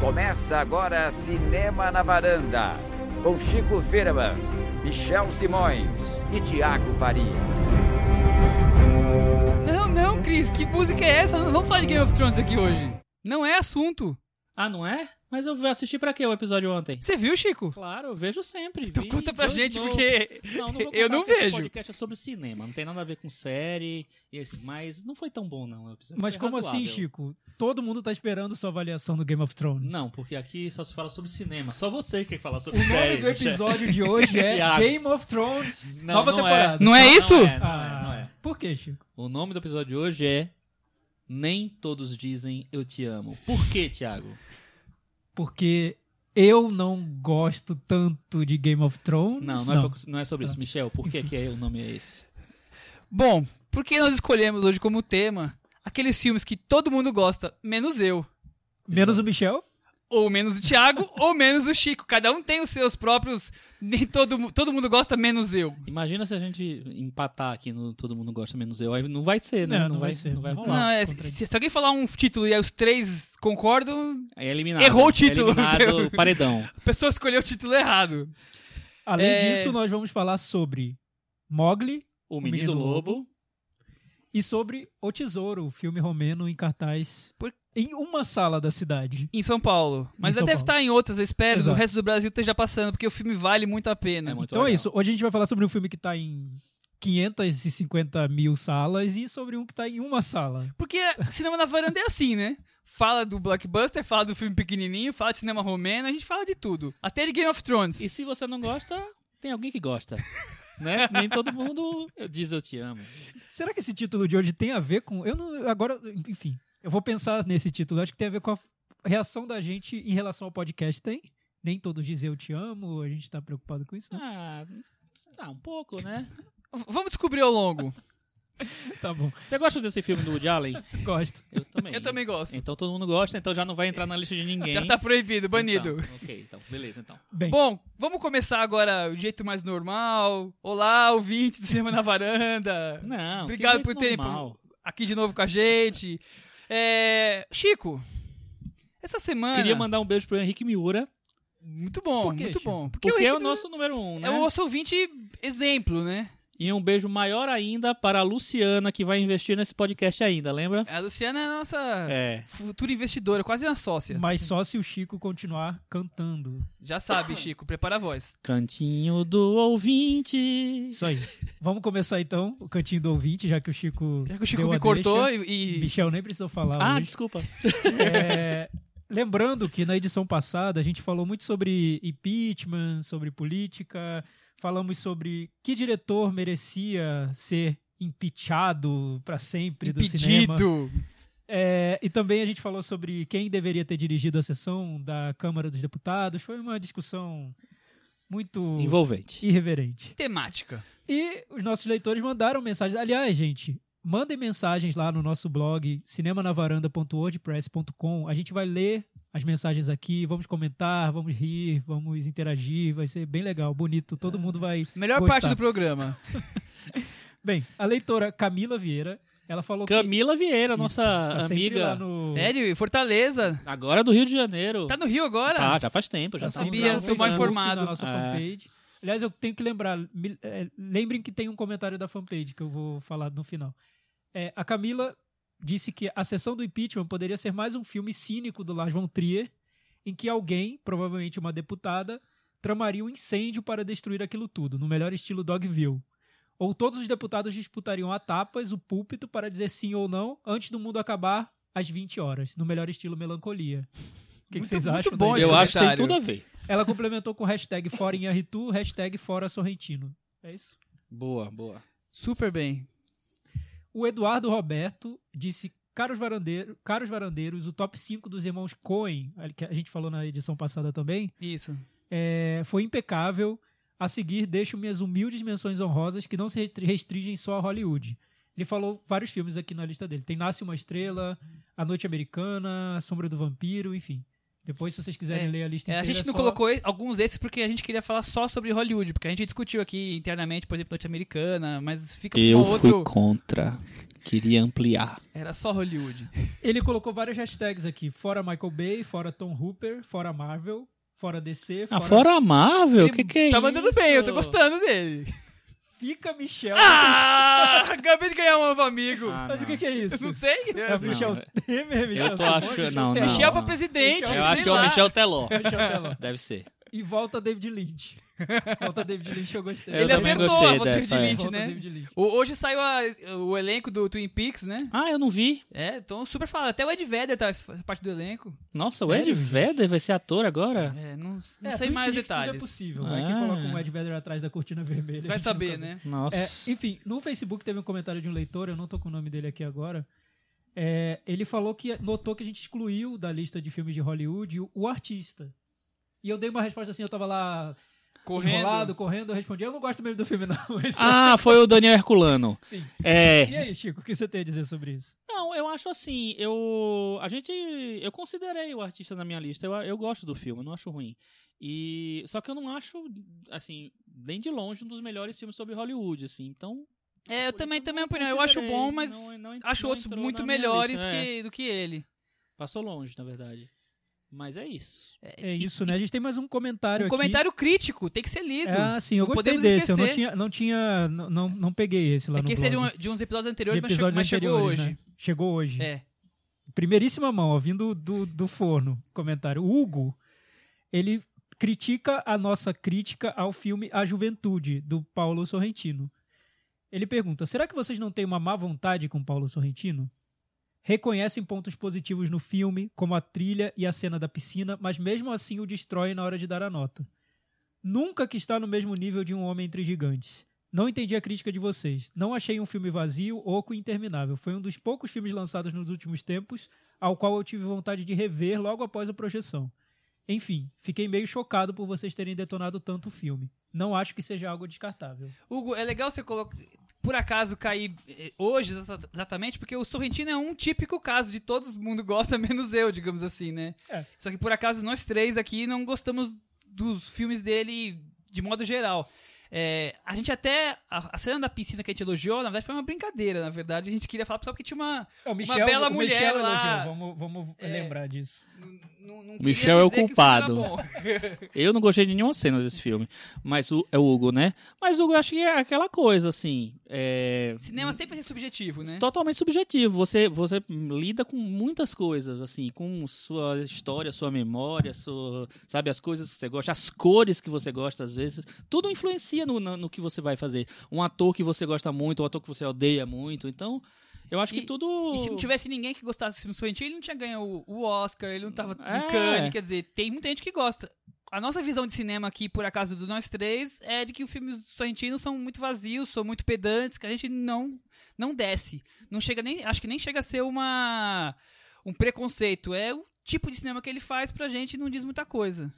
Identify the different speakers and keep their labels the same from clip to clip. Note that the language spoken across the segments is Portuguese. Speaker 1: Começa agora Cinema na Varanda, com Chico Firman, Michel Simões e Tiago Faria.
Speaker 2: Não, não, Cris, que música é essa? Não vamos falar de Game of Thrones aqui hoje. Não é assunto.
Speaker 3: Ah, não é? Mas eu assisti pra quê o episódio ontem?
Speaker 2: Você viu, Chico?
Speaker 3: Claro, eu vejo sempre.
Speaker 2: Então
Speaker 3: vi,
Speaker 2: conta pra
Speaker 3: vejo de
Speaker 2: gente,
Speaker 3: novo.
Speaker 2: porque
Speaker 3: Não, não vou contar,
Speaker 2: eu não
Speaker 3: porque esse
Speaker 2: vejo.
Speaker 3: podcast é sobre cinema, não tem nada a ver com série. E assim, mas não foi tão bom, não. o episódio
Speaker 4: Mas
Speaker 3: foi
Speaker 4: como assim,
Speaker 3: razoável.
Speaker 4: Chico? Todo mundo tá esperando sua avaliação do Game of Thrones.
Speaker 3: Não, porque aqui só se fala sobre cinema. Só você que fala
Speaker 4: O
Speaker 3: sobre
Speaker 4: nome
Speaker 3: série.
Speaker 4: do
Speaker 3: Michel.
Speaker 4: episódio de hoje é
Speaker 3: É, Thiago.
Speaker 4: Game of Thrones,
Speaker 3: Não,
Speaker 4: nova
Speaker 3: não
Speaker 4: temporada.
Speaker 2: Não é isso?
Speaker 3: Não é, não
Speaker 4: Ah,
Speaker 3: é, não é.
Speaker 4: Por que, Chico?
Speaker 3: O nome do episódio de hoje é Nem Todos Dizem Eu Te Amo. Por quê, Thiago?
Speaker 4: Porque eu não gosto tanto de Game of Thrones.
Speaker 3: Não, não, É, pra- não é sobre isso. Michel, por que, que é, o nome é esse?
Speaker 2: Bom, por que nós escolhemos hoje como tema aqueles filmes que todo mundo gosta, menos eu?
Speaker 4: Menos o Michel.
Speaker 2: Ou menos o Thiago, ou menos o Chico. Cada um tem os seus próprios. Nem todo, mu- todo mundo gosta, menos eu.
Speaker 3: Imagina se a gente empatar aqui no Todo Mundo Gosta Menos Eu. Aí não vai ser, né?
Speaker 4: Não, não vai ser.
Speaker 3: Não vai
Speaker 4: Não.
Speaker 3: rolar.
Speaker 2: Não, é,
Speaker 4: contra
Speaker 2: se, se alguém falar um título e aí os três concordam,
Speaker 3: É eliminado.
Speaker 2: Errou o título.
Speaker 3: É eliminado, paredão.
Speaker 2: a pessoa escolheu o título errado.
Speaker 4: Além
Speaker 2: É.
Speaker 4: disso, nós vamos falar sobre Mogli
Speaker 3: O Menino,
Speaker 4: Menino
Speaker 3: Lobo.
Speaker 4: e sobre O Tesouro, o filme romeno em cartaz
Speaker 2: Por-
Speaker 4: em uma sala da cidade.
Speaker 2: Em São Paulo. Mas
Speaker 4: Em
Speaker 2: já
Speaker 4: São
Speaker 2: deve
Speaker 4: Paulo.
Speaker 2: estar em outras, eu espero. O
Speaker 4: Exato.
Speaker 2: resto do Brasil esteja passando, porque o filme vale muito a pena.
Speaker 3: É muito
Speaker 4: Então é
Speaker 3: legal.
Speaker 4: isso. Hoje a gente vai falar sobre um filme que tá em 550 mil salas e sobre um que tá em uma sala.
Speaker 2: Porque cinema na varanda é assim, né? Fala do blockbuster, fala do filme pequenininho, fala de cinema romeno, a gente fala de tudo. Até de Game of Thrones.
Speaker 3: E se você não gosta, tem alguém que gosta. né? Nem todo mundo diz eu te amo.
Speaker 4: Será que esse título de hoje tem a ver com. Eu não. Agora, enfim, eu vou pensar nesse título. Acho que tem a ver com a reação da gente em relação ao podcast. Tem? Nem todos dizem eu te amo, a gente tá preocupado com isso. né?
Speaker 3: Ah, tá, um pouco, né?
Speaker 2: V- Vamos descobrir ao longo. Ah,
Speaker 4: Tá bom,
Speaker 3: Você gosta desse filme do Woody Allen?
Speaker 4: gosto.
Speaker 3: Eu também.
Speaker 2: Eu também gosto.
Speaker 3: Então todo mundo gosta, então já não vai entrar na lista de ninguém.
Speaker 2: Já tá proibido, banido.
Speaker 3: Então, ok, então, beleza, então.
Speaker 4: Bem,
Speaker 2: Bom, vamos começar agora o jeito mais normal. Olá, ouvinte do Cinema na Varanda.
Speaker 3: Não, que
Speaker 2: Obrigado
Speaker 3: jeito
Speaker 2: por terem
Speaker 3: normal.
Speaker 2: aqui de novo com a gente. É, Chico, essa semana.
Speaker 3: Queria mandar um beijo pro Henrique Miura,
Speaker 2: Muito bom,
Speaker 4: Por quê,
Speaker 2: muito
Speaker 4: Chico?
Speaker 2: bom.
Speaker 3: porque,
Speaker 2: Henrique
Speaker 3: é o nosso número um, né?
Speaker 2: É o nosso ouvinte exemplo, né?
Speaker 3: E um beijo maior ainda para a Luciana, que vai investir nesse podcast ainda, lembra?
Speaker 2: A Luciana é a nossa
Speaker 3: É.
Speaker 2: futura investidora, quase uma sócia.
Speaker 4: mas só se o Chico continuar cantando.
Speaker 2: Já sabe, Chico, prepara a voz.
Speaker 3: Cantinho do ouvinte.
Speaker 4: Isso aí. Vamos começar então o cantinho do ouvinte, já que o Chico.
Speaker 2: Já que o Chico
Speaker 4: deu
Speaker 2: me
Speaker 4: a
Speaker 2: cortou
Speaker 4: deixa.
Speaker 2: e. e-
Speaker 4: Michel nem precisou falar.
Speaker 3: Ah,
Speaker 4: hoje.
Speaker 3: desculpa.
Speaker 4: É, lembrando que na edição passada a gente falou muito sobre impeachment, sobre política, falamos sobre que diretor merecia ser impeachado para sempre do cinema.
Speaker 2: Impedido.
Speaker 4: É, e também a gente falou sobre quem deveria ter dirigido a sessão da Câmara dos Deputados. Foi uma discussão muito
Speaker 3: Envolvente.
Speaker 4: irreverente.
Speaker 2: Temática.
Speaker 4: E os nossos leitores mandaram mensagens. Aliás, gente, mandem mensagens lá no nosso blog cinemanavaranda.wordpress.com. A gente vai ler as mensagens aqui, vamos comentar, vamos rir, vamos interagir, vai ser bem legal, bonito, todo mundo vai.
Speaker 2: Melhor
Speaker 4: Gostar.
Speaker 2: parte do programa.
Speaker 4: Bem, a leitora Camila Vieira, ela falou que
Speaker 3: Camila Vieira, nossa
Speaker 4: Tá sempre
Speaker 3: amiga.
Speaker 4: lá no
Speaker 2: É, de Fortaleza.
Speaker 3: Agora do Rio de Janeiro.
Speaker 2: Tá no Rio agora?
Speaker 3: Tá, já faz tempo, já
Speaker 4: tá
Speaker 3: tá
Speaker 4: sempre
Speaker 2: sabia,
Speaker 4: lá
Speaker 3: uns
Speaker 4: no
Speaker 2: tô mais
Speaker 4: Facebook,
Speaker 3: anos.
Speaker 2: informado.
Speaker 4: na nossa
Speaker 3: É.
Speaker 4: fanpage. Aliás, eu tenho que lembrar, me- é, lembrem que tem um comentário da fanpage que eu vou falar no final. É, a Camila disse que a sessão do impeachment poderia ser mais um filme cínico do Lars von Trier, em que alguém, provavelmente uma deputada, tramaria um incêndio para destruir aquilo tudo, no melhor estilo Dogville. Ou todos os deputados disputariam a tapas o púlpito para dizer sim ou não antes do mundo acabar às 20 horas, no melhor estilo melancolia. O que, que
Speaker 2: Muito-
Speaker 4: vocês
Speaker 2: muito
Speaker 4: acham? da
Speaker 2: bom
Speaker 4: ideia?
Speaker 2: esse
Speaker 3: Eu acho que tem
Speaker 2: comentário.
Speaker 3: tudo a ver.
Speaker 4: Ela complementou com hashtag fora em Ritu, hashtag fora Sorrentino. É isso.
Speaker 3: Boa, boa.
Speaker 2: Super bem.
Speaker 4: O Eduardo Roberto disse, caros, varandeiro, caros varandeiros, o top 5 dos irmãos Coen, que a gente falou na edição passada também,
Speaker 2: Isso.
Speaker 4: é, foi impecável. A seguir, deixo minhas humildes menções honrosas que não se restri- restringem só a Hollywood. Ele falou vários filmes aqui na lista dele. Tem Nasce uma Estrela, A Noite Americana, A Sombra do Vampiro, enfim. Depois, se vocês quiserem
Speaker 2: É.
Speaker 4: ler a lista
Speaker 2: É,
Speaker 4: inteira,
Speaker 2: a gente
Speaker 4: é
Speaker 2: não
Speaker 4: só-
Speaker 2: colocou e- alguns desses porque a gente queria falar só sobre Hollywood, porque a gente discutiu aqui internamente, por exemplo, norte-americana, mas fica pra
Speaker 3: Eu
Speaker 2: um outro.
Speaker 3: fui contra. Queria ampliar.
Speaker 2: Era só Hollywood.
Speaker 4: Ele colocou várias hashtags aqui. Fora Michael Bay, fora Tom Hooper, fora Marvel, fora DC,
Speaker 3: Ah, fora a Marvel, o
Speaker 2: Ele
Speaker 3: que, que é
Speaker 2: tá
Speaker 3: isso?
Speaker 2: mandando bem, eu tô gostando dele.
Speaker 4: Fica Michel.
Speaker 2: Ah! Acabei de ganhar um novo amigo.
Speaker 3: Ah,
Speaker 4: Mas o
Speaker 3: não.
Speaker 4: que, que é
Speaker 2: Eu
Speaker 4: isso?
Speaker 2: não sei.
Speaker 4: É o Michel
Speaker 3: velho.
Speaker 4: Temer, Michel
Speaker 3: tô
Speaker 4: Simões,
Speaker 3: achando-
Speaker 4: Michel é
Speaker 3: não,
Speaker 4: Temer.
Speaker 3: não.
Speaker 2: Michel pra presidente.
Speaker 4: Michel-
Speaker 3: Eu
Speaker 2: sei
Speaker 3: acho que é o
Speaker 2: lá.
Speaker 3: Michel Teló.
Speaker 4: Michel Teló.
Speaker 3: Deve ser.
Speaker 4: E volta David Lynch. Volta David Lynch, eu gostei.
Speaker 3: Eu
Speaker 2: Ele
Speaker 3: também
Speaker 2: acertou
Speaker 3: gostei
Speaker 2: a volta
Speaker 3: dessa,
Speaker 2: de
Speaker 3: é.
Speaker 2: Lynch,
Speaker 4: Volta
Speaker 2: né?
Speaker 4: David Lynch.
Speaker 2: O- hoje saiu a- o elenco do Twin Peaks, né?
Speaker 3: Ah, eu não vi.
Speaker 2: É, então super falado. Até o Ed Vedder tá essa parte do elenco.
Speaker 3: Nossa, o
Speaker 4: Sério,
Speaker 3: Ed Vedder vai ser ator agora?
Speaker 2: É, não, não
Speaker 4: É,
Speaker 2: sei
Speaker 4: Twin
Speaker 2: mais
Speaker 4: Peaks tudo É
Speaker 2: detalhes.
Speaker 4: possível. Vai que
Speaker 3: Ah.
Speaker 4: coloca um Ed Vedder atrás da cortina vermelha. a
Speaker 2: Vai
Speaker 4: gente nunca
Speaker 2: saber,
Speaker 4: vê.
Speaker 2: né?
Speaker 3: Nossa.
Speaker 4: É, enfim, no Facebook teve um comentário de um leitor, eu não tô com o nome dele aqui agora. É, ele falou que notou que a gente excluiu da lista de filmes de Hollywood o, o artista. E eu dei uma resposta assim, eu tava lá
Speaker 2: Correndo.
Speaker 4: enrolado, correndo, eu respondi, eu não gosto mesmo do filme não. Esse
Speaker 3: Ah, foi o Daniel Herculano.
Speaker 4: é- sim. E
Speaker 3: É.
Speaker 4: aí, Chico, o que você tem a dizer sobre isso?
Speaker 3: Não, eu acho assim, eu a gente eu considerei o artista na minha lista. Eu, eu gosto do filme, eu não acho ruim. E só que eu não acho assim, nem de longe um dos melhores filmes sobre Hollywood assim. Então,
Speaker 2: É, eu
Speaker 3: por
Speaker 2: também,
Speaker 3: isso
Speaker 2: também
Speaker 3: não
Speaker 2: opinião. Eu acho
Speaker 3: considerei,
Speaker 2: bom, mas
Speaker 3: não- não en-
Speaker 2: acho
Speaker 3: não
Speaker 2: outros
Speaker 3: entrou
Speaker 2: muito
Speaker 3: na minha
Speaker 2: melhores
Speaker 3: lista, é.
Speaker 2: que, do que ele.
Speaker 3: Passou longe, na verdade. Mas é isso.
Speaker 4: É isso, né? A gente tem mais um comentário
Speaker 2: Um
Speaker 4: aqui.
Speaker 2: comentário crítico, tem que ser lido.
Speaker 4: Ah, sim, eu
Speaker 2: Não
Speaker 4: gostei
Speaker 2: podemos
Speaker 4: desse. Eu não
Speaker 2: esquecer.
Speaker 4: tinha, não tinha, não, não, não peguei esse lá
Speaker 2: é
Speaker 4: no
Speaker 2: que
Speaker 4: blog.
Speaker 2: seria um- de uns episódios
Speaker 4: De
Speaker 2: anteriores, mas, chegou-
Speaker 4: episódios
Speaker 2: mas chegou
Speaker 4: anteriores,
Speaker 2: hoje.
Speaker 4: né? Chegou hoje.
Speaker 2: É.
Speaker 4: Primeiríssima mão, ó, vindo do, do forno. Comentário. O Hugo, ele critica a nossa crítica ao filme A Juventude, do Paulo Sorrentino. Ele pergunta: será que vocês não têm uma má vontade com Paulo Sorrentino? Reconhecem pontos positivos no filme, como a trilha e a cena da piscina, mas mesmo assim o destroem na hora de dar a nota. Nunca que está no mesmo nível de um homem entre gigantes. Não entendi a crítica de vocês. Não achei um filme vazio, oco e interminável. Foi um dos poucos filmes lançados nos últimos tempos ao qual eu tive vontade de rever logo após a projeção. Enfim, fiquei meio chocado por vocês terem detonado tanto o filme. Não acho que seja algo descartável.
Speaker 2: Hugo, é legal você colocar. Por acaso cair eh, hoje, exa- exatamente, porque o Sorrentino é um típico caso de todo mundo gosta, menos eu, digamos assim, né?
Speaker 4: É.
Speaker 2: Só que por acaso nós três aqui não gostamos dos filmes dele de modo geral. É, a gente até. A, a cena da piscina que a gente elogiou, na verdade, foi uma brincadeira, na verdade. A gente queria falar só porque tinha uma.
Speaker 4: Uma
Speaker 2: bela mulher lá.
Speaker 4: Vamos, vamos
Speaker 2: É.
Speaker 4: lembrar disso.
Speaker 2: não- não queria
Speaker 3: Michel é o
Speaker 2: dizer que
Speaker 3: culpado.
Speaker 2: isso era bom.
Speaker 3: Eu não gostei de nenhuma cena desse filme. Mas o, é o Hugo, né? Mas o Hugo, eu acho que é aquela coisa, assim. É,
Speaker 2: Cinema sempre vai ser subjetivo, né?
Speaker 3: Totalmente subjetivo. Você, você lida com muitas coisas, assim, com sua história, sua memória, sua, sabe, as coisas que você gosta, as cores que você gosta, às vezes. Tudo influencia no, no, no que você vai fazer. Um ator que você gosta muito, um ator que você odeia muito. Então, eu acho
Speaker 2: E-
Speaker 3: que tudo.
Speaker 2: E se não tivesse ninguém que gostasse do filme Sorrentino, ele não tinha ganho o- o Oscar, ele não tava
Speaker 3: É.
Speaker 2: no Cannes, quer dizer, tem muita gente que gosta. A nossa visão de cinema aqui, por acaso, do nós três, é de que os filmes do Sorrentino são muito vazios, são muito pedantes, que a gente não não desce. Não chega nem, acho que nem chega a ser uma um preconceito, é o tipo de cinema que ele faz pra gente e não diz muita coisa.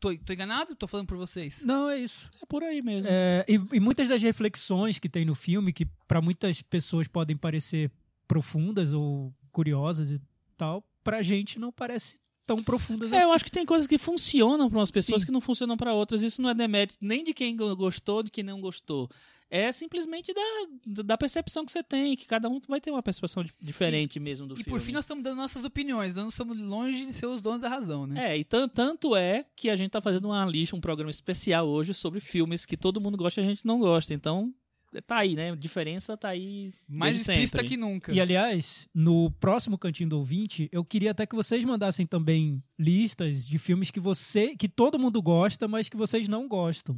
Speaker 2: Tô, tô enganado? Tô falando por vocês.
Speaker 4: Não, é isso.
Speaker 3: É por aí mesmo.
Speaker 4: É, e, e muitas das reflexões que tem no filme, que para muitas pessoas podem parecer profundas ou curiosas e tal, pra gente não parece tão profundas
Speaker 3: É,
Speaker 4: assim.
Speaker 3: eu acho que tem coisas que funcionam para umas pessoas
Speaker 4: Sim.
Speaker 3: que não funcionam para outras. Isso não é demérito nem de quem go- gostou, de quem não gostou. É simplesmente da, da percepção que você tem, que cada um vai ter uma percepção di- diferente mesmo do
Speaker 2: e
Speaker 3: filme.
Speaker 2: por fim nós estamos dando nossas opiniões, nós não estamos longe de ser os donos da razão, né?
Speaker 3: É, e tan- tanto é que a gente tá fazendo uma lista, um programa especial hoje sobre filmes que todo mundo gosta e a gente não gosta. Então, tá aí, né? A diferença tá aí.
Speaker 2: Mais
Speaker 3: desde
Speaker 2: explícita
Speaker 3: sempre.
Speaker 2: que nunca.
Speaker 4: E aliás, no próximo Cantinho do Ouvinte, eu queria até que vocês mandassem também listas de filmes que você, que todo mundo gosta, mas que vocês não gostam.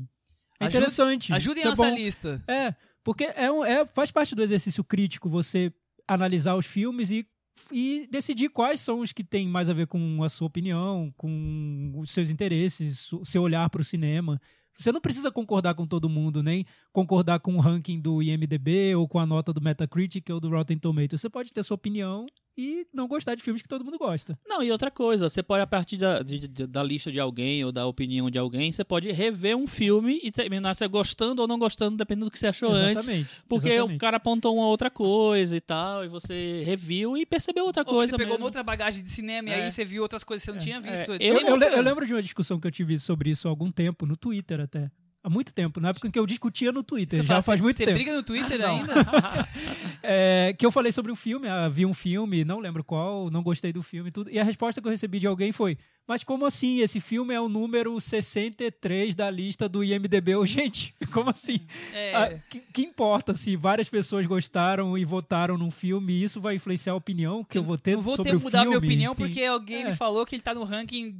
Speaker 4: É
Speaker 2: Ajude-
Speaker 4: interessante.
Speaker 2: Ajudem a
Speaker 4: isso é
Speaker 2: nossa
Speaker 4: bom.
Speaker 2: lista.
Speaker 4: É, porque é, um- é- faz parte do exercício crítico você analisar os filmes e, e decidir quais são os que têm mais a ver com a sua opinião, com os seus interesses, o seu olhar para o cinema. Você não precisa concordar com todo mundo, nem concordar com o ranking do IMDB ou com a nota do Metacritic ou do Rotten Tomatoes. Você pode ter sua opinião e não gostar de filmes que todo mundo gosta.
Speaker 3: Não, e outra coisa, você pode, a partir da, de- de- da lista de alguém ou da opinião de alguém, você pode rever um filme e terminar você gostando ou não gostando, dependendo do que você achou Então, antes.
Speaker 4: Exatamente.
Speaker 3: Porque o
Speaker 4: exatamente.
Speaker 3: cara apontou uma outra coisa e tal, e você reviu e percebeu outra
Speaker 2: Ou que
Speaker 3: coisa.
Speaker 2: você pegou
Speaker 3: mesmo.
Speaker 2: uma outra bagagem de cinema e
Speaker 3: É.
Speaker 2: aí você viu outras coisas que você não tinha visto.
Speaker 3: É,
Speaker 2: Bem
Speaker 3: eu-
Speaker 4: Eu, eu le-
Speaker 2: bacana.
Speaker 4: eu lembro de uma discussão que eu tive sobre isso há algum tempo, no Twitter até. Há muito tempo, na época em que eu discutia no Twitter,
Speaker 2: Você
Speaker 4: já
Speaker 2: fala,
Speaker 4: faz
Speaker 2: você-
Speaker 4: muito
Speaker 2: Você
Speaker 4: tempo.
Speaker 2: briga no Twitter
Speaker 4: Não.
Speaker 2: ainda?
Speaker 4: É, que eu falei sobre um filme, ah, vi um filme, não lembro qual, não gostei do filme e tudo. E a resposta que eu recebi de alguém foi: Mas como assim? Esse filme é o número 63 da lista do IMDB. Eu, gente, como assim?
Speaker 2: É,
Speaker 4: Ah, que, que importa se várias pessoas gostaram e votaram num filme e isso vai influenciar a opinião que eu vou ter
Speaker 2: não vou
Speaker 4: sobre
Speaker 2: ter
Speaker 4: o
Speaker 2: que mudar
Speaker 4: filme,
Speaker 2: minha opinião
Speaker 4: enfim.
Speaker 2: porque alguém me
Speaker 4: É.
Speaker 2: falou que ele tá no ranking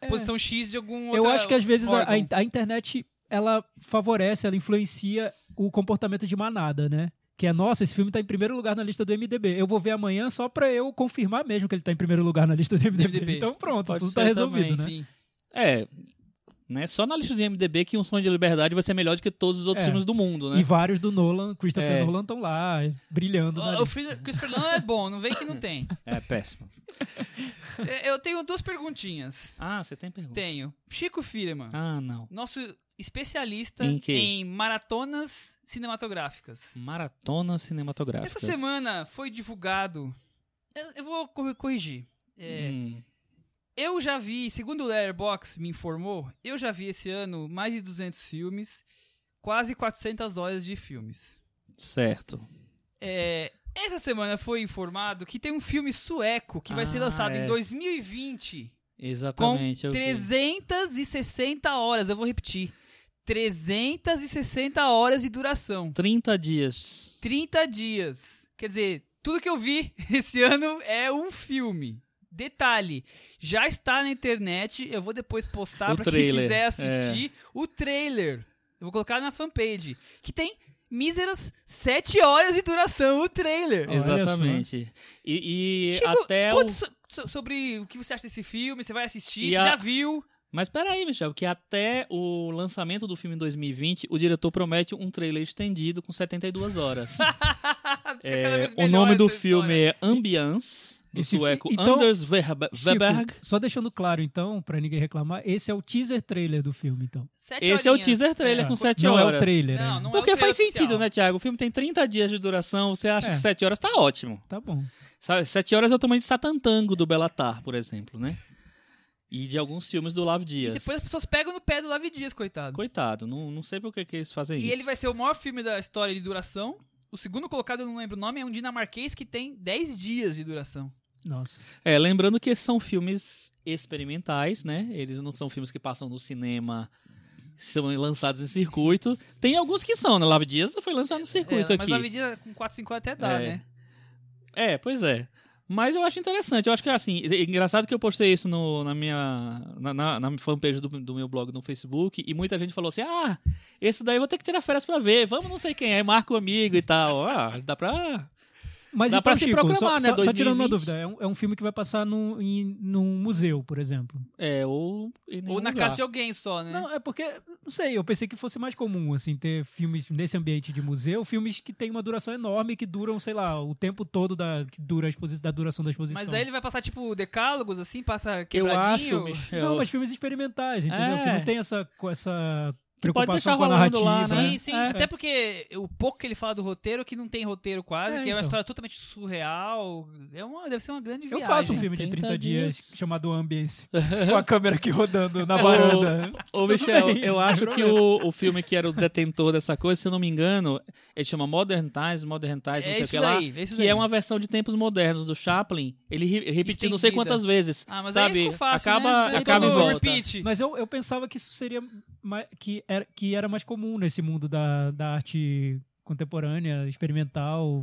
Speaker 4: É.
Speaker 2: posição X de algum
Speaker 3: Um
Speaker 2: outro
Speaker 4: Eu acho que às vezes a, a
Speaker 2: órgão.
Speaker 4: in- a internet ela favorece, ela influencia o comportamento de manada, né? Que é, nossa, esse filme tá em primeiro lugar na lista do MDB. Eu vou ver amanhã só pra eu confirmar mesmo que ele tá em primeiro lugar na lista do MDB.
Speaker 2: MDB.
Speaker 4: Então pronto,
Speaker 3: Pode
Speaker 4: tudo
Speaker 3: ser
Speaker 4: tá resolvido,
Speaker 3: também,
Speaker 4: né?
Speaker 2: Sim.
Speaker 3: É. Né? Só na lista do MDB que um som de liberdade vai ser melhor do que todos os outros
Speaker 4: É.
Speaker 3: filmes do mundo, né?
Speaker 4: E vários do Nolan, Christopher
Speaker 3: É.
Speaker 4: Nolan estão lá, brilhando. na
Speaker 2: O, o
Speaker 4: lista.
Speaker 2: Fri- Christopher Nolan é bom, não vem que não tem.
Speaker 3: É péssimo.
Speaker 2: É, Eu tenho duas perguntinhas.
Speaker 3: Ah, você tem pergunta?
Speaker 2: Tenho. Chico Firman,
Speaker 3: Ah, não.
Speaker 2: nosso especialista
Speaker 3: Em quê?
Speaker 2: maratonas cinematográficas.
Speaker 3: Maratona cinematográfica.
Speaker 2: Essa semana foi divulgado. Eu, eu vou cor- corrigir. É,
Speaker 3: Hum,
Speaker 2: Eu já vi, segundo o Letterboxd me informou, eu já vi esse ano mais de 200 filmes, quase 400 horas de filmes.
Speaker 3: certo.
Speaker 2: É, essa semana foi informado que tem um filme sueco que vai ser
Speaker 3: Ah,
Speaker 2: lançado
Speaker 3: é.
Speaker 2: em 2020 com
Speaker 3: Exatamente. eu vi.
Speaker 2: 360 horas. Eu vou repetir: 360 horas de duração.
Speaker 3: 30 dias.
Speaker 2: 30 dias. Quer dizer, tudo que eu vi esse ano é um filme. Detalhe, já está na internet, eu vou depois postar
Speaker 3: O
Speaker 2: para quem
Speaker 3: trailer, é.
Speaker 2: quiser assistir o trailer. Eu vou colocar na fanpage, que tem míseras 7 horas de duração o trailer.
Speaker 4: Olha
Speaker 3: Exatamente. E, e
Speaker 2: Chico,
Speaker 3: até o...
Speaker 2: Conta so- so- sobre o que você acha desse filme, você vai assistir,
Speaker 3: E
Speaker 2: você
Speaker 3: a-
Speaker 2: já viu.
Speaker 3: Mas peraí, Michel, que até o lançamento do filme em 2020, o diretor promete um trailer estendido com 72 horas.
Speaker 2: Fica
Speaker 3: É,
Speaker 2: cada vez
Speaker 3: o
Speaker 2: melhor
Speaker 3: nome do
Speaker 2: essa
Speaker 3: filme
Speaker 2: história.
Speaker 3: é Ambiance, do
Speaker 4: Esse fi-
Speaker 3: sueco
Speaker 4: então,
Speaker 3: Anders Werbe-
Speaker 4: Chico,
Speaker 3: Weberg.
Speaker 4: Só deixando claro, então, pra ninguém reclamar, esse é o teaser trailer do filme, então.
Speaker 2: Sete
Speaker 3: Esse é o
Speaker 2: horinhas.
Speaker 3: teaser trailer
Speaker 4: É.
Speaker 3: com 7
Speaker 4: não
Speaker 3: horas.
Speaker 4: é o trailer.
Speaker 2: Não,
Speaker 4: é.
Speaker 2: não é o
Speaker 3: Porque
Speaker 2: trailer
Speaker 3: faz sentido,
Speaker 2: oficial.
Speaker 3: né, Thiago? O filme tem 30 dias de duração, você acha
Speaker 4: É.
Speaker 3: que 7 horas tá ótimo.
Speaker 4: Tá bom.
Speaker 3: Sa- 7 horas é o tamanho de Satantango do Belatar, por exemplo, né? E de alguns filmes do Lav
Speaker 2: E
Speaker 3: Dias.
Speaker 2: depois é as pessoas pegam no pé do Lavi Dias, coitado.
Speaker 3: Coitado, não, não sei por que, que eles fazem
Speaker 2: E
Speaker 3: É isso.
Speaker 2: ele vai ser o maior filme da história de duração. O segundo colocado, eu não lembro o nome, é um dinamarquês que tem 10 dias de duração.
Speaker 4: Nossa.
Speaker 3: É, lembrando que esses são filmes experimentais, né? Eles não são filmes que passam no cinema, são lançados em circuito. Tem alguns que são, né? Lav Dias foi lançado no circuito
Speaker 2: É, mas
Speaker 3: aqui.
Speaker 2: Nove dias com 4, 5 até dá,
Speaker 3: É.
Speaker 2: né?
Speaker 3: É, pois é. Mas eu acho interessante. Eu acho que assim, é engraçado que eu postei isso no- na minha na, na- na fanpage do, do meu blog no Facebook e muita gente falou assim: "Ah, esse daí eu vou ter que tirar férias pra ver. Vamos, não sei quem, aí marca o amigo e tal". Ah, dá pra
Speaker 4: Mas
Speaker 3: Dá
Speaker 4: então,
Speaker 3: pra se
Speaker 4: Chico,
Speaker 3: programar,
Speaker 4: só,
Speaker 3: né?
Speaker 4: só- só tirando uma
Speaker 3: 2020.
Speaker 4: dúvida, é um, é um filme que vai passar num, em- num museu, por exemplo.
Speaker 3: é ou em nenhum
Speaker 2: Ou na
Speaker 3: lugar.
Speaker 2: casa de alguém só, né?
Speaker 4: Não, é porque, não sei, eu pensei que fosse mais comum, assim, ter filmes nesse ambiente de museu, filmes que têm uma duração enorme, que duram, sei lá, o tempo todo da, que dura a exposi- da duração da exposição.
Speaker 2: mas aí ele vai passar, tipo, decálogos, assim, passa
Speaker 3: Eu acho,
Speaker 2: quebradinho.
Speaker 3: Michel.
Speaker 4: Não, mas filmes experimentais, entendeu?
Speaker 3: É.
Speaker 4: Que não tem essa, co- essa
Speaker 3: Que pode
Speaker 4: preocupação
Speaker 3: deixar
Speaker 4: com a
Speaker 3: rolando
Speaker 4: narrativa.
Speaker 3: lá, né?
Speaker 2: Sim, sim.
Speaker 3: É.
Speaker 2: Até porque o pouco que ele fala do roteiro, que não tem roteiro quase,
Speaker 4: É,
Speaker 2: que é uma
Speaker 4: então.
Speaker 2: história totalmente surreal. É uma, deve ser uma grande
Speaker 4: Eu
Speaker 2: viagem.
Speaker 4: faço um filme de
Speaker 3: 30
Speaker 4: 30, dias,
Speaker 3: dias. É
Speaker 4: chamado Ambience, com a câmera aqui rodando na
Speaker 3: Ô,
Speaker 4: varanda.
Speaker 3: Ô, Michel,
Speaker 4: bem,
Speaker 3: eu
Speaker 4: não
Speaker 3: acho
Speaker 4: tem
Speaker 3: que o, o filme que era o detentor dessa coisa, se eu não me engano, ele chama Modern Times, Modern Times, não
Speaker 2: É
Speaker 3: sei o
Speaker 2: isso
Speaker 3: que lá.
Speaker 2: daí, é isso
Speaker 3: que
Speaker 2: daí.
Speaker 3: é uma versão de tempos modernos do Chaplin. Ele re- repetiu não sei
Speaker 2: Estendida.
Speaker 3: quantas vezes.
Speaker 2: Ah, mas
Speaker 3: sabe?
Speaker 2: aí ficou fácil,
Speaker 3: acaba,
Speaker 2: né? Aí
Speaker 3: acaba e
Speaker 2: todo
Speaker 3: volta.
Speaker 2: repeat.
Speaker 4: Mas eu, eu pensava que isso seria mai- que era, que era mais comum nesse mundo da, da arte contemporânea, experimental.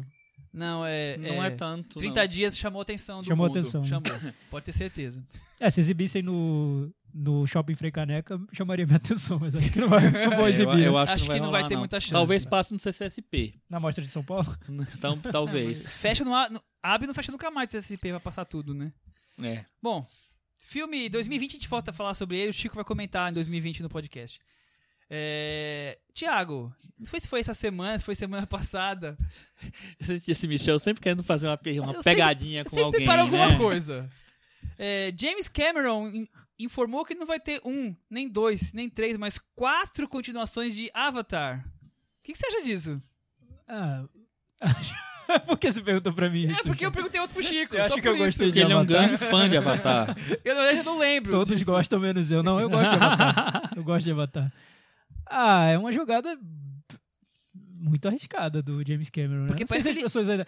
Speaker 2: Não, é...
Speaker 3: Não é, tanto.
Speaker 2: 30
Speaker 3: não.
Speaker 2: dias chamou a atenção do
Speaker 4: Chamou a
Speaker 2: mundo.
Speaker 4: atenção.
Speaker 2: Chamou. Pode ter certeza.
Speaker 4: É, se exibissem no, no shopping Frei Caneca, chamaria minha atenção, mas acho que não, vai, não vou
Speaker 3: É,
Speaker 4: exibir.
Speaker 3: eu, eu
Speaker 4: né?
Speaker 3: acho,
Speaker 2: Acho
Speaker 3: que não vai, rolar,
Speaker 2: ter
Speaker 3: não.
Speaker 2: muita chance.
Speaker 3: Talvez passe no CCSP.
Speaker 4: Na mostra de São Paulo.
Speaker 3: Então,
Speaker 4: É
Speaker 3: talvez.
Speaker 2: Fecha no, a- no abre e não fecha nunca mais esse CSP vai passar tudo, né?
Speaker 3: É.
Speaker 2: Bom, filme 2020 a gente volta a falar sobre ele, o Chico vai comentar em 2020 no podcast. É... Tiago, não sei se foi essa semana, se foi semana passada.
Speaker 3: Esse, esse Michel sempre querendo fazer uma, pe- uma
Speaker 2: Eu sempre-
Speaker 4: É
Speaker 3: pegadinha com
Speaker 2: sempre
Speaker 3: alguém.
Speaker 2: para alguma
Speaker 3: né?
Speaker 2: coisa. É, James Cameron in- informou que não vai ter um, nem dois, nem três, mas quatro continuações de Avatar. O que, que você acha disso?
Speaker 4: Ah, por que você perguntou pra mim isso?
Speaker 2: É porque eu
Speaker 4: cara?
Speaker 2: perguntei outro pro Chico.
Speaker 4: Você acha
Speaker 2: só
Speaker 4: que eu
Speaker 2: por isso.
Speaker 4: gostei
Speaker 3: Porque
Speaker 4: de
Speaker 3: ele é um
Speaker 4: Avatar?
Speaker 3: grande fã de Avatar.
Speaker 2: Eu, na verdade, eu não lembro.
Speaker 4: Todos
Speaker 2: disso.
Speaker 4: gostam, menos eu. Não, eu gosto de Avatar. Eu gosto de Avatar. Ah, é uma jogada muito arriscada do James Cameron, né?
Speaker 2: Porque
Speaker 4: Não sei
Speaker 2: parece
Speaker 4: se
Speaker 2: que
Speaker 4: as pessoas ainda...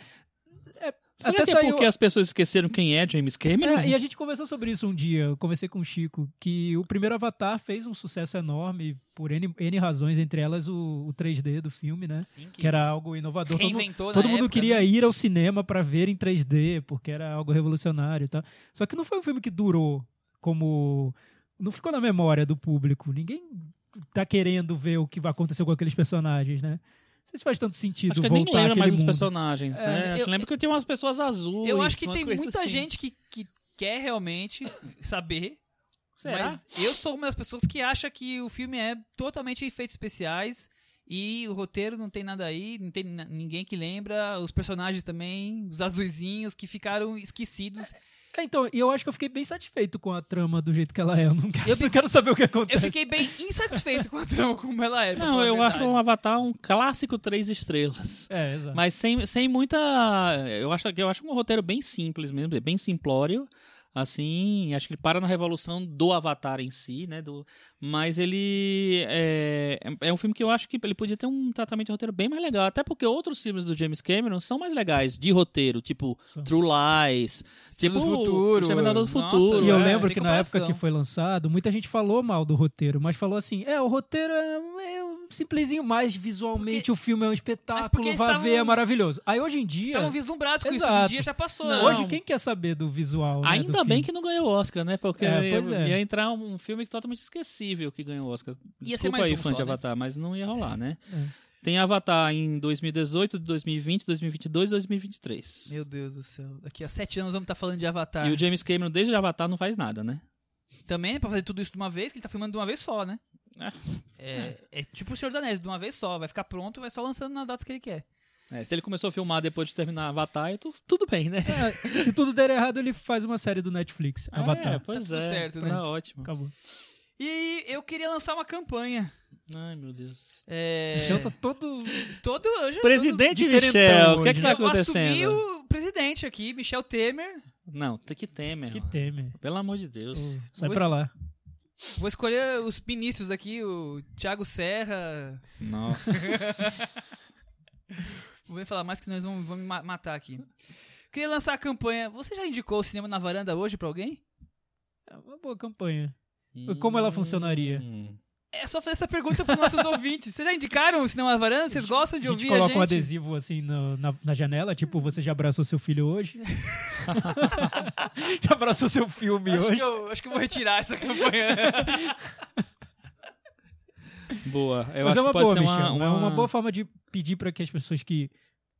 Speaker 4: É,
Speaker 3: Será que é porque as pessoas esqueceram quem é James Cameron?
Speaker 4: É, e a gente conversou sobre isso um dia, eu conversei com o Chico, que o primeiro Avatar fez um sucesso enorme por N, N razões, entre elas o, o 3D do filme, né?
Speaker 2: Sim, que,
Speaker 4: Que era algo inovador. Todo, mundo-
Speaker 2: reinventou na
Speaker 4: todo mundo
Speaker 2: época,
Speaker 4: queria
Speaker 2: né?
Speaker 4: ir ao cinema para ver em 3D, porque era algo revolucionário e tal. Só que não foi um filme que durou como... Não ficou na memória do público. Ninguém tá querendo ver o que vai acontecer com aqueles personagens, né? Não sei se faz tanto sentido
Speaker 3: Acho que eu nem
Speaker 4: voltar
Speaker 3: lembro
Speaker 4: àquele
Speaker 3: mais dos
Speaker 4: mundo.
Speaker 3: personagens,
Speaker 2: É,
Speaker 3: né? Eu,
Speaker 2: eu-
Speaker 3: lembro que eu tenho umas pessoas azuis.
Speaker 2: Eu acho que
Speaker 3: uma
Speaker 2: tem
Speaker 3: coisa
Speaker 2: muita
Speaker 3: assim.
Speaker 2: gente que, que quer realmente saber.
Speaker 3: Será?
Speaker 2: Mas eu sou uma das pessoas que acha que o filme é totalmente efeitos especiais e o roteiro não tem nada aí, não tem na- ninguém que lembra, os personagens também, os azuizinhos que ficaram esquecidos.
Speaker 4: É, então, e eu acho que eu fiquei bem satisfeito com a trama do jeito que ela é. Eu não quero,
Speaker 2: Eu fiquei-
Speaker 4: quero saber o que
Speaker 2: Eu
Speaker 4: acontece.
Speaker 2: fiquei bem insatisfeito com a trama como ela é. pra
Speaker 3: Não,
Speaker 2: falar a
Speaker 3: eu acho
Speaker 2: verdade.
Speaker 3: o Avatar um clássico três estrelas.
Speaker 4: É, exato.
Speaker 3: Mas sem, sem muita. Eu acho que eu acho um roteiro bem simples mesmo, é bem simplório. Assim, acho que ele para na revolução do Avatar em si, né? Do, mas ele é, é um filme que eu acho que ele podia ter um tratamento de roteiro bem mais legal. Até porque outros filmes do James Cameron são mais legais de roteiro, tipo
Speaker 4: São.
Speaker 3: True Lies,
Speaker 2: Exterminador
Speaker 3: tipo
Speaker 2: do Futuro,
Speaker 3: Exterminador do
Speaker 2: nossa,
Speaker 3: Futuro.
Speaker 4: E eu
Speaker 2: é,
Speaker 4: lembro
Speaker 2: sem
Speaker 4: que na época
Speaker 2: comparação.
Speaker 4: que foi lançado, muita gente falou mal do roteiro, mas falou assim: é, o roteiro é, é um simplesinho, mas visualmente o filme é um espetáculo,
Speaker 2: porque
Speaker 4: vá
Speaker 2: eles
Speaker 4: ver, é
Speaker 2: estavam-
Speaker 4: maravilhoso. Aí hoje em dia.
Speaker 2: Estavam vislumbrados Tá com isso, hoje em
Speaker 4: Exato.
Speaker 2: dia já passou.
Speaker 3: Não.
Speaker 2: né?
Speaker 4: Hoje quem quer saber do visual? né,
Speaker 3: Ainda
Speaker 4: do
Speaker 3: bem
Speaker 4: filme?
Speaker 3: que não ganhou o Oscar, né? Porque
Speaker 4: É, pois
Speaker 3: ia,
Speaker 4: é.
Speaker 3: ia entrar um filme totalmente esquecível que ganhou o Oscar.
Speaker 2: Ia ser
Speaker 3: Desculpa
Speaker 2: mais
Speaker 3: aí,
Speaker 2: um
Speaker 3: fã
Speaker 2: só, né?
Speaker 3: de Avatar, mas não ia rolar, né?
Speaker 4: É.
Speaker 3: Tem Avatar em 2018, 2020, 2022 2023.
Speaker 2: Meu Deus do céu. Daqui a sete anos vamos estar falando de Avatar.
Speaker 3: E o James Cameron, desde Avatar, não faz nada, né?
Speaker 2: Também, né, pra fazer tudo isso de uma vez, que ele tá filmando de uma vez só, né?
Speaker 3: É.
Speaker 2: É, é tipo o Senhor dos Anéis, de uma vez só. Vai ficar pronto, vai só lançando nas datas que ele quer.
Speaker 3: É, se ele começou a filmar depois de terminar Avatar, eu tô, tudo bem, né?
Speaker 4: É, se tudo der errado, ele faz uma série do Netflix,
Speaker 3: É,
Speaker 4: Avatar.
Speaker 3: pois
Speaker 2: Tá tudo
Speaker 3: é,
Speaker 2: certo,
Speaker 3: tá
Speaker 2: né?
Speaker 3: ótimo.
Speaker 4: Acabou.
Speaker 2: E eu queria lançar uma campanha.
Speaker 3: Ai, meu Deus.
Speaker 4: O
Speaker 2: É,
Speaker 4: Michel tá todo.
Speaker 2: todo hoje.
Speaker 3: Presidente
Speaker 4: diferentão
Speaker 3: Michel, o que é
Speaker 4: hoje,
Speaker 3: que
Speaker 2: né? eu
Speaker 3: tá
Speaker 2: assumi
Speaker 3: acontecendo?
Speaker 2: o presidente aqui, Michel Temer.
Speaker 3: Não, tem que ter, meu.
Speaker 4: Que Uh. teme.
Speaker 3: Pelo amor de Deus.
Speaker 4: Sai pra lá.
Speaker 2: Vou escolher os ministros aqui, o Thiago Serra.
Speaker 3: Nossa.
Speaker 2: Vou falar mais que nós vamos, vão me ma- matar aqui. Queria lançar a campanha. Você já indicou o cinema na varanda hoje pra alguém?
Speaker 4: É uma boa campanha. Como ela funcionaria?
Speaker 3: Hum.
Speaker 2: É só fazer essa pergunta pros nossos ouvintes. Vocês já indicaram o Cinema na Varanda? Vocês gostam de
Speaker 4: a gente
Speaker 2: ouvir
Speaker 4: coloca
Speaker 2: a gente?
Speaker 4: um adesivo assim no- na, na janela, tipo, você já abraçou seu filho hoje? já abraçou seu filme
Speaker 2: Acho
Speaker 4: hoje?
Speaker 2: que, eu, acho que eu vou retirar essa campanha.
Speaker 3: Boa. Eu
Speaker 4: Mas
Speaker 3: acho
Speaker 4: é uma
Speaker 3: que pode
Speaker 4: boa,
Speaker 3: ser uma,
Speaker 4: Michel. É uma boa forma de pedir para que as pessoas que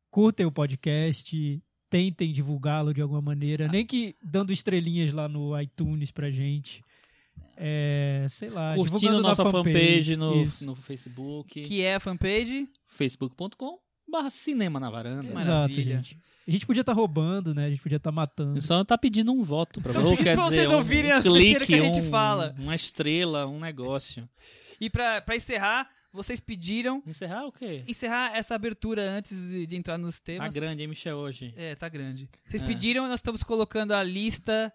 Speaker 4: curtem o podcast tentem divulgá-lo de alguma maneira, nem que dando estrelinhas lá no iTunes pra gente. É, sei lá,
Speaker 3: Curtindo
Speaker 4: divulgando na
Speaker 3: nossa fanpage no,
Speaker 4: Isso.
Speaker 3: no Facebook.
Speaker 2: que é a fanpage.
Speaker 3: facebook.com barra cinema na varanda.
Speaker 2: Mas-
Speaker 4: Exato,
Speaker 2: Maravilha.
Speaker 4: gente. A gente podia estar roubando, né? A gente podia estar matando.
Speaker 3: Só tá pedindo um voto pra,
Speaker 2: Tô
Speaker 3: ou
Speaker 2: pedindo
Speaker 3: quer
Speaker 2: pra
Speaker 3: dizer,
Speaker 2: vocês
Speaker 3: um
Speaker 2: ouvirem as besteiras
Speaker 3: clique,
Speaker 2: que a gente
Speaker 3: um-
Speaker 2: fala.
Speaker 3: Uma estrela, um negócio.
Speaker 2: E pra, pra encerrar, vocês pediram
Speaker 3: Encerrar o quê?
Speaker 2: encerrar essa abertura antes de, de entrar nos
Speaker 3: Tá
Speaker 2: temas.
Speaker 3: grande, hein, Michel, hoje.
Speaker 2: É, tá grande. Vocês
Speaker 3: É.
Speaker 2: pediram, nós estamos colocando a lista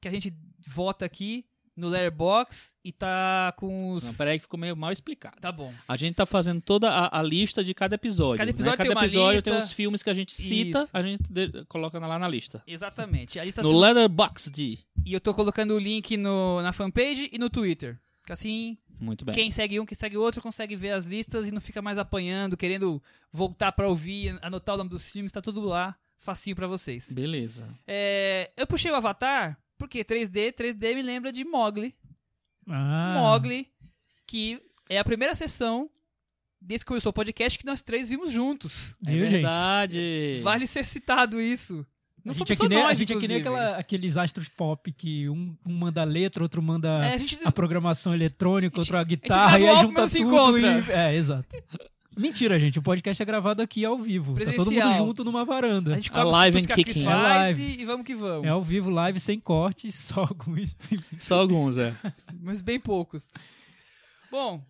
Speaker 2: que a gente vota aqui no Letterboxd e tá com os...
Speaker 3: Não, peraí que ficou meio mal explicado.
Speaker 2: Tá bom.
Speaker 3: A gente tá fazendo toda a, a lista de cada episódio.
Speaker 2: Cada
Speaker 3: né?
Speaker 2: episódio tem
Speaker 3: cada
Speaker 2: uma
Speaker 3: episódio
Speaker 2: lista.
Speaker 3: tem os filmes que a gente cita,
Speaker 2: Isso. Tá
Speaker 3: a gente de- coloca lá na lista.
Speaker 2: Exatamente. A lista
Speaker 3: No Letterboxd.
Speaker 2: E eu tô colocando o link no, na fanpage e no Twitter. Que assim,
Speaker 3: Muito bem.
Speaker 2: Quem segue um, quem segue outro, consegue ver as listas e não fica mais apanhando, querendo voltar pra ouvir, anotar o nome dos filmes, tá tudo lá, facinho pra vocês.
Speaker 3: Beleza.
Speaker 2: É, eu puxei o Avatar, porque 3D, 3D me lembra de Mogli.
Speaker 4: Ah,
Speaker 2: Mogli, que é a primeira sessão desse que começou o podcast que nós três vimos juntos.
Speaker 3: É
Speaker 4: viu, gente?
Speaker 3: verdade.
Speaker 2: Vale ser citado isso. Não
Speaker 4: a
Speaker 2: foi
Speaker 4: gente é que nem, a
Speaker 2: nós,
Speaker 4: gente é que nem
Speaker 2: inclusive.
Speaker 4: aquela- aqueles astros pop que um, um manda a letra, outro manda
Speaker 2: É, a gente...
Speaker 4: a programação eletrônica,
Speaker 2: A gente-
Speaker 4: outro a
Speaker 2: grava
Speaker 4: guitarra,
Speaker 2: o
Speaker 4: e aí
Speaker 2: álbum
Speaker 4: junta
Speaker 2: e se
Speaker 4: tudo e...
Speaker 2: encontra.
Speaker 4: É, exato. Mentira, gente. O podcast é gravado aqui ao vivo. Tá todo mundo
Speaker 2: Presencial.
Speaker 4: junto numa varanda.
Speaker 2: A gente cobre
Speaker 3: live
Speaker 2: tudo que
Speaker 3: and
Speaker 2: a Cris
Speaker 3: kicking.
Speaker 4: É
Speaker 2: faz
Speaker 4: live.
Speaker 2: e, e vamos que vamos.
Speaker 4: É ao vivo, live, sem corte, só alguns.
Speaker 3: Só alguns, é.
Speaker 2: Mas bem poucos. Bom,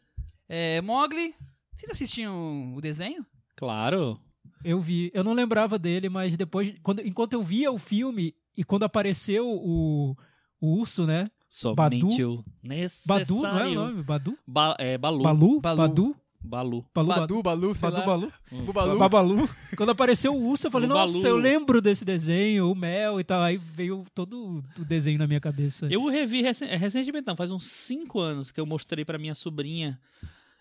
Speaker 2: é, Mogli, vocês assistiam o desenho?
Speaker 3: Claro.
Speaker 4: Eu vi. Eu não lembrava dele, mas depois, quando, enquanto eu via o filme e quando apareceu o, o urso, né?
Speaker 3: Somente
Speaker 2: é
Speaker 3: o necessário.
Speaker 4: Badu, não é o nome? Badu?
Speaker 3: Ba- é, Balu.
Speaker 2: Balu.
Speaker 4: Balu? Badu?
Speaker 3: Balu.
Speaker 4: Balu? Badu?
Speaker 2: Badu, Balu, sei
Speaker 4: Badu,
Speaker 2: lá.
Speaker 4: Balu?
Speaker 2: Bubalu.
Speaker 4: Babalu. Quando apareceu o urso, eu falei,
Speaker 3: O
Speaker 4: nossa,
Speaker 3: Balu.
Speaker 4: eu lembro desse desenho, o Mel e tal. Aí veio todo o desenho na minha cabeça.
Speaker 3: Eu o revi recen- é, recentemente, não, faz uns 5 anos que eu mostrei pra minha sobrinha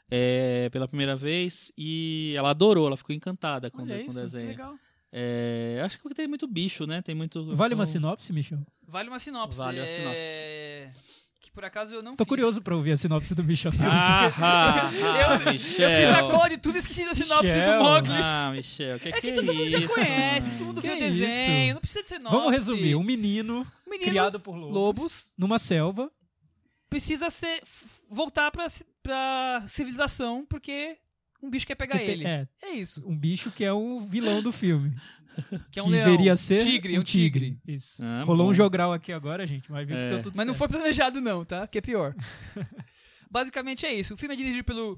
Speaker 3: é, pela primeira vez e ela adorou, ela ficou encantada com, o
Speaker 2: Olha
Speaker 3: de- com o
Speaker 2: isso, que
Speaker 3: desenho.
Speaker 2: legal.
Speaker 3: É, acho que porque tem muito bicho, né? Tem muito.
Speaker 4: Vale uma
Speaker 3: então-
Speaker 4: sinopse, Michel?
Speaker 2: Vale uma sinopse.
Speaker 3: Vale uma
Speaker 2: é, Que por acaso eu não
Speaker 4: Tô
Speaker 2: fiz.
Speaker 4: curioso pra ouvir a sinopse do Michel.
Speaker 3: Ah, ah, ah,
Speaker 2: Eu, eu fiz
Speaker 3: Michel.
Speaker 2: a cola de tudo e esqueci da sinopse
Speaker 4: Michel.
Speaker 2: do Mogli.
Speaker 3: Ah, Michel, o que é,
Speaker 2: É que
Speaker 3: é
Speaker 2: todo mundo já
Speaker 3: isso,
Speaker 2: conhece,
Speaker 3: mano?
Speaker 2: todo mundo
Speaker 4: Que
Speaker 2: viu o
Speaker 4: isso?
Speaker 2: desenho, não precisa de sinopse.
Speaker 4: Vamos resumir. Um menino,
Speaker 2: O menino
Speaker 4: criado por lobos,
Speaker 2: lobos
Speaker 4: numa selva.
Speaker 2: precisa ser f- voltar pra, ci- pra civilização porque um bicho quer pegar
Speaker 4: que tem-
Speaker 2: ele. É.
Speaker 4: é,
Speaker 2: isso.
Speaker 4: um bicho que é um vilão do filme.
Speaker 2: Que é um
Speaker 4: que
Speaker 2: leão.
Speaker 4: deveria ser
Speaker 2: tigre,
Speaker 4: um
Speaker 2: um tigre.
Speaker 4: Isso.
Speaker 3: Ah,
Speaker 4: Rolou
Speaker 3: bom.
Speaker 4: um jogral aqui agora, gente, mas viu que
Speaker 3: É.
Speaker 4: deu tudo
Speaker 2: Mas não
Speaker 4: Tá certo.
Speaker 2: foi planejado não, tá? Que é pior. Basicamente é isso. O filme é dirigido pelo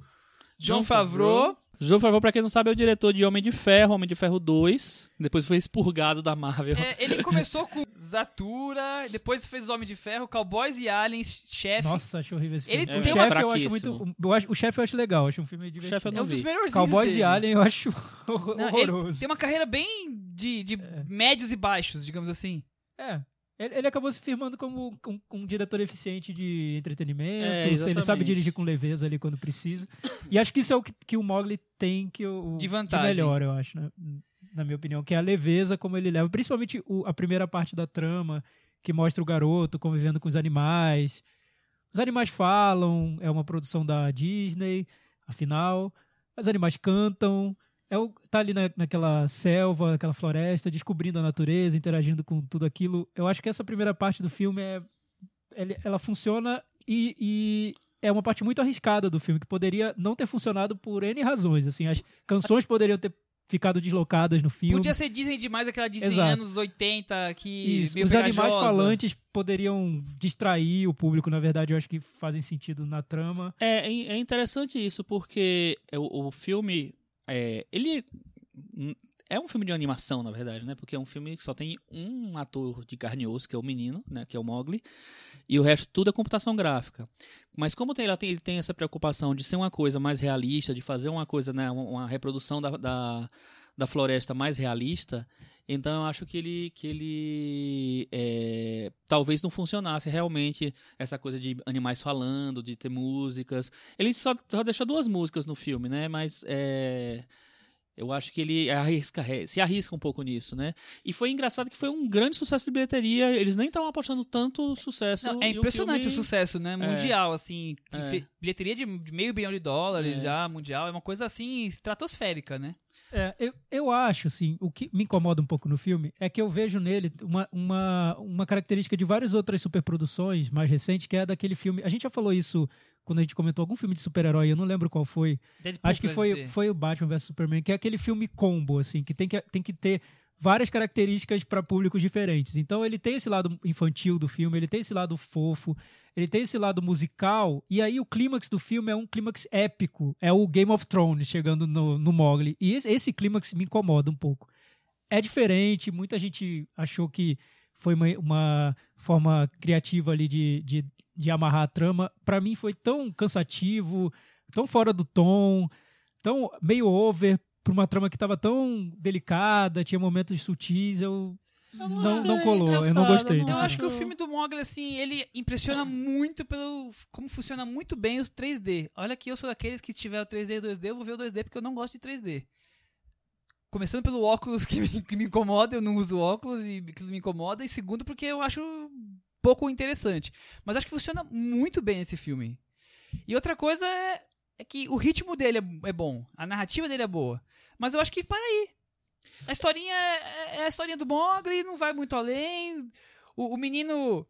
Speaker 2: John
Speaker 3: John
Speaker 2: Favreau.
Speaker 3: João Favreau, pra quem não sabe, é o diretor de Homem de Ferro, Homem de Ferro 2. Depois foi expurgado da Marvel.
Speaker 2: É, ele começou com Zatura, depois fez Homem de Ferro, Cowboys e Aliens, Chefe.
Speaker 4: Nossa, acho horrível esse
Speaker 2: é Ele
Speaker 4: filme. o
Speaker 2: tem
Speaker 3: uma-
Speaker 4: chefe eu acho
Speaker 3: fraquíssimo.
Speaker 4: muito. eu acho- o chefe eu acho legal, acho um filme divertido.
Speaker 3: Chefe eu
Speaker 2: É
Speaker 3: não
Speaker 2: um dos
Speaker 3: vi.
Speaker 2: melhorzinhos
Speaker 4: Cowboys
Speaker 2: dele.
Speaker 4: e Alien eu acho horror-
Speaker 2: Não, ele
Speaker 4: horroroso.
Speaker 2: tem uma carreira bem de, de médios e baixos, digamos assim.
Speaker 4: É. Ele, ele acabou se firmando como um, um diretor eficiente de
Speaker 3: É,
Speaker 4: entretenimento. ele sabe
Speaker 3: exatamente.
Speaker 4: dirigir com leveza ali quando precisa. E acho que isso é o que, que o Mogli tem que o,
Speaker 2: De vantagem.
Speaker 4: melhor, eu acho, né? na minha opinião, que é a leveza como ele leva, principalmente o- a primeira parte da trama que mostra o garoto convivendo com os animais. Os animais falam, é uma produção da Disney, afinal. Os animais cantam. É o, tá ali na, naquela selva, naquela floresta, descobrindo a natureza, interagindo com tudo aquilo. Eu acho que essa primeira parte do filme é, ele- ela funciona e, e é uma parte muito arriscada do filme, que poderia não ter funcionado por N razões. Assim, as canções poderiam ter ficado deslocadas no filme.
Speaker 2: Podia ser Disney demais, aquela Disney
Speaker 4: Exato.
Speaker 2: anos 80 que
Speaker 4: Isso,
Speaker 2: meio
Speaker 4: os animais
Speaker 2: pegajosa.
Speaker 4: falantes poderiam distrair o público, na verdade, eu acho que fazem sentido na trama.
Speaker 3: É, é interessante isso, porque é, o, o filme. É, ele. É um filme de animação, na verdade, né? Porque é um filme que só tem um ator de carne e osso, que é o menino, né? Que é o Mogli. E o resto tudo é computação gráfica. Mas como tem, ela tem- ele tem essa preocupação de ser uma coisa mais realista, de fazer uma coisa, né? Uma, uma reprodução da, da, da floresta mais realista, então eu acho que ele, que ele é, talvez não funcionasse realmente essa coisa de animais falando, de ter músicas. Ele só, só deixa duas músicas no filme, né? Mas é, eu acho que ele arrisca, re- se arrisca um pouco nisso, né? E foi engraçado que foi um grande sucesso de bilheteria. Eles nem estavam apostando tanto sucesso.
Speaker 2: Não, é
Speaker 3: e o
Speaker 2: impressionante o
Speaker 3: filme-
Speaker 2: sucesso, né? Mundial, assim.
Speaker 3: É.
Speaker 2: fe- Bilheteria de de meio bilhão de dólares
Speaker 3: É.
Speaker 2: já, mundial. É uma coisa assim, estratosférica, né?
Speaker 4: É, eu, eu acho, assim, o que me incomoda um pouco no filme é que eu vejo nele uma, uma, uma característica de várias outras superproduções mais recentes, que é daquele filme. A gente já falou isso quando a gente comentou algum filme de super-herói, eu não lembro qual foi.
Speaker 2: Deadpool,
Speaker 4: Acho que
Speaker 2: quer
Speaker 4: foi,
Speaker 2: dizer.
Speaker 4: foi o Batman vs Superman, que é aquele filme combo, assim, que tem que, tem que ter várias características para públicos diferentes. Então ele tem esse lado infantil do filme, ele tem esse lado fofo, ele tem esse lado musical, e aí o clímax do filme é um clímax épico. É o Game of Thrones chegando no, no Mogli. E esse, esse clímax me incomoda um pouco. É diferente, muita gente achou que foi uma, uma forma criativa ali de, de, de amarrar a trama. Para mim foi tão cansativo, tão fora do tom, tão meio over pra uma trama que tava tão delicada, tinha momentos sutis, eu
Speaker 3: Eu
Speaker 4: não, não
Speaker 3: achei
Speaker 4: colou, eu não
Speaker 3: engraçado,
Speaker 4: gostei.
Speaker 2: Eu
Speaker 3: Não,
Speaker 2: acho que o
Speaker 3: não.
Speaker 2: filme do Mogli, assim, ele impressiona muito pelo como funciona muito bem os 3D. Olha que eu sou daqueles que tiver o 3D e 2D, eu vou ver o 2D porque eu não gosto de 3D. Começando pelo óculos que me, que me incomoda, eu não uso óculos e aquilo me incomoda. E segundo, porque eu acho pouco interessante. Mas acho que funciona muito bem esse filme. E outra coisa é, é que o ritmo dele é, é bom, a narrativa dele é boa. Mas eu acho que para aí. A historinha é é a historinha do Mogli, não vai muito além. O, o menino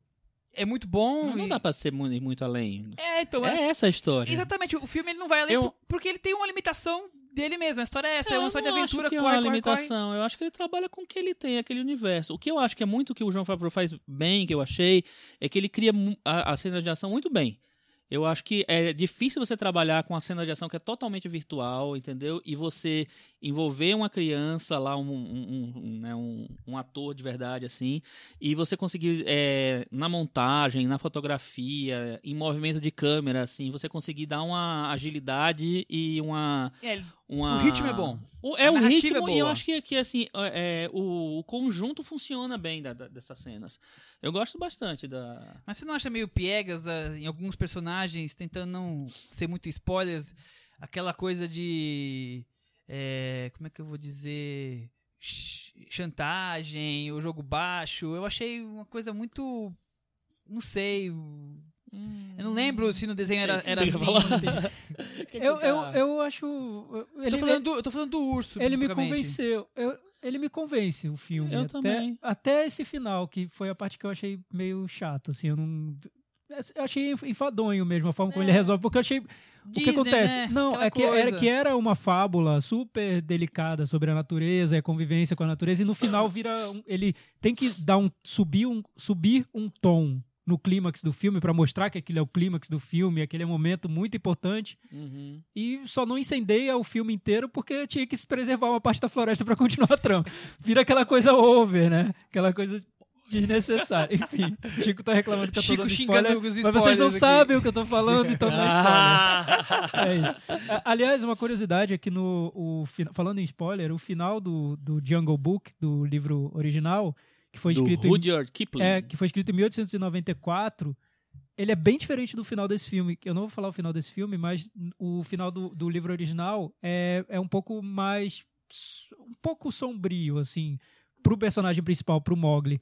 Speaker 2: é muito bom.
Speaker 3: Não, não
Speaker 2: e-
Speaker 3: dá pra ser mu- ir muito além.
Speaker 2: É, então, é-
Speaker 3: É essa a história.
Speaker 2: Exatamente, o filme ele não vai além
Speaker 3: Eu-
Speaker 2: por- porque ele tem uma limitação dele mesmo. A história é essa, é, uma
Speaker 3: eu
Speaker 2: história de
Speaker 3: não
Speaker 2: aventura,
Speaker 3: acho que
Speaker 2: corre,
Speaker 3: é uma
Speaker 2: corre, corre.
Speaker 3: limitação. Eu acho que ele trabalha com o que ele tem, aquele universo. O que eu acho que é muito o que o João Favreau faz bem, que eu achei, é que ele cria mu- a- as cenas de ação muito bem. Eu acho que é difícil você trabalhar com a cena de ação que é totalmente virtual, entendeu? E você envolver uma criança lá, um, um- um- um, né, um- um ator de verdade, assim, e você conseguir, é, na montagem, na fotografia, em movimento de câmera, assim, você conseguir dar uma agilidade e uma
Speaker 2: É, ele-
Speaker 3: uma-
Speaker 2: O ritmo é bom.
Speaker 3: O-
Speaker 2: A
Speaker 3: é o
Speaker 2: narrativa
Speaker 3: ritmo
Speaker 2: é
Speaker 3: e eu
Speaker 2: boa.
Speaker 3: acho que, que assim, é, é, o, o conjunto funciona bem da- da- dessas cenas. Eu gosto bastante da.
Speaker 2: Mas você não acha meio piegas ah, em alguns personagens, tentando não ser muito spoilers, aquela coisa de. é, como é que eu vou dizer? Ch- Chantagem, o jogo baixo. Eu achei uma coisa muito. Não sei. Eu não lembro se no desenho era,
Speaker 3: Sei o que
Speaker 2: era
Speaker 3: você
Speaker 2: assim.
Speaker 3: ia falar. é tá?
Speaker 4: Eu, eu, eu acho. Ele,
Speaker 2: Eu tá? tô, falando do, eu tô falando do urso.
Speaker 4: ele me
Speaker 2: especificamente.
Speaker 4: convenceu. Eu- ele me convence o filme.
Speaker 3: Eu
Speaker 4: até,
Speaker 3: também.
Speaker 4: até esse final, que foi a parte que eu achei meio chato, assim, eu não. Eu achei enfadonho mesmo a forma como
Speaker 2: É.
Speaker 4: ele resolve, porque eu achei. o que
Speaker 2: Disney,
Speaker 4: acontece?
Speaker 2: né?
Speaker 4: Não,
Speaker 2: Aquela
Speaker 4: é que era,
Speaker 2: coisa.
Speaker 4: que era uma fábula super delicada sobre a natureza e a convivência com a natureza, e no final vira. um- ele tem que dar um subir, um. subir um tom no clímax do filme para mostrar que aquele é o clímax do filme, aquele é um momento muito importante.
Speaker 3: Uhum.
Speaker 4: E só não incendeia o filme inteiro porque tinha que se preservar uma parte da floresta para continuar a trama. Vira aquela coisa over, né? Aquela coisa desnecessária. Enfim, Chico tá reclamando que eu tô
Speaker 2: Chico
Speaker 4: dando
Speaker 2: xingando
Speaker 4: spoiler,
Speaker 2: os
Speaker 4: Mas vocês não
Speaker 2: spoilers aqui.
Speaker 4: sabem o que eu tô falando, então não é spoiler.
Speaker 3: Ah!
Speaker 4: É isso. A- Aliás, uma curiosidade é que no. O, fina- falando em spoiler, o final do, do Jungle Book, do livro original, que foi
Speaker 3: Do
Speaker 4: escrito em
Speaker 3: Rudyard Kipling.
Speaker 4: é, que foi escrito em 1894. Ele é bem diferente do final desse filme. Eu não vou falar o final desse filme, mas o final do, do livro original é, é um pouco mais. um pouco sombrio, assim, pro personagem principal, pro Mogli.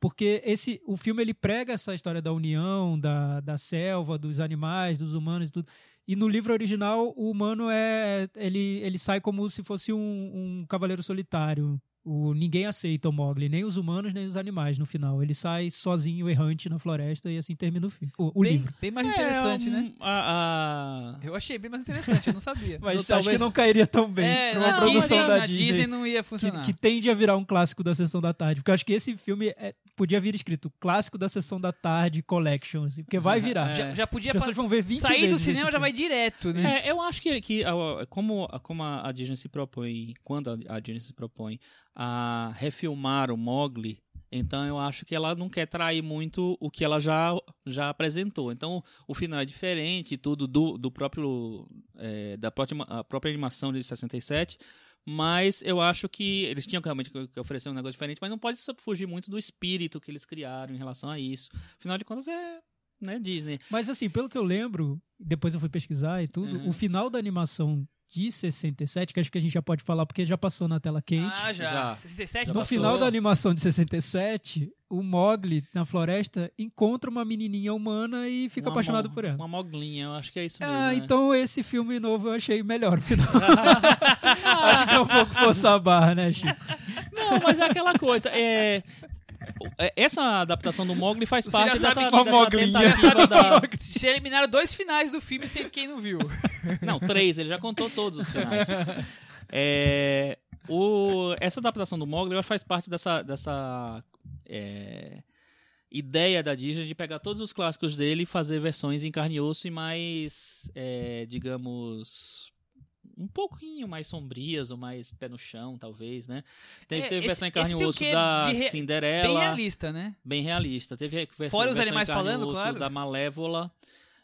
Speaker 4: Porque esse, o filme ele prega essa história da união, da, da selva, dos animais, dos humanos e tudo. E no livro original, o humano é. Ele, ele sai como se fosse um, um cavaleiro solitário. O, ninguém aceita o Mogli, nem os humanos, nem os animais no final. Ele sai sozinho, errante na floresta e assim termina o, fi- o, o
Speaker 2: bem,
Speaker 4: livro.
Speaker 2: Bem mais interessante,
Speaker 3: É, um-
Speaker 2: né?
Speaker 3: a- a-
Speaker 2: Eu achei bem mais interessante, eu não sabia.
Speaker 4: Mas
Speaker 3: eu
Speaker 4: acho
Speaker 3: talvez-
Speaker 4: que não cairia tão bem
Speaker 2: é,
Speaker 4: pra uma
Speaker 2: na
Speaker 4: produção
Speaker 2: Disney,
Speaker 4: da
Speaker 2: na
Speaker 4: Disney.
Speaker 2: Disney não ia
Speaker 4: que,
Speaker 2: funcionar.
Speaker 4: que tende a virar um clássico da Sessão da Tarde. Porque eu acho que esse filme é- podia vir escrito Clássico da Sessão da Tarde Collection, assim, porque vai
Speaker 3: É.
Speaker 4: virar.
Speaker 2: É. já, já podia
Speaker 4: As pessoas vão ver 20
Speaker 2: sair do
Speaker 4: vezes
Speaker 2: cinema
Speaker 4: esse
Speaker 2: já
Speaker 4: filme.
Speaker 2: vai direto, né?
Speaker 3: É, eu acho que, que a- como, como a a Disney se propõe, quando a, a Disney se propõe a refilmar o Mogli, então eu acho que ela não quer trair muito o que ela já, já apresentou. Então o final é diferente, e tudo do, do próprio é, da próxima- a própria animação de 67. Mas eu acho que eles tinham que realmente que- que oferecer um negócio diferente, mas não pode só fugir muito do espírito que eles criaram em relação a isso. Afinal de contas, é né, Disney.
Speaker 4: Mas assim, pelo que eu lembro, depois eu fui pesquisar e tudo,
Speaker 3: Uhum.
Speaker 4: o final da animação de 67, que acho que a gente já pode falar porque já passou na tela quente.
Speaker 2: ah, já.
Speaker 3: já.
Speaker 2: 67
Speaker 3: já
Speaker 4: no
Speaker 3: passou.
Speaker 4: final da animação de 67, o Mogli na floresta encontra uma menininha humana e fica
Speaker 3: Uma
Speaker 4: apaixonado
Speaker 3: mo-
Speaker 4: por ela.
Speaker 3: Uma moglinha, eu acho que é isso mesmo.
Speaker 4: Ah,
Speaker 3: né?
Speaker 4: então esse filme novo eu achei melhor o final. Acho que é um pouco forçar a barra, né, Chico?
Speaker 3: Não, mas é aquela coisa. É, é, essa adaptação do Mogli faz
Speaker 2: Você já
Speaker 3: parte
Speaker 2: sabe é.
Speaker 3: dessa,
Speaker 2: que-
Speaker 3: dessa
Speaker 4: Moglinha.
Speaker 3: tentativa da.
Speaker 2: Ah. Se eliminaram dois finais do filme sem quem não viu. é.
Speaker 3: Não, três, ele já contou todos os finais. É, o, essa adaptação do Mogli ela faz parte dessa. dessa é, ideia da Disney de pegar todos os clássicos dele e fazer versões em carne e osso e mais, é, digamos. Um pouquinho mais sombrias ou mais pé no chão, talvez, né? Teve,
Speaker 2: É,
Speaker 3: teve
Speaker 2: esse-
Speaker 3: versão em carne
Speaker 2: esse
Speaker 3: e
Speaker 2: tem o
Speaker 3: osso
Speaker 2: quê?
Speaker 3: da
Speaker 2: De re-
Speaker 3: Cinderela.
Speaker 2: Bem realista, né?
Speaker 3: bem realista. Teve versão,
Speaker 2: Fora os
Speaker 3: versão em
Speaker 2: animais
Speaker 3: carne e
Speaker 2: falando,
Speaker 3: osso
Speaker 2: claro.
Speaker 3: Da Malévola,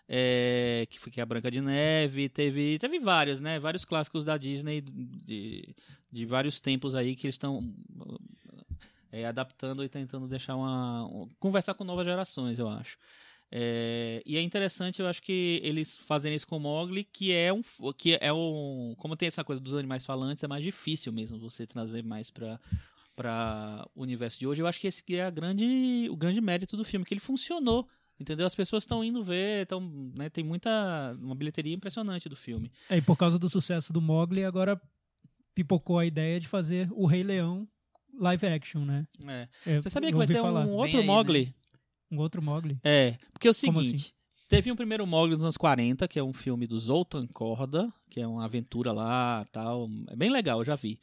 Speaker 3: é, que foi que é a Branca de Neve. Teve, teve vários, né? Vários clássicos da Disney de, de vários tempos aí que eles estão é, adaptando e tentando deixar uma. um- conversar com novas gerações, eu acho. É, e é interessante, eu acho que eles fazem isso com o Mogli, que é um, que é um, como tem essa coisa dos animais falantes, é mais difícil mesmo você trazer mais pra para o universo de hoje. Eu acho que esse que é a grande, o grande mérito do filme, que ele funcionou. Entendeu? As pessoas estão indo ver, tão, né, tem muita. uma bilheteria impressionante do filme.
Speaker 4: É, e por causa do sucesso do Mogli, agora pipocou a ideia de fazer o Rei Leão live action, né?
Speaker 3: É.
Speaker 4: É,
Speaker 3: Você sabia que
Speaker 4: não
Speaker 3: vai
Speaker 4: ouvi
Speaker 3: ter
Speaker 4: falar.
Speaker 3: um outro
Speaker 2: Vem aí, né?
Speaker 3: Mogli?
Speaker 4: Um outro Mogli.
Speaker 3: É, porque é o
Speaker 4: Como
Speaker 3: seguinte. Teve um primeiro Mogli nos anos 40, que é um filme do Zoltan Korda, que é uma aventura lá tal. É bem legal, eu já vi.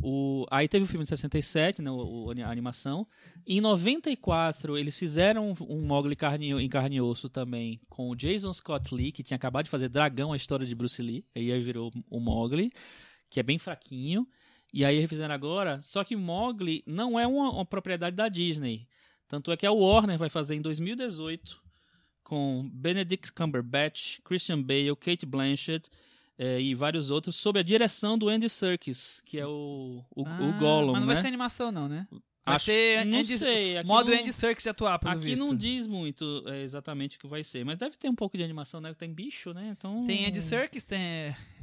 Speaker 3: O, aí teve o filme de 67, né, o, o- a animação. Em 94, eles fizeram um Mogli carne, em carne e osso também com o Jason Scott Lee, que tinha acabado de fazer Dragão, a história de Bruce Lee. Aí aí virou o Mogli, que é bem fraquinho. E aí refizeram agora. Só que Mogli não é uma- uma propriedade da Disney. Tanto é que a Warner vai fazer em 2018 com Benedict Cumberbatch, Christian Bale, Kate Blanchett eh, e vários outros, sob a direção do Andy Serkis, que é o, o,
Speaker 2: Ah,
Speaker 3: o Gollum,
Speaker 2: Mas não
Speaker 3: né?
Speaker 2: vai ser animação, não, né? vai ser
Speaker 3: não
Speaker 2: Andy-
Speaker 3: sei, aqui
Speaker 2: Modo
Speaker 3: não,
Speaker 2: Andy Serkis de atuar, pelo
Speaker 3: aqui
Speaker 2: visto.
Speaker 3: não diz muito eh, exatamente o que vai ser, mas deve ter um pouco de animação, né? Tem bicho, né? Então
Speaker 2: Tem Andy Serkis, tem...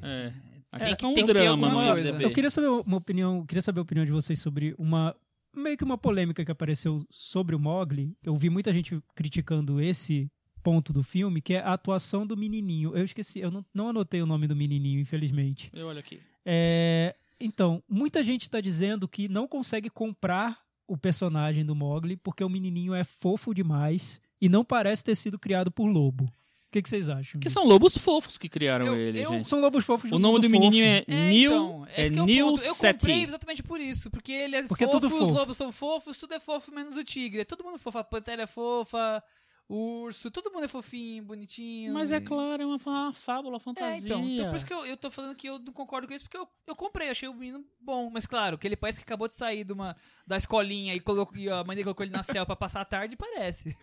Speaker 3: É. Aqui
Speaker 2: Tem
Speaker 3: é,
Speaker 2: que-
Speaker 3: um
Speaker 2: tem que ter
Speaker 3: drama
Speaker 2: alguma
Speaker 3: no
Speaker 2: coisa.
Speaker 3: IMDb.
Speaker 4: Eu queria saber uma opinião, queria saber a opinião de vocês sobre uma meio que uma polêmica que apareceu sobre o Mogli. Eu vi muita gente criticando esse ponto do filme, que é a atuação do menininho. Eu esqueci, eu não, não anotei o nome do menininho, infelizmente.
Speaker 3: Eu olho aqui.
Speaker 4: É, então, muita gente tá dizendo que não consegue comprar o personagem do Mogli porque o menininho é fofo demais e não parece ter sido criado por lobo. O que, que vocês acham?
Speaker 3: Que
Speaker 4: disso?
Speaker 3: são lobos fofos que criaram
Speaker 2: Eu-
Speaker 3: ele,
Speaker 2: eu-
Speaker 3: gente.
Speaker 4: São lobos fofos de
Speaker 3: O
Speaker 4: um
Speaker 3: nome
Speaker 4: mundo
Speaker 3: do menininho
Speaker 4: fofo.
Speaker 3: é Neil
Speaker 2: então,
Speaker 3: é
Speaker 2: esse que é o
Speaker 3: Neil
Speaker 2: ponto. Eu comprei
Speaker 3: Seti.
Speaker 2: exatamente por isso, porque ele é
Speaker 4: Porque é
Speaker 2: fofo,
Speaker 4: tudo fofo.
Speaker 2: os lobos são fofos, tudo é fofo, menos o tigre. É todo mundo fofo, a pantera é fofa, o urso, todo mundo é fofinho, bonitinho.
Speaker 3: Mas é
Speaker 2: E-
Speaker 3: claro, é uma, fa- uma fábula, uma
Speaker 2: É,
Speaker 3: fantasia.
Speaker 2: então, então por isso que eu, eu tô falando que eu não concordo com isso, porque eu, eu comprei, achei o menino bom, mas claro, que ele parece que acabou de sair de uma, da escolinha e, colocou, e a mãe dele colocou ele na cela pra passar a tarde, parece.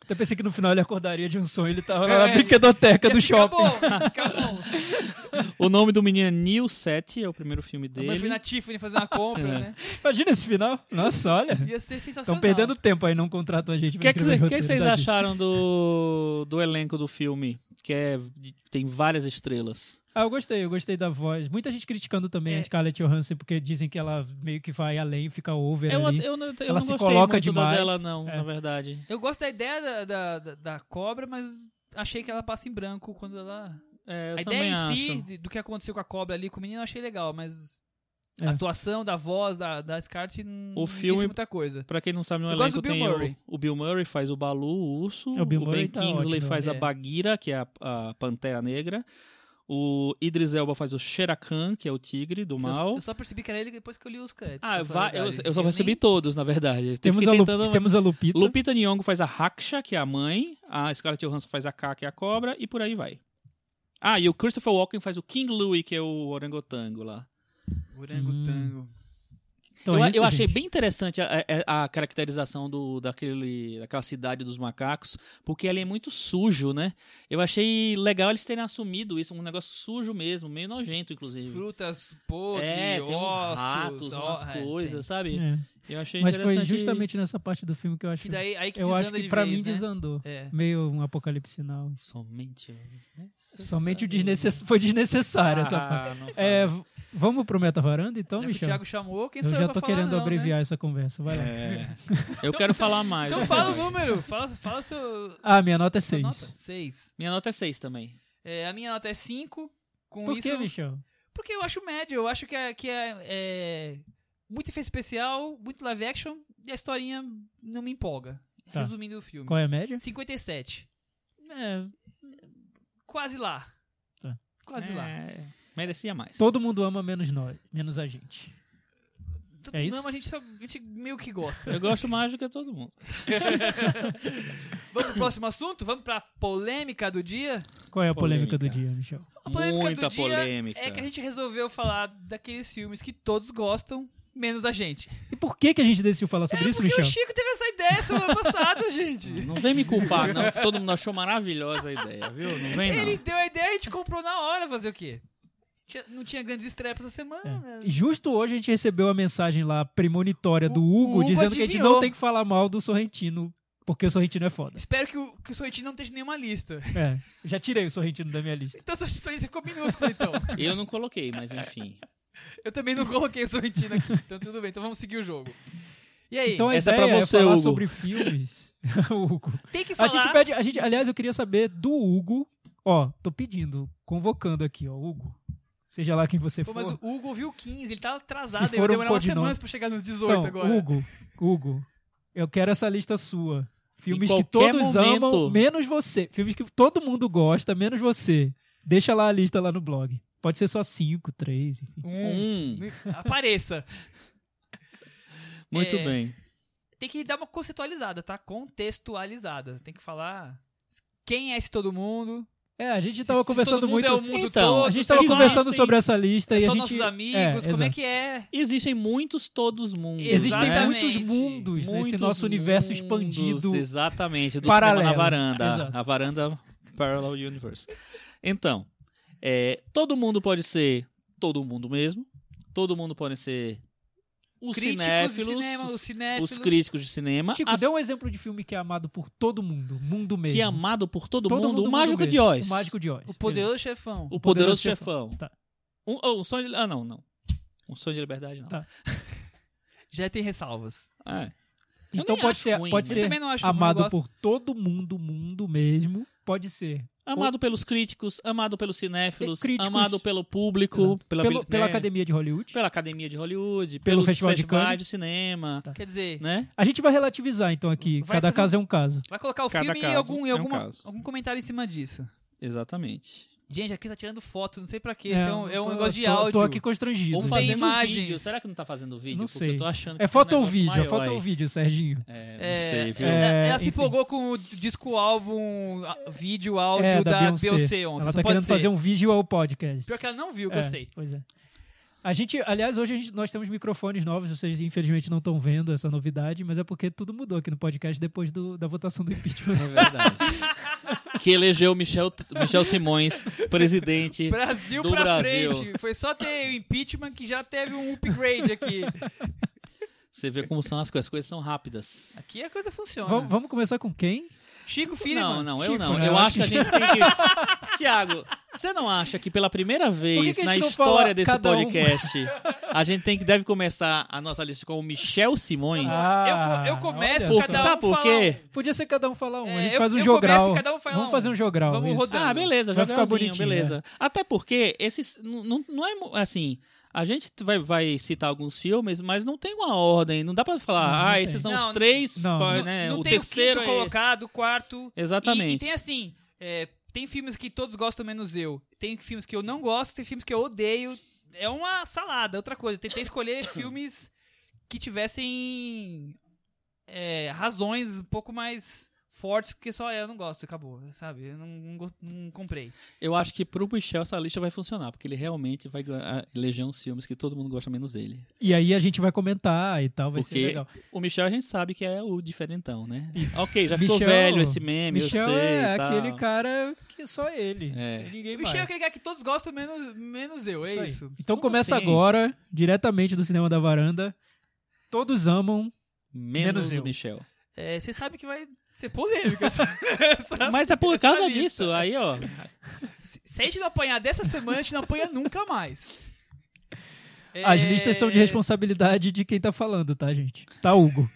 Speaker 4: Até pensei que no final ele acordaria de um sonho, ele tava
Speaker 3: É.
Speaker 4: na brinquedoteca do shopping.
Speaker 2: Acabou,
Speaker 3: O nome do menino é Neil Seti, é o primeiro filme
Speaker 2: A mãe foi
Speaker 3: dele.
Speaker 2: na Tiffany fazer uma compra,
Speaker 4: É.
Speaker 2: né?
Speaker 4: Imagina esse final. Nossa, olha.
Speaker 2: Ia ser sensacional.
Speaker 4: Estão perdendo tempo aí, não contratam a gente.
Speaker 3: O
Speaker 4: pra
Speaker 3: que, que, cê-
Speaker 4: escrever
Speaker 3: que
Speaker 4: roteiro, tá,
Speaker 3: vocês
Speaker 4: tadinho.
Speaker 3: acharam do, do elenco do filme? Que é, tem várias estrelas.
Speaker 4: Ah, eu gostei, eu gostei da voz. Muita gente criticando também
Speaker 2: É.
Speaker 4: a Scarlett Johansson, porque dizem que ela meio que vai além, fica over
Speaker 3: Eu,
Speaker 4: ali.
Speaker 3: eu, não- eu não
Speaker 4: Ela se
Speaker 3: gostei
Speaker 4: coloca
Speaker 3: muito da
Speaker 4: demais.
Speaker 3: dela, não,
Speaker 4: É.
Speaker 3: na verdade.
Speaker 2: Eu gosto da ideia da, da, da- da cobra, mas achei que ela passa em branco quando ela.
Speaker 3: É, eu
Speaker 2: a
Speaker 3: também
Speaker 2: ideia em
Speaker 3: acho.
Speaker 2: si de- do que aconteceu com a cobra ali com o menino eu achei legal, mas
Speaker 4: É.
Speaker 2: a atuação da voz da, da Scarlett não
Speaker 3: O
Speaker 2: disse
Speaker 3: filme-
Speaker 2: muita coisa.
Speaker 3: Pra quem não sabe, no
Speaker 2: Eu gosto
Speaker 3: elenco
Speaker 2: do Bill
Speaker 3: tem
Speaker 2: Murray.
Speaker 3: o, o Bill Murray faz o Balu, o urso,
Speaker 4: É, o
Speaker 3: o,
Speaker 4: Bill Murray
Speaker 3: Ben
Speaker 4: tá
Speaker 3: Kingsley
Speaker 4: ótimo,
Speaker 3: faz a
Speaker 2: é.
Speaker 3: Bagheera, que é a, a Pantera Negra. O Idris Elba faz o Shere Khan, que é o tigre do
Speaker 2: Eu,
Speaker 3: mal.
Speaker 2: eu só percebi que era ele depois que eu li os créditos.
Speaker 3: Ah,
Speaker 2: pra
Speaker 3: va-
Speaker 2: falar a
Speaker 3: eu,
Speaker 2: verdade.
Speaker 3: eu só percebi
Speaker 2: nem-
Speaker 3: todos, na verdade. Eu
Speaker 4: Temos, a,
Speaker 3: fiquei
Speaker 4: Lu-
Speaker 3: tentando-
Speaker 4: temos a Lupita.
Speaker 3: Lupita Nyong'o faz a Raksha, que é a mãe, a Scarlett Johansson faz a K, que é a cobra, e por aí vai. Ah, e o Christopher Walken faz o King Louie, que é o orangotango lá.
Speaker 2: Orangotango.
Speaker 4: Hum. Então
Speaker 3: eu
Speaker 4: é isso,
Speaker 3: eu achei
Speaker 4: gente.
Speaker 3: bem interessante a, é, a- a caracterização do, daquele, daquela cidade dos macacos, porque ali é muito sujo, né? Eu achei legal eles terem assumido isso, um negócio sujo mesmo, meio nojento, inclusive.
Speaker 2: Frutas, podre,
Speaker 3: é, tem uns
Speaker 2: ossos,
Speaker 3: ratos,
Speaker 2: ó-
Speaker 3: umas
Speaker 2: é, tem.
Speaker 3: coisas, sabe?
Speaker 4: É.
Speaker 3: Eu achei
Speaker 4: Mas
Speaker 3: interessante.
Speaker 4: foi justamente nessa parte do filme que eu acho.
Speaker 2: Que daí, aí que
Speaker 4: eu acho
Speaker 2: desanda
Speaker 4: que
Speaker 2: de
Speaker 4: pra
Speaker 2: vez,
Speaker 4: mim
Speaker 2: né?
Speaker 4: desandou.
Speaker 2: É.
Speaker 4: Meio um apocalipse sinal.
Speaker 3: Somente.
Speaker 4: Somente o desnecess... foi desnecessário essa parte.
Speaker 3: Ah, não fala.
Speaker 4: É, v- vamos pro Meta Varanda
Speaker 2: Já
Speaker 4: então,
Speaker 2: que o
Speaker 4: Michel?
Speaker 2: Thiago chamou, quem
Speaker 4: Eu
Speaker 2: sou
Speaker 4: já
Speaker 2: pra
Speaker 4: tô
Speaker 2: falar
Speaker 4: querendo
Speaker 2: não, né?
Speaker 4: abreviar essa conversa. Vai lá.
Speaker 3: É. Eu quero falar mais. É.
Speaker 2: Então
Speaker 3: eu
Speaker 2: fala o
Speaker 3: quero.
Speaker 2: número, fala, fala seu,
Speaker 4: Ah, minha nota é
Speaker 2: sua
Speaker 4: 6.
Speaker 2: nota. Seis.
Speaker 3: Minha nota é 6 também.
Speaker 2: É, a minha nota é 5. Com
Speaker 4: Por
Speaker 2: isso.
Speaker 4: que, Michel?
Speaker 2: Porque eu acho médio. Eu acho que é, que é, é muito efeito especial, muito live action e a historinha não me empolga.
Speaker 4: Tá.
Speaker 2: Resumindo o filme.
Speaker 4: Qual é a média?
Speaker 2: 57.
Speaker 4: É,
Speaker 2: Quase lá.
Speaker 4: Tá.
Speaker 2: Quase lá.
Speaker 3: É, Merecia mais.
Speaker 4: todo mundo ama menos nós, menos a gente.
Speaker 2: T-
Speaker 4: é isso?
Speaker 2: Não, mas a gente, só- a gente meio que gosta.
Speaker 3: Eu gosto mais do que todo mundo.
Speaker 2: Vamos pro próximo assunto? Vamos pra polêmica do dia?
Speaker 4: Qual é a polêmica, do
Speaker 3: Polêmica.
Speaker 4: dia, Michel?
Speaker 2: A polêmica
Speaker 3: Muita
Speaker 2: do dia
Speaker 3: polêmica.
Speaker 2: é que a gente resolveu falar daqueles filmes que todos gostam, menos a gente.
Speaker 4: E por que, que a gente decidiu falar sobre isso,
Speaker 2: Porque
Speaker 4: Michel?
Speaker 2: o Chico teve essa ideia semana passada, gente.
Speaker 3: Não vem me culpar, não. que Todo mundo achou maravilhosa a ideia, viu? Não vem,
Speaker 2: Ele
Speaker 3: não.
Speaker 2: deu a ideia e a gente comprou na hora fazer o quê? Tinha- Não tinha grandes estreias pra essa semana.
Speaker 4: E Justo hoje a gente recebeu a mensagem lá premonitória do
Speaker 2: O- o
Speaker 4: Hugo,
Speaker 2: Hugo
Speaker 4: dizendo que a gente
Speaker 2: adivinhou.
Speaker 4: não tem que falar mal do Sorrentino, porque o Sorrentino é foda.
Speaker 2: Espero que o, que o Sorrentino não esteja em nenhuma lista.
Speaker 4: É, já tirei o Sorrentino da minha lista.
Speaker 2: Então o Sorrentino ficou minúsculo, então.
Speaker 3: Eu não coloquei, mas enfim.
Speaker 2: Eu também não coloquei o Sorrentino aqui. Então tudo bem, então vamos seguir o jogo. E aí,
Speaker 4: Então a
Speaker 3: Essa é
Speaker 4: ideia
Speaker 3: pra você,
Speaker 4: falar
Speaker 3: Hugo.
Speaker 4: sobre filmes. Hugo.
Speaker 2: tem que
Speaker 4: A
Speaker 2: falar...
Speaker 4: gente pede, a gente, aliás, eu queria saber do Hugo. Ó, tô pedindo, convocando aqui, ó, Hugo. seja lá quem você
Speaker 2: Pô,
Speaker 4: for.
Speaker 2: mas o Hugo viu 15, ele tá atrasado,
Speaker 4: Se
Speaker 2: ele
Speaker 4: for
Speaker 2: vai
Speaker 4: um
Speaker 2: demorar umas
Speaker 4: codinome-
Speaker 2: semanas pra chegar nos 18
Speaker 4: então,
Speaker 2: agora.
Speaker 4: Hugo, Hugo, eu quero essa lista sua. Filmes
Speaker 3: Em
Speaker 4: que
Speaker 3: qualquer
Speaker 4: todos
Speaker 3: momento-
Speaker 4: amam, menos você. Filmes que todo mundo gosta, menos você. Deixa lá a lista lá no blog. Pode ser só cinco, três, enfim.
Speaker 2: Um,
Speaker 3: Hum,
Speaker 2: apareça.
Speaker 3: muito
Speaker 2: É.
Speaker 3: bem.
Speaker 2: Tem que dar uma conceitualizada, tá? Contextualizada. Tem que falar quem é esse todo mundo.
Speaker 4: É, a gente
Speaker 2: se-
Speaker 4: tava
Speaker 2: se
Speaker 4: conversando
Speaker 2: todo mundo
Speaker 4: muito.
Speaker 2: é o mundo
Speaker 3: Então,
Speaker 2: todo,
Speaker 4: a gente
Speaker 2: só
Speaker 4: tava
Speaker 2: nós
Speaker 4: conversando
Speaker 2: tem-
Speaker 4: sobre essa lista e
Speaker 2: só
Speaker 4: a gente.
Speaker 2: nossos amigos,
Speaker 4: é,
Speaker 2: como é
Speaker 4: exato.
Speaker 2: que é?
Speaker 3: Existem muitos todos mundos.
Speaker 4: Existem
Speaker 3: né?
Speaker 4: muitos
Speaker 2: Exatamente.
Speaker 4: mundos nesse
Speaker 3: Muitos
Speaker 4: nosso universo
Speaker 3: mundos,
Speaker 4: expandido.
Speaker 3: Exatamente, do
Speaker 4: paralelo.
Speaker 3: cinema na varanda.
Speaker 4: Exato.
Speaker 3: A varanda Parallel Universe. Então, é, todo mundo pode ser todo mundo mesmo. Todo mundo pode ser os
Speaker 2: Críticos de
Speaker 3: cinéfilos,
Speaker 2: cinema, os
Speaker 3: os,
Speaker 2: cinéfilos.
Speaker 3: os críticos de cinema,
Speaker 4: Chico,
Speaker 3: as-
Speaker 4: dê um exemplo de filme que é amado por todo mundo, mundo mesmo.
Speaker 3: que é amado por todo,
Speaker 4: Todo
Speaker 3: mundo, o
Speaker 4: mundo
Speaker 3: Mágico
Speaker 4: mesmo.
Speaker 3: de Oz.
Speaker 4: O Mágico de Oz.
Speaker 2: O poderoso chefão.
Speaker 3: O
Speaker 4: Poderoso
Speaker 3: Poderoso Chefão.
Speaker 4: Tá.
Speaker 3: Um, oh, um sonho de... Ah, não, não. Um sonho de liberdade, não.
Speaker 4: Tá.
Speaker 2: Já tem ressalvas.
Speaker 3: Ah, é. Eu
Speaker 4: Então
Speaker 3: nem
Speaker 4: pode
Speaker 3: acho
Speaker 4: ser,
Speaker 3: ruim,
Speaker 4: pode
Speaker 3: mas-
Speaker 2: Eu
Speaker 4: ser
Speaker 2: também não acho ruim, eu
Speaker 4: amado
Speaker 2: gosto.
Speaker 4: por todo mundo, mundo mesmo. Pode ser.
Speaker 3: Amado pelos críticos, amado pelos cinéfilos,
Speaker 4: É, críticos.
Speaker 3: amado pelo público,
Speaker 4: Exato.
Speaker 3: pela,
Speaker 4: Pelo-
Speaker 3: habili-
Speaker 2: é.
Speaker 4: pela
Speaker 3: né,
Speaker 4: Academia de Hollywood.
Speaker 3: pela Academia de Hollywood,
Speaker 4: Pelo
Speaker 3: pelos
Speaker 4: Festival de
Speaker 3: festivais
Speaker 4: Cannes.
Speaker 3: de, cinema,
Speaker 4: Tá.
Speaker 2: Quer dizer,
Speaker 3: né?
Speaker 4: A gente vai relativizar então aqui.
Speaker 2: Vai
Speaker 4: Cada
Speaker 2: fazer
Speaker 4: caso é um caso.
Speaker 2: vai colocar o
Speaker 3: Cada
Speaker 2: filme e,
Speaker 3: caso
Speaker 2: algum, e
Speaker 3: é um
Speaker 2: alguma-
Speaker 3: caso.
Speaker 2: algum comentário em cima disso.
Speaker 3: Exatamente.
Speaker 2: Gente, aqui tá tirando foto, não sei pra quê. Isso é, um, é um
Speaker 4: tô-
Speaker 2: negócio de
Speaker 4: tô-
Speaker 2: áudio.
Speaker 4: Tô aqui constrangido.
Speaker 3: Ou
Speaker 2: Não
Speaker 3: fazendo
Speaker 2: tem imagens.
Speaker 3: vídeo. Será que não tá fazendo vídeo?
Speaker 4: Não
Speaker 3: Porque
Speaker 4: sei.
Speaker 3: eu tô achando
Speaker 4: É
Speaker 3: que tá um
Speaker 4: foto ou
Speaker 3: negócio
Speaker 4: vídeo? É
Speaker 3: maior
Speaker 4: foto
Speaker 3: aí.
Speaker 4: ou vídeo, Serginho?
Speaker 3: É, não
Speaker 2: É,
Speaker 3: sei, viu?
Speaker 2: ela-
Speaker 4: É,
Speaker 2: ela se
Speaker 4: enfim.
Speaker 2: empolgou com o disco álbum, a- vídeo, áudio
Speaker 4: É,
Speaker 2: da, Beyoncé, ontem.
Speaker 4: Ela
Speaker 2: Isso
Speaker 4: tá
Speaker 2: não então, pode
Speaker 4: querendo
Speaker 2: ser.
Speaker 4: fazer um vídeo ao podcast.
Speaker 2: Pior que ela não viu, que
Speaker 4: É,
Speaker 2: eu sei.
Speaker 4: Pois é. A gente, aliás, hoje a gente- nós temos microfones novos, vocês infelizmente não estão vendo essa novidade, mas é porque tudo mudou aqui no podcast depois do- da votação do impeachment.
Speaker 3: É verdade. que elegeu Michel, Michel Simões, presidente.
Speaker 2: Brasil
Speaker 3: Do
Speaker 2: pra
Speaker 3: Brasil.
Speaker 2: frente. Foi só ter o impeachment que já teve um upgrade aqui.
Speaker 3: Você vê como são as coisas. As coisas são rápidas.
Speaker 2: Aqui a coisa funciona.
Speaker 4: vamos, vamos começar com quem?
Speaker 2: Chico Filho,
Speaker 3: não, não, eu
Speaker 4: Chico,
Speaker 3: não.
Speaker 4: né?
Speaker 3: Eu acho que a gente tem que. Tiago, você não acha que pela primeira
Speaker 4: Por que
Speaker 3: vez
Speaker 4: que a
Speaker 3: na
Speaker 4: gente não
Speaker 3: história
Speaker 4: fala
Speaker 3: desse
Speaker 4: cada um?
Speaker 3: podcast, a gente tem que deve começar a nossa lista com o Michel Simões?
Speaker 4: Ah,
Speaker 2: eu, eu começo,
Speaker 4: olha
Speaker 3: Por-
Speaker 4: só.
Speaker 2: cada um
Speaker 3: sabe por
Speaker 2: fala
Speaker 3: quê?
Speaker 4: Podia ser cada um falar um,
Speaker 2: É,
Speaker 4: a gente
Speaker 2: eu-
Speaker 4: faz um
Speaker 2: eu
Speaker 4: jogral.
Speaker 2: começo e cada um fala
Speaker 4: vamos
Speaker 2: um.
Speaker 4: fazer um jogral.
Speaker 2: Vamos
Speaker 4: isso.
Speaker 2: rodando.
Speaker 3: Ah, beleza,
Speaker 4: Vai
Speaker 3: vai
Speaker 4: ficar
Speaker 3: ficar
Speaker 4: bonitinho, né?
Speaker 3: beleza. Até porque esses n- não, não é mo- assim, a gente vai, vai citar alguns filmes, mas não tem uma ordem, não dá pra falar,
Speaker 4: Não, não
Speaker 3: ah,
Speaker 4: tem.
Speaker 3: esses são
Speaker 2: Não,
Speaker 3: os três,
Speaker 4: não,
Speaker 3: pá,
Speaker 2: Não-
Speaker 3: né?
Speaker 2: não
Speaker 3: o
Speaker 2: tem
Speaker 3: terceiro
Speaker 2: o
Speaker 3: é
Speaker 2: quinto
Speaker 3: esse.
Speaker 2: colocado, o quarto. E, e
Speaker 3: Exatamente.
Speaker 2: tem assim, é, tem filmes que todos gostam menos eu. Tem filmes que eu não gosto, tem filmes que eu odeio. É uma salada, outra coisa. Tentei escolher filmes que tivessem é, razões um pouco mais fortes, porque só eu não gosto, acabou, sabe? Eu não, não go- não comprei.
Speaker 3: Eu acho que pro Michel essa lista vai funcionar, porque ele realmente vai ga- eleger uns filmes que todo mundo gosta menos ele.
Speaker 4: E aí a gente vai comentar e tal, vai ser
Speaker 3: Porque-
Speaker 4: legal.
Speaker 3: O Michel a gente sabe que é o diferentão, né?
Speaker 4: Isso.
Speaker 3: Ok, já ficou
Speaker 4: Michel-
Speaker 3: velho esse meme,
Speaker 4: Michel
Speaker 3: eu sei. tá.
Speaker 4: é
Speaker 3: e tal.
Speaker 4: aquele cara que só ele.
Speaker 3: É.
Speaker 4: E Ninguém
Speaker 2: O Michel é
Speaker 4: mais.
Speaker 2: aquele cara que todos gostam menos, menos eu, é
Speaker 4: aí.
Speaker 2: isso.
Speaker 4: Então
Speaker 3: Como
Speaker 4: começa
Speaker 3: assim?
Speaker 4: agora, diretamente do cinema da varanda. Todos amam.
Speaker 3: Menos,
Speaker 4: Menos eu.
Speaker 3: o Michel.
Speaker 2: É, Você sabe que vai ser polêmica essa, essa
Speaker 3: Mas é por
Speaker 2: essa
Speaker 3: causa
Speaker 2: lista.
Speaker 3: disso, aí ó. É
Speaker 2: Se se a gente não apanhar dessa semana, a gente não apanha nunca mais.
Speaker 4: As
Speaker 2: É,
Speaker 4: listas são de responsabilidade de quem tá falando, tá, gente? Tá Hugo.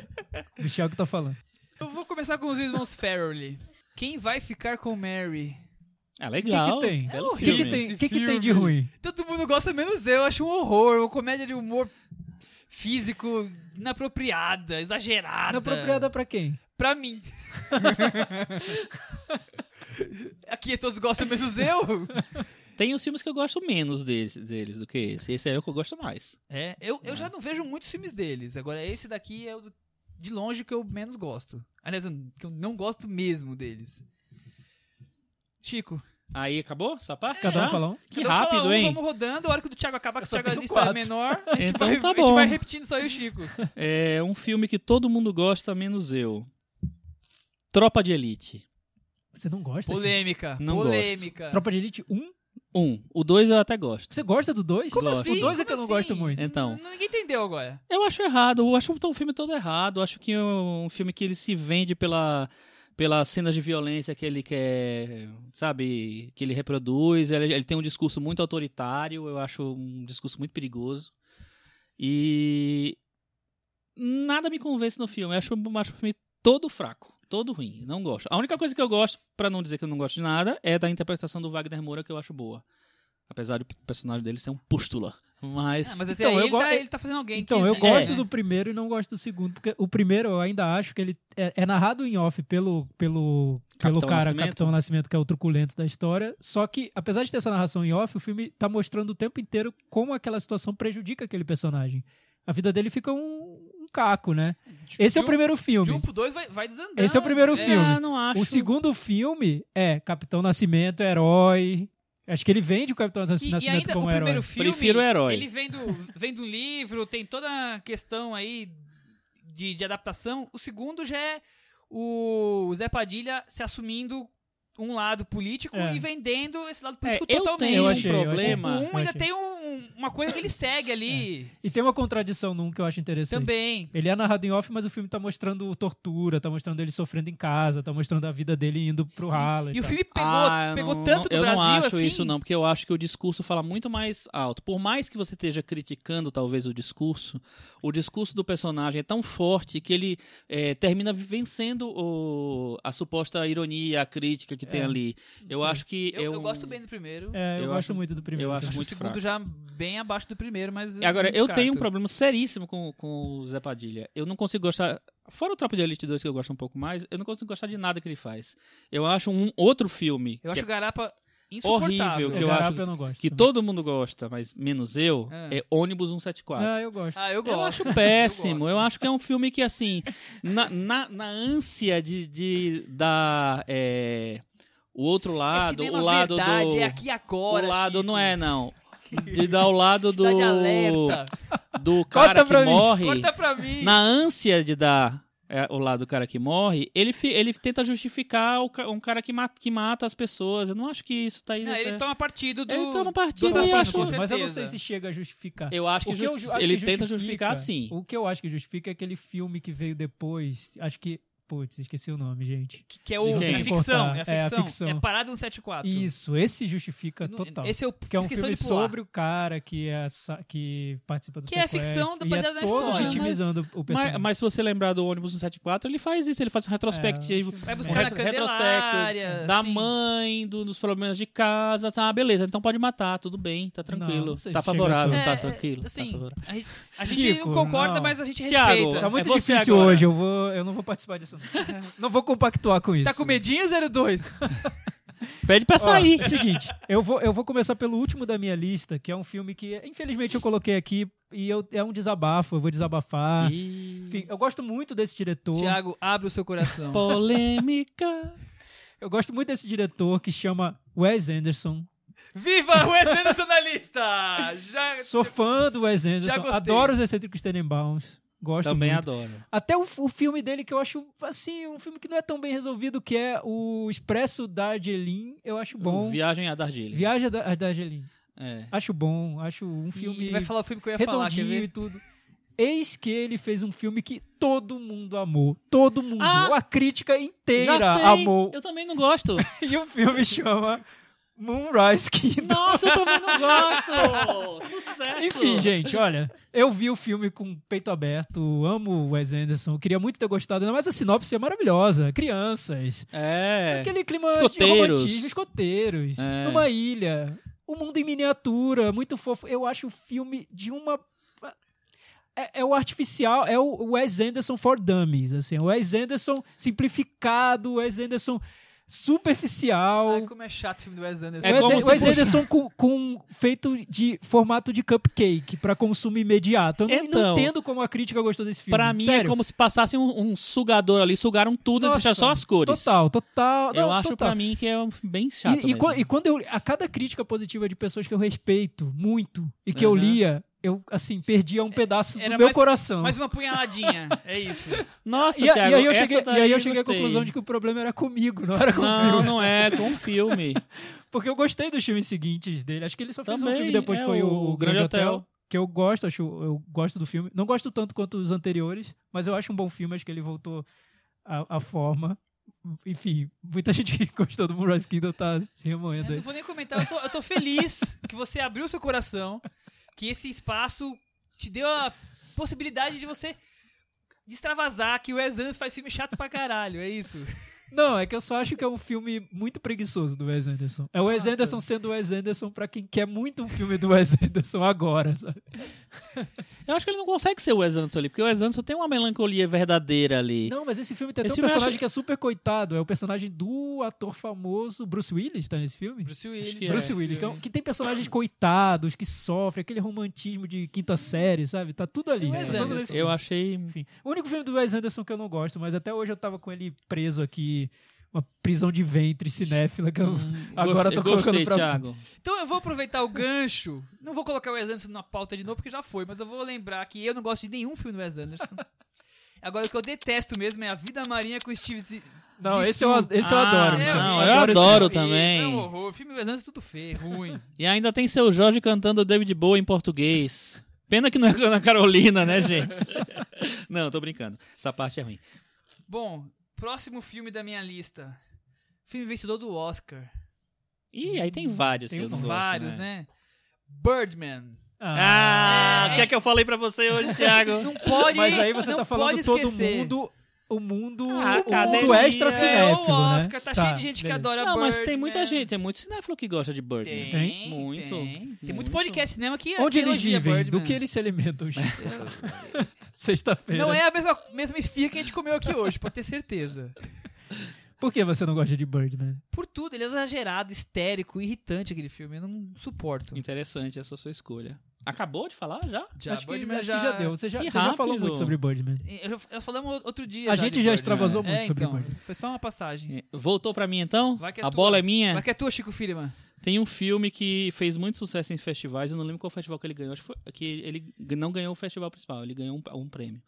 Speaker 4: Michel que tá falando.
Speaker 2: Eu vou começar com os irmãos Farrelly. Quem vai ficar com Mary?
Speaker 3: É
Speaker 4: O que,
Speaker 3: legal.
Speaker 4: que tem?
Speaker 3: belo
Speaker 4: O que, que
Speaker 3: filme.
Speaker 4: tem? O que, que
Speaker 2: Esse
Speaker 4: tem de
Speaker 2: filme.
Speaker 4: ruim?
Speaker 2: Todo mundo gosta menos eu, eu acho um horror, uma comédia de humor físico inapropriada, exagerada.
Speaker 4: Inapropriada pra quem?
Speaker 2: pra mim. Aqui todos gostam menos eu.
Speaker 3: Tem os filmes que eu gosto menos deles, deles do que esse. Esse é o que eu gosto mais.
Speaker 2: É, eu, eu já não vejo muitos filmes deles. Agora, esse daqui é o do- de longe que eu menos gosto. Aliás, eu, que eu não gosto mesmo deles. Chico.
Speaker 3: Aí acabou essa parte?
Speaker 4: Cada um
Speaker 3: Já?
Speaker 4: falar um?
Speaker 2: cada
Speaker 3: Que
Speaker 2: um fala
Speaker 3: rápido,
Speaker 2: um,
Speaker 3: hein?
Speaker 2: Vamos rodando, a hora que o do Thiago acaba, que o
Speaker 4: só
Speaker 2: Thiago a
Speaker 4: tenho
Speaker 2: lista é
Speaker 4: quatro.
Speaker 2: menor, a gente,
Speaker 3: Então
Speaker 2: vai,
Speaker 3: tá
Speaker 2: a gente vai
Speaker 3: bom.
Speaker 2: repetindo só eu e o Chico.
Speaker 3: É um filme que todo mundo gosta, menos eu. Tropa de Elite.
Speaker 4: Você não gosta? gente?
Speaker 2: Polêmica,
Speaker 3: Não gosto.
Speaker 2: polêmica.
Speaker 4: Tropa de Elite 1?
Speaker 3: Um. O dois eu até gosto.
Speaker 4: Você gosta do 2?
Speaker 3: Como Gosto.
Speaker 4: O 2 é que eu não
Speaker 2: Como
Speaker 4: gosto
Speaker 2: assim?
Speaker 4: muito.
Speaker 3: Então.
Speaker 2: N- Ninguém entendeu
Speaker 4: Ah,
Speaker 2: agora.
Speaker 3: Eu acho errado. Eu acho o filme todo errado. Eu acho que é um filme que ele se vende pela pelas cenas de violência que ele quer, sabe, que ele reproduz. Ele, ele tem um discurso muito autoritário. Eu acho um discurso muito perigoso. E nada me convence no filme. Eu acho, eu acho o filme todo fraco, todo ruim. Não gosto. A única coisa que eu gosto, pra não dizer que eu não gosto de nada, é da interpretação do Wagner Moura que eu acho boa. Apesar de o personagem dele ser um pústula. Mas. é
Speaker 2: Ah, mas até
Speaker 4: Então, eu
Speaker 2: aí ele,
Speaker 4: go-
Speaker 2: tá, ele tá fazendo alguém.
Speaker 4: Então,
Speaker 2: que-
Speaker 4: eu
Speaker 2: é,
Speaker 4: gosto
Speaker 2: né?
Speaker 4: do primeiro e não gosto do segundo, porque o primeiro eu ainda acho que ele é, é narrado em off pelo, pelo, pelo
Speaker 3: Capitão
Speaker 4: cara
Speaker 3: Nascimento.
Speaker 4: Capitão Nascimento, que é o truculento da história. Só que, apesar de ter essa narração em off, o filme tá mostrando o tempo inteiro como aquela situação prejudica aquele personagem. A vida dele fica um, um caco, né?
Speaker 2: De- de
Speaker 4: Esse é o
Speaker 2: um-
Speaker 4: primeiro filme.
Speaker 2: De um pro dois vai, vai desandando.
Speaker 4: Esse é o primeiro
Speaker 2: né?
Speaker 4: filme.
Speaker 3: Ah, não acho.
Speaker 4: O segundo filme é Capitão Nascimento, herói. Acho que ele vende o Capitão
Speaker 2: E,
Speaker 4: Nascimento
Speaker 2: e ainda
Speaker 4: como
Speaker 2: o
Speaker 4: herói.
Speaker 2: primeiro filme.
Speaker 3: Prefiro o herói.
Speaker 2: Ele vem do, vem do livro, tem toda a questão aí de, de adaptação. O segundo já é o Zé Padilha se assumindo um lado político
Speaker 4: É.
Speaker 2: e vendendo esse lado
Speaker 3: É,
Speaker 2: político
Speaker 3: eu
Speaker 2: totalmente.
Speaker 3: tenho
Speaker 4: Eu
Speaker 3: um
Speaker 4: achei, eu achei.
Speaker 2: O
Speaker 3: problema.
Speaker 2: um ainda
Speaker 4: Eu achei. É,
Speaker 2: tem um- uma coisa que ele segue ali
Speaker 4: E tem uma contradição num que eu acho interessante.
Speaker 2: também.
Speaker 4: Ele é narrado em off, mas o filme tá mostrando tortura, tá mostrando ele sofrendo em casa, tá mostrando a vida dele indo pro ralo.
Speaker 2: E o
Speaker 4: tal.
Speaker 2: filme pegou,
Speaker 3: Ah, eu
Speaker 2: pegou
Speaker 3: não-
Speaker 2: tanto
Speaker 3: não-
Speaker 2: do Brasil
Speaker 3: Eu não acho
Speaker 2: assim.
Speaker 3: isso, não, porque eu acho que o discurso fala muito mais alto. Por mais que você esteja criticando, talvez, o discurso, o discurso do personagem é tão forte que ele eh, termina vencendo o- a suposta ironia, a crítica que tem
Speaker 4: É,
Speaker 3: ali. Eu
Speaker 4: sei.
Speaker 3: acho que.
Speaker 2: Eu,
Speaker 3: é
Speaker 2: eu
Speaker 3: um-
Speaker 2: gosto bem do primeiro.
Speaker 4: É, eu,
Speaker 3: Eu
Speaker 4: gosto
Speaker 3: acho-
Speaker 4: muito do primeiro.
Speaker 3: eu acho
Speaker 4: também.
Speaker 2: o
Speaker 3: muito
Speaker 2: segundo
Speaker 3: fraco.
Speaker 2: já bem abaixo do primeiro, mas.
Speaker 3: Agora,
Speaker 2: não
Speaker 3: eu
Speaker 2: descarto.
Speaker 3: tenho um problema seríssimo com, com o Zé Padilha. Eu não consigo gostar. Fora o Tropa de Elite 2, que eu gosto um pouco mais, eu não consigo gostar de nada que ele faz. Eu acho um outro filme.
Speaker 2: Eu
Speaker 3: que
Speaker 2: acho o Garapa
Speaker 3: horrível,
Speaker 2: insuportável.
Speaker 3: que
Speaker 4: O
Speaker 3: eu
Speaker 4: É, Garapa
Speaker 3: acho
Speaker 4: eu não gosto.
Speaker 3: que
Speaker 4: também.
Speaker 3: todo mundo gosta, mas menos eu,
Speaker 2: É.
Speaker 3: é, Ônibus 174.
Speaker 4: Ah, eu gosto.
Speaker 2: Ah, eu
Speaker 3: Eu,
Speaker 2: gosto.
Speaker 3: acho
Speaker 2: Eu
Speaker 3: péssimo.
Speaker 2: gosto.
Speaker 3: Eu, acho que é um filme que, assim, na, na, na ânsia de, de da, é, o outro
Speaker 2: É
Speaker 3: lado,
Speaker 2: cinema
Speaker 3: o lado
Speaker 2: verdade,
Speaker 3: do.
Speaker 2: é aqui e agora.
Speaker 3: o lado
Speaker 2: Chico.
Speaker 3: não é, não. De dar o lado do.
Speaker 2: Cidade alerta.
Speaker 3: Do cara
Speaker 4: Corta pra
Speaker 3: que
Speaker 4: mim,
Speaker 3: morre.
Speaker 2: Corta pra mim.
Speaker 3: Na ânsia de dar é, o lado do cara que morre, ele, fi- ele tenta justificar o ca- um cara que mata, que mata as pessoas. Eu não acho que isso tá aí.
Speaker 2: Não, ele
Speaker 3: tá-
Speaker 2: toma partido do.
Speaker 3: Ele toma
Speaker 2: do
Speaker 3: partido, eu
Speaker 2: assassino,
Speaker 3: acho-
Speaker 2: com
Speaker 4: mas eu não sei
Speaker 2: certeza.
Speaker 4: se chega a justificar.
Speaker 3: Eu acho que,
Speaker 4: O que eu
Speaker 3: justi-
Speaker 4: ju- acho
Speaker 3: ele
Speaker 4: que
Speaker 3: tenta justificar sim.
Speaker 4: O que eu acho que justifica é aquele filme que veio depois. Acho que. Putz, esqueci o nome, gente.
Speaker 2: Que é o.
Speaker 3: De quem?
Speaker 2: É ficção. É
Speaker 4: Cortar. É a
Speaker 2: ficção. É,
Speaker 4: ficção.
Speaker 2: parado 174.
Speaker 4: Isso, esse justifica
Speaker 2: Não-
Speaker 4: total.
Speaker 2: Esse é o
Speaker 4: Que é um
Speaker 2: Esqueção
Speaker 4: filme
Speaker 2: de Pular.
Speaker 4: sobre o cara que, é, sa- que participa do
Speaker 2: Que é
Speaker 4: sequestro
Speaker 2: ficção
Speaker 4: e é
Speaker 2: baseada na
Speaker 4: todo
Speaker 2: história, né? mas-
Speaker 4: vitimizando o personagem.
Speaker 3: Mas, mas se você lembrar do ônibus 174, ele faz isso, ele
Speaker 4: É,
Speaker 3: faz um retrospectivo.
Speaker 2: Vai
Speaker 3: um
Speaker 2: buscar na
Speaker 3: re-
Speaker 2: Candelária.
Speaker 3: da
Speaker 2: assim.
Speaker 3: mãe, do- dos problemas de casa, tá, beleza, então pode matar, tudo bem, tá
Speaker 4: Não,
Speaker 3: tranquilo,
Speaker 4: não sei
Speaker 3: tá
Speaker 4: se chega
Speaker 3: favorável,
Speaker 4: tanto.
Speaker 3: tá
Speaker 2: É,
Speaker 3: tranquilo. tá
Speaker 2: Assim,
Speaker 3: favorável.
Speaker 2: a gente, a gente
Speaker 4: Chico,
Speaker 2: não concorda,
Speaker 4: não.
Speaker 2: mas a gente
Speaker 3: Thiago,
Speaker 2: respeita.
Speaker 4: Tá muito
Speaker 3: É você
Speaker 4: difícil
Speaker 3: agora.
Speaker 4: hoje, eu, vou, eu não vou participar disso. não. não vou compactuar com isso.
Speaker 2: Tá com medinho, 02?
Speaker 3: Pede pra
Speaker 4: Ó, é
Speaker 3: sair.
Speaker 4: Seguinte, eu vou, eu vou começar pelo último da minha lista, que é um filme que, infelizmente, eu coloquei aqui e eu, é um desabafo, eu vou desabafar.
Speaker 3: Ih,
Speaker 4: Enfim, eu gosto muito desse diretor.
Speaker 2: Tiago, abre o seu coração.
Speaker 3: polêmica.
Speaker 4: Eu gosto muito desse diretor que chama Wes Anderson.
Speaker 2: Viva o Wes Anderson na lista! Já...
Speaker 4: Sou fã do Wes Anderson.
Speaker 2: gostei.
Speaker 4: Adoro os excêntricos Tenenbaums. Gosto
Speaker 3: Também
Speaker 4: muito.
Speaker 3: adoro.
Speaker 4: Até o, o filme dele que eu acho, assim, um filme que não é tão bem resolvido, que é o Expresso da Argelin, eu acho bom.
Speaker 3: Viagem a Dargilha.
Speaker 4: Viagem da, da Argelin.
Speaker 3: É.
Speaker 4: Acho bom, acho um filme
Speaker 2: Ele vai falar o filme que eu ia falar, quer
Speaker 4: redondinho
Speaker 2: ver?
Speaker 4: e tudo. Eis que ele fez um filme que todo mundo amou. Todo mundo.
Speaker 3: Ah!
Speaker 4: a crítica inteira
Speaker 3: Já sei,
Speaker 4: amou.
Speaker 3: eu também não gosto.
Speaker 4: E o filme chama Moonrise Kingdom.
Speaker 3: Nossa, eu também não gosto. Sucesso.
Speaker 4: Enfim, gente, olha, eu vi o filme com o peito aberto, amo o Wes Anderson, eu queria muito ter gostado, ainda mais a sinopse é maravilhosa, crianças,
Speaker 3: É.
Speaker 4: aquele clima de
Speaker 3: Escoteiros.
Speaker 4: romantismo, escoteiros,
Speaker 3: É.
Speaker 4: numa ilha, o mundo em miniatura, muito fofo. Eu acho o filme de uma. É, é o artificial, é o Wes Anderson for Dummies, assim, o Wes Anderson simplificado, o Wes Anderson superficial.
Speaker 2: Ai, como é chato o filme do Wes Anderson.
Speaker 3: É
Speaker 4: o
Speaker 3: como
Speaker 4: Ed-
Speaker 3: se
Speaker 4: o Wes
Speaker 3: puxa-
Speaker 4: Anderson com, com- feito de formato de cupcake pra consumo imediato. Eu não- não,
Speaker 3: Então,
Speaker 4: entendo como a crítica gostou desse filme.
Speaker 3: Pra mim é
Speaker 4: Sério.
Speaker 3: como se passassem um, um sugador ali, sugaram tudo e
Speaker 4: Nossa,
Speaker 3: deixaram só as cores.
Speaker 4: Total, total.
Speaker 3: Eu
Speaker 4: não,
Speaker 3: acho
Speaker 4: total.
Speaker 3: pra mim que é um- bem
Speaker 4: E-
Speaker 3: chato.
Speaker 4: E,
Speaker 3: mesmo.
Speaker 4: quan- e quando eu. A cada crítica positiva de pessoas que eu respeito muito e que eu
Speaker 3: Aham.
Speaker 4: lia, eu, assim, perdia um pedaço
Speaker 2: era
Speaker 4: do meu
Speaker 2: mais-
Speaker 4: coração.
Speaker 2: Mais uma punhaladinha, é isso.
Speaker 3: Nossa,
Speaker 4: E, a-
Speaker 3: Thiago,
Speaker 4: e aí eu
Speaker 3: essa
Speaker 4: cheguei, e
Speaker 3: daí
Speaker 4: aí eu cheguei à
Speaker 3: gostei.
Speaker 4: conclusão de que o problema era comigo, não era com o
Speaker 3: Não,
Speaker 4: filme.
Speaker 3: não é, com o filme.
Speaker 4: Porque eu gostei dos filmes seguintes dele. Acho que ele só fez um
Speaker 3: Também,
Speaker 4: filme depois,
Speaker 3: é,
Speaker 4: foi o,
Speaker 3: o
Speaker 4: o Grande
Speaker 3: Grande
Speaker 4: Hotel,
Speaker 3: Hotel.
Speaker 4: Que eu gosto, acho, eu gosto do filme. Não gosto tanto quanto os anteriores, mas eu acho um bom filme, acho que ele voltou à, à forma. Enfim, muita gente que gostou do Moonrise Kingdom tá se remoendo
Speaker 2: Eu não
Speaker 4: aí.
Speaker 2: vou nem comentar, eu tô, eu tô feliz que você abriu seu coração, que esse espaço te deu a possibilidade de você extravasar que o Wes Anderson faz filme chato pra caralho, é isso.
Speaker 4: Não, é que eu só acho que é um filme muito preguiçoso do Wes Anderson. É o Wes
Speaker 2: Nossa.
Speaker 4: Anderson sendo o Wes Anderson pra quem quer muito um filme do Wes Anderson agora, sabe?
Speaker 3: Eu acho que ele não consegue ser o Wes Anderson ali, porque o Wes Anderson tem uma melancolia verdadeira ali.
Speaker 4: Não, mas esse filme tem até
Speaker 3: Esse
Speaker 4: um
Speaker 3: filme eu
Speaker 4: personagem
Speaker 3: acho-
Speaker 4: que é super coitado. É o personagem do ator famoso Bruce Willis, tá nesse filme?
Speaker 2: Bruce Willis.
Speaker 3: que é.
Speaker 4: Bruce Willis, que, é um- que tem personagens coitados, que sofrem, aquele romantismo de quinta série, sabe? Tá tudo ali.
Speaker 2: Tem o
Speaker 4: né?
Speaker 2: Wes
Speaker 4: Tá tudo
Speaker 2: Anderson.
Speaker 4: nesse
Speaker 3: É, Eu achei.
Speaker 4: Enfim, o único filme do Wes Anderson que eu não gosto, mas até hoje eu tava com ele preso aqui, uma prisão de ventre cinéfila que eu agora
Speaker 3: Hum, Gostei-
Speaker 4: tô colocando
Speaker 3: gostei,
Speaker 4: pra
Speaker 3: Thiago.
Speaker 2: Então eu vou aproveitar o gancho. Não vou colocar o Wes Anderson na pauta de novo, porque já foi, mas eu vou lembrar que eu não gosto de nenhum filme do Wes Anderson. Agora, o que eu detesto mesmo é A Vida Marinha com o Steve Z...
Speaker 4: Não,
Speaker 2: Zissou.
Speaker 4: esse é eu, esse eu
Speaker 3: Ah,
Speaker 4: adoro.
Speaker 3: não,
Speaker 4: cara.
Speaker 3: eu
Speaker 4: esse
Speaker 3: adoro
Speaker 4: filme.
Speaker 2: esse é, filme.
Speaker 3: também.
Speaker 2: É um horror. O filme do Wes Anderson é tudo feio, ruim.
Speaker 3: E ainda tem seu Jorge cantando David Bowie em português. Pena que não é Ana Carolina, né, gente? não, tô brincando. Essa parte é ruim.
Speaker 2: Bom, próximo filme da minha lista. Filme vencedor do Oscar.
Speaker 3: Ih, aí Hum, tem vários. que
Speaker 2: Tem
Speaker 3: eu não gosto,
Speaker 2: vários, né? Birdman.
Speaker 3: Ah,
Speaker 2: É.
Speaker 3: o que é que eu falei pra você hoje, Thiago?
Speaker 2: Não pode
Speaker 4: Mas aí você
Speaker 2: não
Speaker 4: tá
Speaker 2: pode
Speaker 4: falando todo
Speaker 2: esquecer.
Speaker 4: mundo. O mundo.
Speaker 3: Ah,
Speaker 4: o mundo
Speaker 3: academia.
Speaker 4: extra
Speaker 2: É, o
Speaker 4: cinéfilo.
Speaker 2: Oscar,
Speaker 4: né?
Speaker 2: tá, cheio de gente que
Speaker 4: beleza.
Speaker 2: adora
Speaker 3: Não,
Speaker 2: Birdman.
Speaker 3: mas tem muita gente, tem muito cinéfilo que gosta de Birdman.
Speaker 2: né? Tem,
Speaker 4: Tem?
Speaker 3: Muito,
Speaker 2: Tem, Tem muito
Speaker 3: muito.
Speaker 2: podcast cinema que que
Speaker 4: Onde eles
Speaker 2: elogia
Speaker 4: vivem?
Speaker 2: Birdman.
Speaker 4: Do que eles se alimentam, gente? Sexta-feira.
Speaker 2: Não é a mesma, mesma esfirra que a gente comeu aqui hoje, pode ter certeza.
Speaker 4: Por que você não gosta de Birdman?
Speaker 2: Por tudo, ele é exagerado, histérico, irritante aquele filme. Eu não suporto.
Speaker 3: Interessante essa sua escolha. Acabou de falar já?
Speaker 2: Já,
Speaker 4: acho que,
Speaker 2: Birdman
Speaker 4: acho que já deu. Você já,
Speaker 3: Que
Speaker 4: você já falou
Speaker 3: rápido.
Speaker 4: muito sobre Birdman.
Speaker 2: Eu, eu falamos outro dia.
Speaker 4: A
Speaker 2: de
Speaker 4: gente já
Speaker 2: Birdman.
Speaker 4: extravasou
Speaker 2: É,
Speaker 4: muito sobre
Speaker 2: então,
Speaker 4: Birdman.
Speaker 2: Foi só uma passagem.
Speaker 3: É, Voltou pra mim então?
Speaker 2: Vai que é
Speaker 3: a
Speaker 2: tua.
Speaker 3: bola é minha?
Speaker 2: Mas que é tua, Chico Firman?
Speaker 3: Tem um filme que fez muito sucesso em festivais, eu não lembro qual festival que ele ganhou, acho que, foi- que ele g- não ganhou o festival principal, ele ganhou um, um prêmio,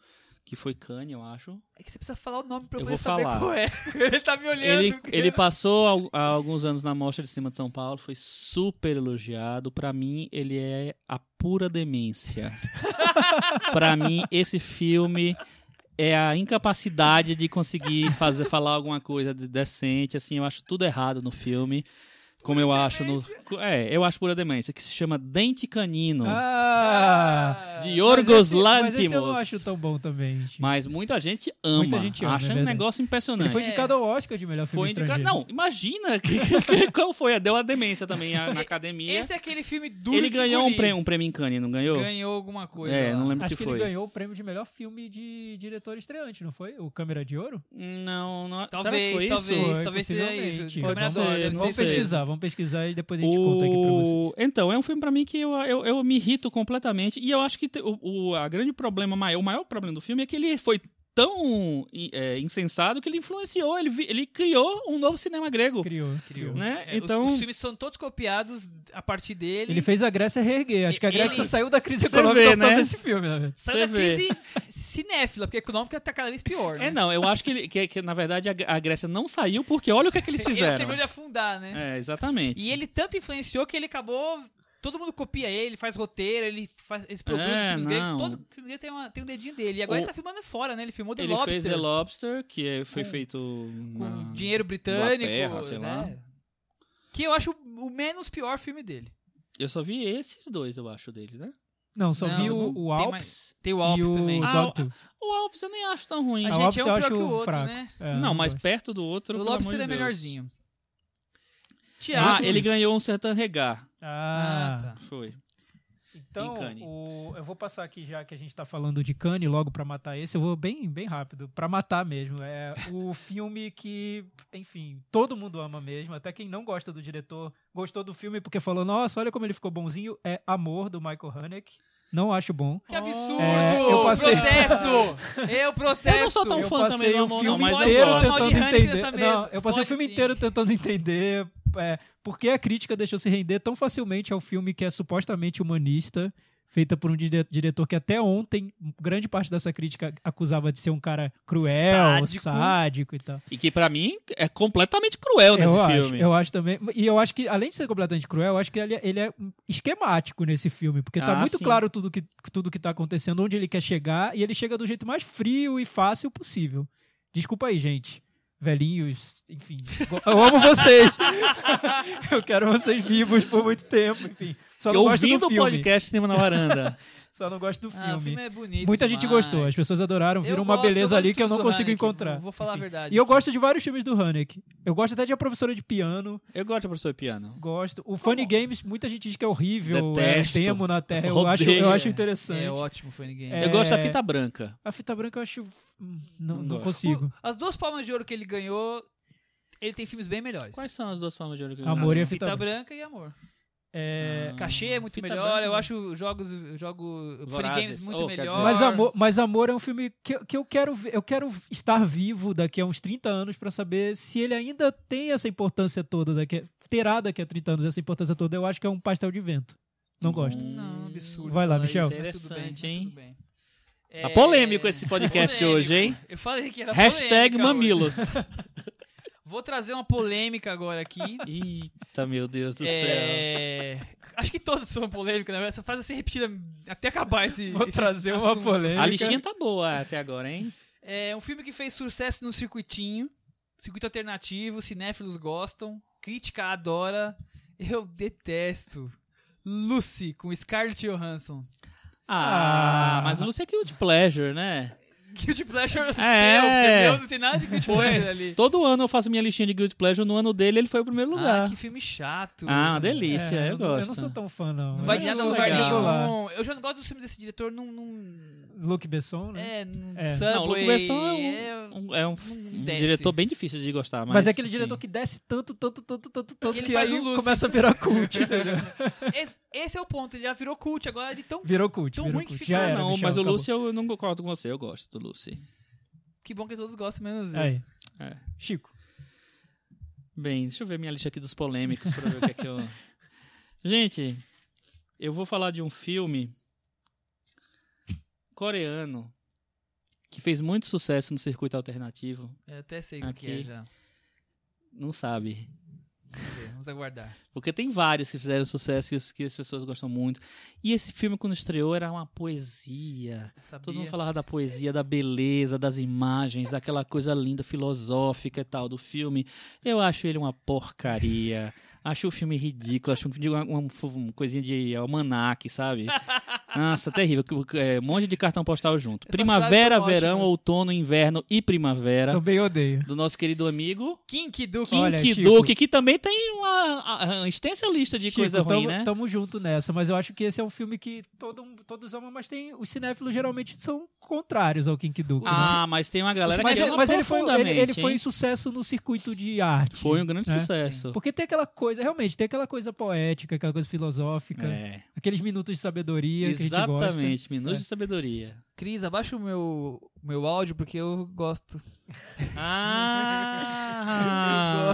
Speaker 3: que foi Cannes, eu acho.
Speaker 2: É que você precisa falar o nome pra eu
Speaker 3: Eu
Speaker 2: poder
Speaker 3: vou
Speaker 2: saber
Speaker 3: falar.
Speaker 2: qual é. ele tá me olhando.
Speaker 3: Ele, ele passou al- há alguns anos na Mostra de Cima de São Paulo, foi super elogiado, Pra mim ele é a pura demência. Pra mim esse filme é a incapacidade de conseguir fazer falar alguma coisa de- decente, assim, eu acho tudo errado no filme. Como eu acho no. É, eu acho pura demência, que se chama Dente Canino.
Speaker 4: Ah!
Speaker 3: tá De
Speaker 4: mas
Speaker 3: Yorgos
Speaker 4: esse- Mas esse eu não
Speaker 3: Lantimos.
Speaker 4: acho tão bom também. Chico.
Speaker 3: Mas muita gente ama.
Speaker 4: Muita gente ama, é
Speaker 3: acha um
Speaker 4: verdade.
Speaker 3: negócio impressionante.
Speaker 4: Ele foi indicado ao Oscar de melhor filme
Speaker 3: Foi indicado.
Speaker 4: estrangeiro.
Speaker 3: Não, imagina que, que- qual foi. Deu a demência também a- na academia.
Speaker 2: Esse é aquele filme duro
Speaker 3: Ele
Speaker 2: de
Speaker 3: ganhou um
Speaker 2: engolir.
Speaker 3: prêmio, um prêmio em Cannes, não ganhou?
Speaker 2: Ganhou alguma coisa.
Speaker 3: é,
Speaker 2: lá.
Speaker 3: não lembro o que,
Speaker 4: Acho que, ele
Speaker 3: foi.
Speaker 4: ganhou o prêmio de melhor filme de diretor estreante, não foi? O Câmera de Ouro?
Speaker 3: Não, não.
Speaker 2: Talvez,
Speaker 3: será que foi
Speaker 2: talvez,
Speaker 3: isso?
Speaker 4: Foi,
Speaker 2: talvez seja isso.
Speaker 4: possivelmente.
Speaker 2: Câmera
Speaker 3: Pode ser,
Speaker 2: agora, deve
Speaker 3: não
Speaker 2: ser
Speaker 4: Vamos
Speaker 2: é isso aí.
Speaker 3: sei.
Speaker 4: pesquisar, vamos pesquisar e depois a gente
Speaker 3: O-
Speaker 4: conta aqui pra vocês.
Speaker 3: Então, é um filme pra mim que eu, eu, eu me irrito completamente. E eu acho que te- o, o a grande problema maior, o maior problema do filme é que ele foi tão i- é, insensado que ele influenciou, ele, vi- ele criou um novo cinema grego.
Speaker 4: Criou.
Speaker 2: Criou.
Speaker 3: Né?
Speaker 2: É, os-
Speaker 3: Então-
Speaker 2: os, filmes são todos copiados a partir dele.
Speaker 4: Ele fez a Grécia reerguer. Acho que a
Speaker 2: Ele-
Speaker 4: Grécia saiu da crise
Speaker 3: Você
Speaker 4: econômica
Speaker 3: vê,
Speaker 4: pra fazer
Speaker 3: né?
Speaker 4: esse filme, na verdade.
Speaker 2: Saiu da
Speaker 3: Você vê.
Speaker 2: crise f- cinéfila, porque a econômica tá cada vez pior. Né?
Speaker 3: É, não, eu acho que, ele- que- que, na verdade a, Gr- a Grécia não saiu porque olha o que, é que eles
Speaker 2: Ele não
Speaker 3: fizeram.
Speaker 2: terminou de afundar, né?
Speaker 3: É, exatamente.
Speaker 2: E ele tanto influenciou que ele acabou. Todo mundo copia ele, faz roteiro, ele faz eles produzem
Speaker 3: É,
Speaker 2: filmes gregos.
Speaker 3: não.
Speaker 2: Todo filme grego tem, uma- tem um dedinho dele. E agora
Speaker 3: O-
Speaker 2: ele tá filmando fora, né? Ele filmou The
Speaker 3: Ele
Speaker 2: Lobster
Speaker 3: fez The Lobster, que é- foi
Speaker 2: Com-
Speaker 3: feito
Speaker 2: com
Speaker 3: na-
Speaker 2: dinheiro britânico.
Speaker 3: Inglaterra, sei
Speaker 2: né?
Speaker 3: lá.
Speaker 2: Que eu acho o menos pior filme dele.
Speaker 3: Eu só vi esses dois, eu acho, dele, né?
Speaker 4: Não, só
Speaker 2: Não,
Speaker 4: vi o,
Speaker 2: não
Speaker 4: o
Speaker 2: tem
Speaker 4: Alps
Speaker 2: mais- Tem o
Speaker 4: e
Speaker 2: Alps
Speaker 4: o
Speaker 2: também.
Speaker 3: Ah,
Speaker 4: Dogtooth.
Speaker 3: O Alps eu nem acho tão ruim.
Speaker 2: a
Speaker 4: o
Speaker 2: gente
Speaker 4: Alps
Speaker 2: é um
Speaker 4: eu
Speaker 2: pior
Speaker 4: acho
Speaker 2: que o outro,
Speaker 4: fraco.
Speaker 2: né?
Speaker 4: É,
Speaker 3: não, mas
Speaker 4: Ah, gosto.
Speaker 3: perto do outro,
Speaker 2: o
Speaker 3: pelo amor
Speaker 2: Lobster
Speaker 3: de
Speaker 2: é
Speaker 3: Deus.
Speaker 2: melhorzinho.
Speaker 3: Ah,
Speaker 2: Tiago.
Speaker 3: ele ganhou um Sertan Regar.
Speaker 4: Ah,
Speaker 2: Ah, tá.
Speaker 3: Foi.
Speaker 4: Então,
Speaker 3: Em Cannes.
Speaker 4: o- eu vou passar aqui já que a gente tá falando de Cane logo pra matar esse, eu vou bem, bem rápido, pra matar mesmo. É o filme que, enfim, todo mundo ama mesmo, até quem não gosta do diretor gostou do filme porque falou: "Nossa, olha como ele ficou bonzinho". É Amor do Michael Haneke. Não acho bom.
Speaker 2: Que absurdo!
Speaker 4: É, eu passei-
Speaker 2: Protesto! Eu protesto!
Speaker 3: Eu não sou tão
Speaker 4: eu
Speaker 3: fã também
Speaker 4: passei
Speaker 3: do
Speaker 4: o
Speaker 3: Amor,
Speaker 4: filme
Speaker 3: não, mas eu
Speaker 4: inteiro
Speaker 3: gosto.
Speaker 2: Mal
Speaker 4: tentando
Speaker 2: de Haneke
Speaker 4: entender.
Speaker 2: nessa mesa.
Speaker 4: Não, eu passei o
Speaker 2: Pode
Speaker 4: filme
Speaker 2: sim.
Speaker 4: inteiro tentando entender é, por que a crítica deixou se render tão facilmente ao filme que é supostamente humanista, feita por um dire- diretor que até ontem grande parte dessa crítica acusava de ser um cara cruel,
Speaker 2: Sádico.
Speaker 4: sádico, e tal.
Speaker 3: E que pra mim é completamente cruel nesse
Speaker 4: eu
Speaker 3: filme.
Speaker 4: acho, eu acho também. E eu acho que além de ser completamente cruel, eu acho que ele, é- ele é esquemático nesse filme, porque tá
Speaker 3: Ah,
Speaker 4: muito
Speaker 3: sim.
Speaker 4: claro tudo que tudo que tá acontecendo, onde ele quer chegar, e ele chega do jeito mais frio e fácil possível. Desculpa aí, gente. Velhinhos, enfim. Eu amo vocês. eu quero vocês vivos por muito tempo, enfim. Só
Speaker 3: eu
Speaker 4: não gosto
Speaker 3: ouvindo
Speaker 4: do
Speaker 3: o
Speaker 4: filme.
Speaker 3: podcast Cinema na Varanda.
Speaker 4: Só não gosto do
Speaker 2: Ah, o
Speaker 4: filme.
Speaker 2: filme é bonito.
Speaker 4: Muita gente
Speaker 2: demais.
Speaker 4: gostou, as pessoas adoraram,
Speaker 2: Eu
Speaker 4: viram uma
Speaker 2: gosto, eu
Speaker 4: beleza
Speaker 2: gosto
Speaker 4: ali
Speaker 2: de
Speaker 4: que eu
Speaker 2: tudo
Speaker 4: não
Speaker 2: do
Speaker 4: consigo
Speaker 2: Haneke,
Speaker 4: encontrar.
Speaker 2: Vou falar a verdade.
Speaker 4: E eu gosto de vários filmes do Haneke. Eu gosto até de A Professora de Piano,
Speaker 3: Eu gosto de professor de piano.
Speaker 4: gosto. O Funny Games, muita gente diz que é horrível,
Speaker 3: Detesto.
Speaker 4: é temo na Terra. Eu
Speaker 3: Odeio.
Speaker 4: acho, eu acho
Speaker 3: É
Speaker 4: interessante.
Speaker 2: É ótimo, foi ninguém.
Speaker 4: É,
Speaker 3: Eu gosto da fita branca.
Speaker 4: A fita branca eu acho. hum,
Speaker 3: Não
Speaker 4: Não, não
Speaker 3: gosto.
Speaker 4: consigo.
Speaker 2: As duas palmas de ouro que ele ganhou, ele tem filmes bem melhores.
Speaker 3: Quais são as duas formas de ouro que eu
Speaker 4: Amor e a
Speaker 2: Fita,
Speaker 4: fita branca.
Speaker 2: branca e amor.
Speaker 4: É, né?
Speaker 3: Ah,
Speaker 2: Cachê é muito
Speaker 3: Fita
Speaker 2: melhor,
Speaker 3: Branca.
Speaker 2: eu acho jogos, jogo Free
Speaker 3: Vorazes.
Speaker 2: Games muito
Speaker 3: Oh, quer
Speaker 2: melhor.
Speaker 3: dizer-
Speaker 4: Mas amor, mas amor é um filme que, eu- que eu quero ver- eu quero estar vivo daqui a uns 30 anos pra saber se ele ainda tem essa importância toda daqui a- terá daqui a 30 anos essa importância toda. Eu acho que é um pastel de vento. Não gosto.
Speaker 2: Não, absurdo.
Speaker 4: Vai lá,
Speaker 2: falar
Speaker 4: Michel.
Speaker 2: isso, mas tudo bem,
Speaker 3: Interessante,
Speaker 2: mas
Speaker 3: hein?
Speaker 2: tudo bem.
Speaker 3: Tá
Speaker 2: É,
Speaker 3: polêmico esse podcast
Speaker 2: polêmico.
Speaker 3: hoje, hein?
Speaker 2: Eu falei que era
Speaker 3: Hashtag
Speaker 2: Tá polêmica hoje.
Speaker 3: mamilos.
Speaker 2: Vou trazer uma polêmica agora aqui.
Speaker 3: Eita, meu Deus do céu.
Speaker 2: É, Acho que todas são polêmicas, né? Essa frase vai ser repetida até acabar esse.
Speaker 4: Vou
Speaker 2: esse
Speaker 4: trazer uma
Speaker 2: assunto.
Speaker 4: polêmica.
Speaker 3: A listinha tá boa até agora, hein?
Speaker 2: É um filme que fez sucesso no circuitinho. Circuito alternativo, cinéfilos gostam, crítica adora. Eu detesto. Lucy, com Scarlett Johansson.
Speaker 3: Ah,
Speaker 4: Ah.
Speaker 3: mas não sei que o de pleasure, né?
Speaker 2: Guilty Pleasure é.
Speaker 3: É.
Speaker 2: meu, não tem nada de Guilty Pleasure ali.
Speaker 3: Todo ano eu faço minha listinha de Guilty Pleasure. No ano dele ele foi o primeiro lugar.
Speaker 2: Ah, que filme chato.
Speaker 3: Ah, uma delícia,
Speaker 4: É,
Speaker 3: eu,
Speaker 4: eu, não- eu
Speaker 3: gosto.
Speaker 4: não sou tão fã não.
Speaker 2: Não vai
Speaker 4: Eu
Speaker 2: de nada
Speaker 4: acho
Speaker 2: a lugar
Speaker 4: legal.
Speaker 2: nenhum. Eu já não gosto dos filmes desse diretor num. num-
Speaker 4: Luke Besson, né?
Speaker 2: é, num
Speaker 4: É.
Speaker 2: Subway.
Speaker 3: Não, o Luke Besson é um-
Speaker 2: é-
Speaker 3: Um- é um,
Speaker 2: não
Speaker 3: um
Speaker 2: desce.
Speaker 3: diretor bem difícil de gostar, mas.
Speaker 4: Mas, é aquele
Speaker 3: enfim.
Speaker 4: diretor que desce tanto, tanto, tanto, tanto, tanto
Speaker 2: Ele
Speaker 4: que
Speaker 2: faz
Speaker 4: aí
Speaker 2: o Lucy.
Speaker 4: começa a virar cult, entendeu?
Speaker 2: Esse, esse é o ponto, ele já virou cult agora de tão.
Speaker 4: Virou cult,
Speaker 2: Tão
Speaker 4: virou
Speaker 2: ruim que
Speaker 4: cult.
Speaker 2: ficou,
Speaker 4: Já
Speaker 3: Ah,
Speaker 4: era,
Speaker 3: não,
Speaker 4: Michel,
Speaker 3: mas o
Speaker 4: É, acabou.
Speaker 3: Lucy eu não concordo com você, eu gosto do Lucy.
Speaker 2: Que bom que todos gostam, menos eu.
Speaker 4: Aí,
Speaker 3: É.
Speaker 4: Chico.
Speaker 3: Bem, deixa eu ver minha lista aqui dos polêmicos pra ver o que é que eu. Gente, eu vou falar de um filme coreano que fez muito sucesso no circuito alternativo.
Speaker 2: Eu até sei o que
Speaker 3: Aqui.
Speaker 2: é já.
Speaker 3: Não sabe.
Speaker 2: Vamos ver, Vamos aguardar.
Speaker 3: Porque tem vários que fizeram sucesso e os que as pessoas gostam muito. E esse filme, quando estreou, era uma poesia.
Speaker 2: Sabia.
Speaker 3: Todo mundo falava da poesia, da beleza, das imagens, daquela coisa linda, filosófica e tal do filme. Eu acho ele uma porcaria. Acho o filme ridículo, acho um filme de uma, uma, uma coisinha de almanaque, sabe? Nossa, terrível. É, um monte de cartão postal junto.
Speaker 2: Essas
Speaker 3: Primavera,
Speaker 2: frases são
Speaker 3: verão,
Speaker 2: ótimas.
Speaker 3: outono, inverno e primavera.
Speaker 4: Também odeio.
Speaker 3: Do nosso querido amigo
Speaker 2: Kink Duke.
Speaker 4: Olha,
Speaker 3: Kink
Speaker 4: Chico.
Speaker 3: Duke, que também tem uma, a- a extensa lista de
Speaker 4: Chico,
Speaker 3: coisa ruim,
Speaker 4: tamo,
Speaker 3: né?
Speaker 4: Tamo junto nessa, mas eu acho que esse é um filme que todo, um- todos amam, mas tem os cinéfilos geralmente são contrários ao Kink Duke. né?
Speaker 3: Ah, mas tem uma galera
Speaker 4: mas,
Speaker 3: que ama
Speaker 4: mas ele foi ele, ele
Speaker 3: profundamente,
Speaker 4: foi um
Speaker 3: hein?
Speaker 4: sucesso no circuito de arte.
Speaker 3: Foi um grande
Speaker 4: É,
Speaker 3: sucesso.
Speaker 4: Porque tem aquela coisa, realmente, tem aquela coisa poética, aquela coisa filosófica,
Speaker 3: É,
Speaker 4: aqueles minutos de sabedoria que a gente gosta.
Speaker 3: exatamente, Minutos
Speaker 4: É.
Speaker 3: de Sabedoria.
Speaker 2: Cris, abaixa o meu, meu áudio porque eu gosto.
Speaker 3: Ah!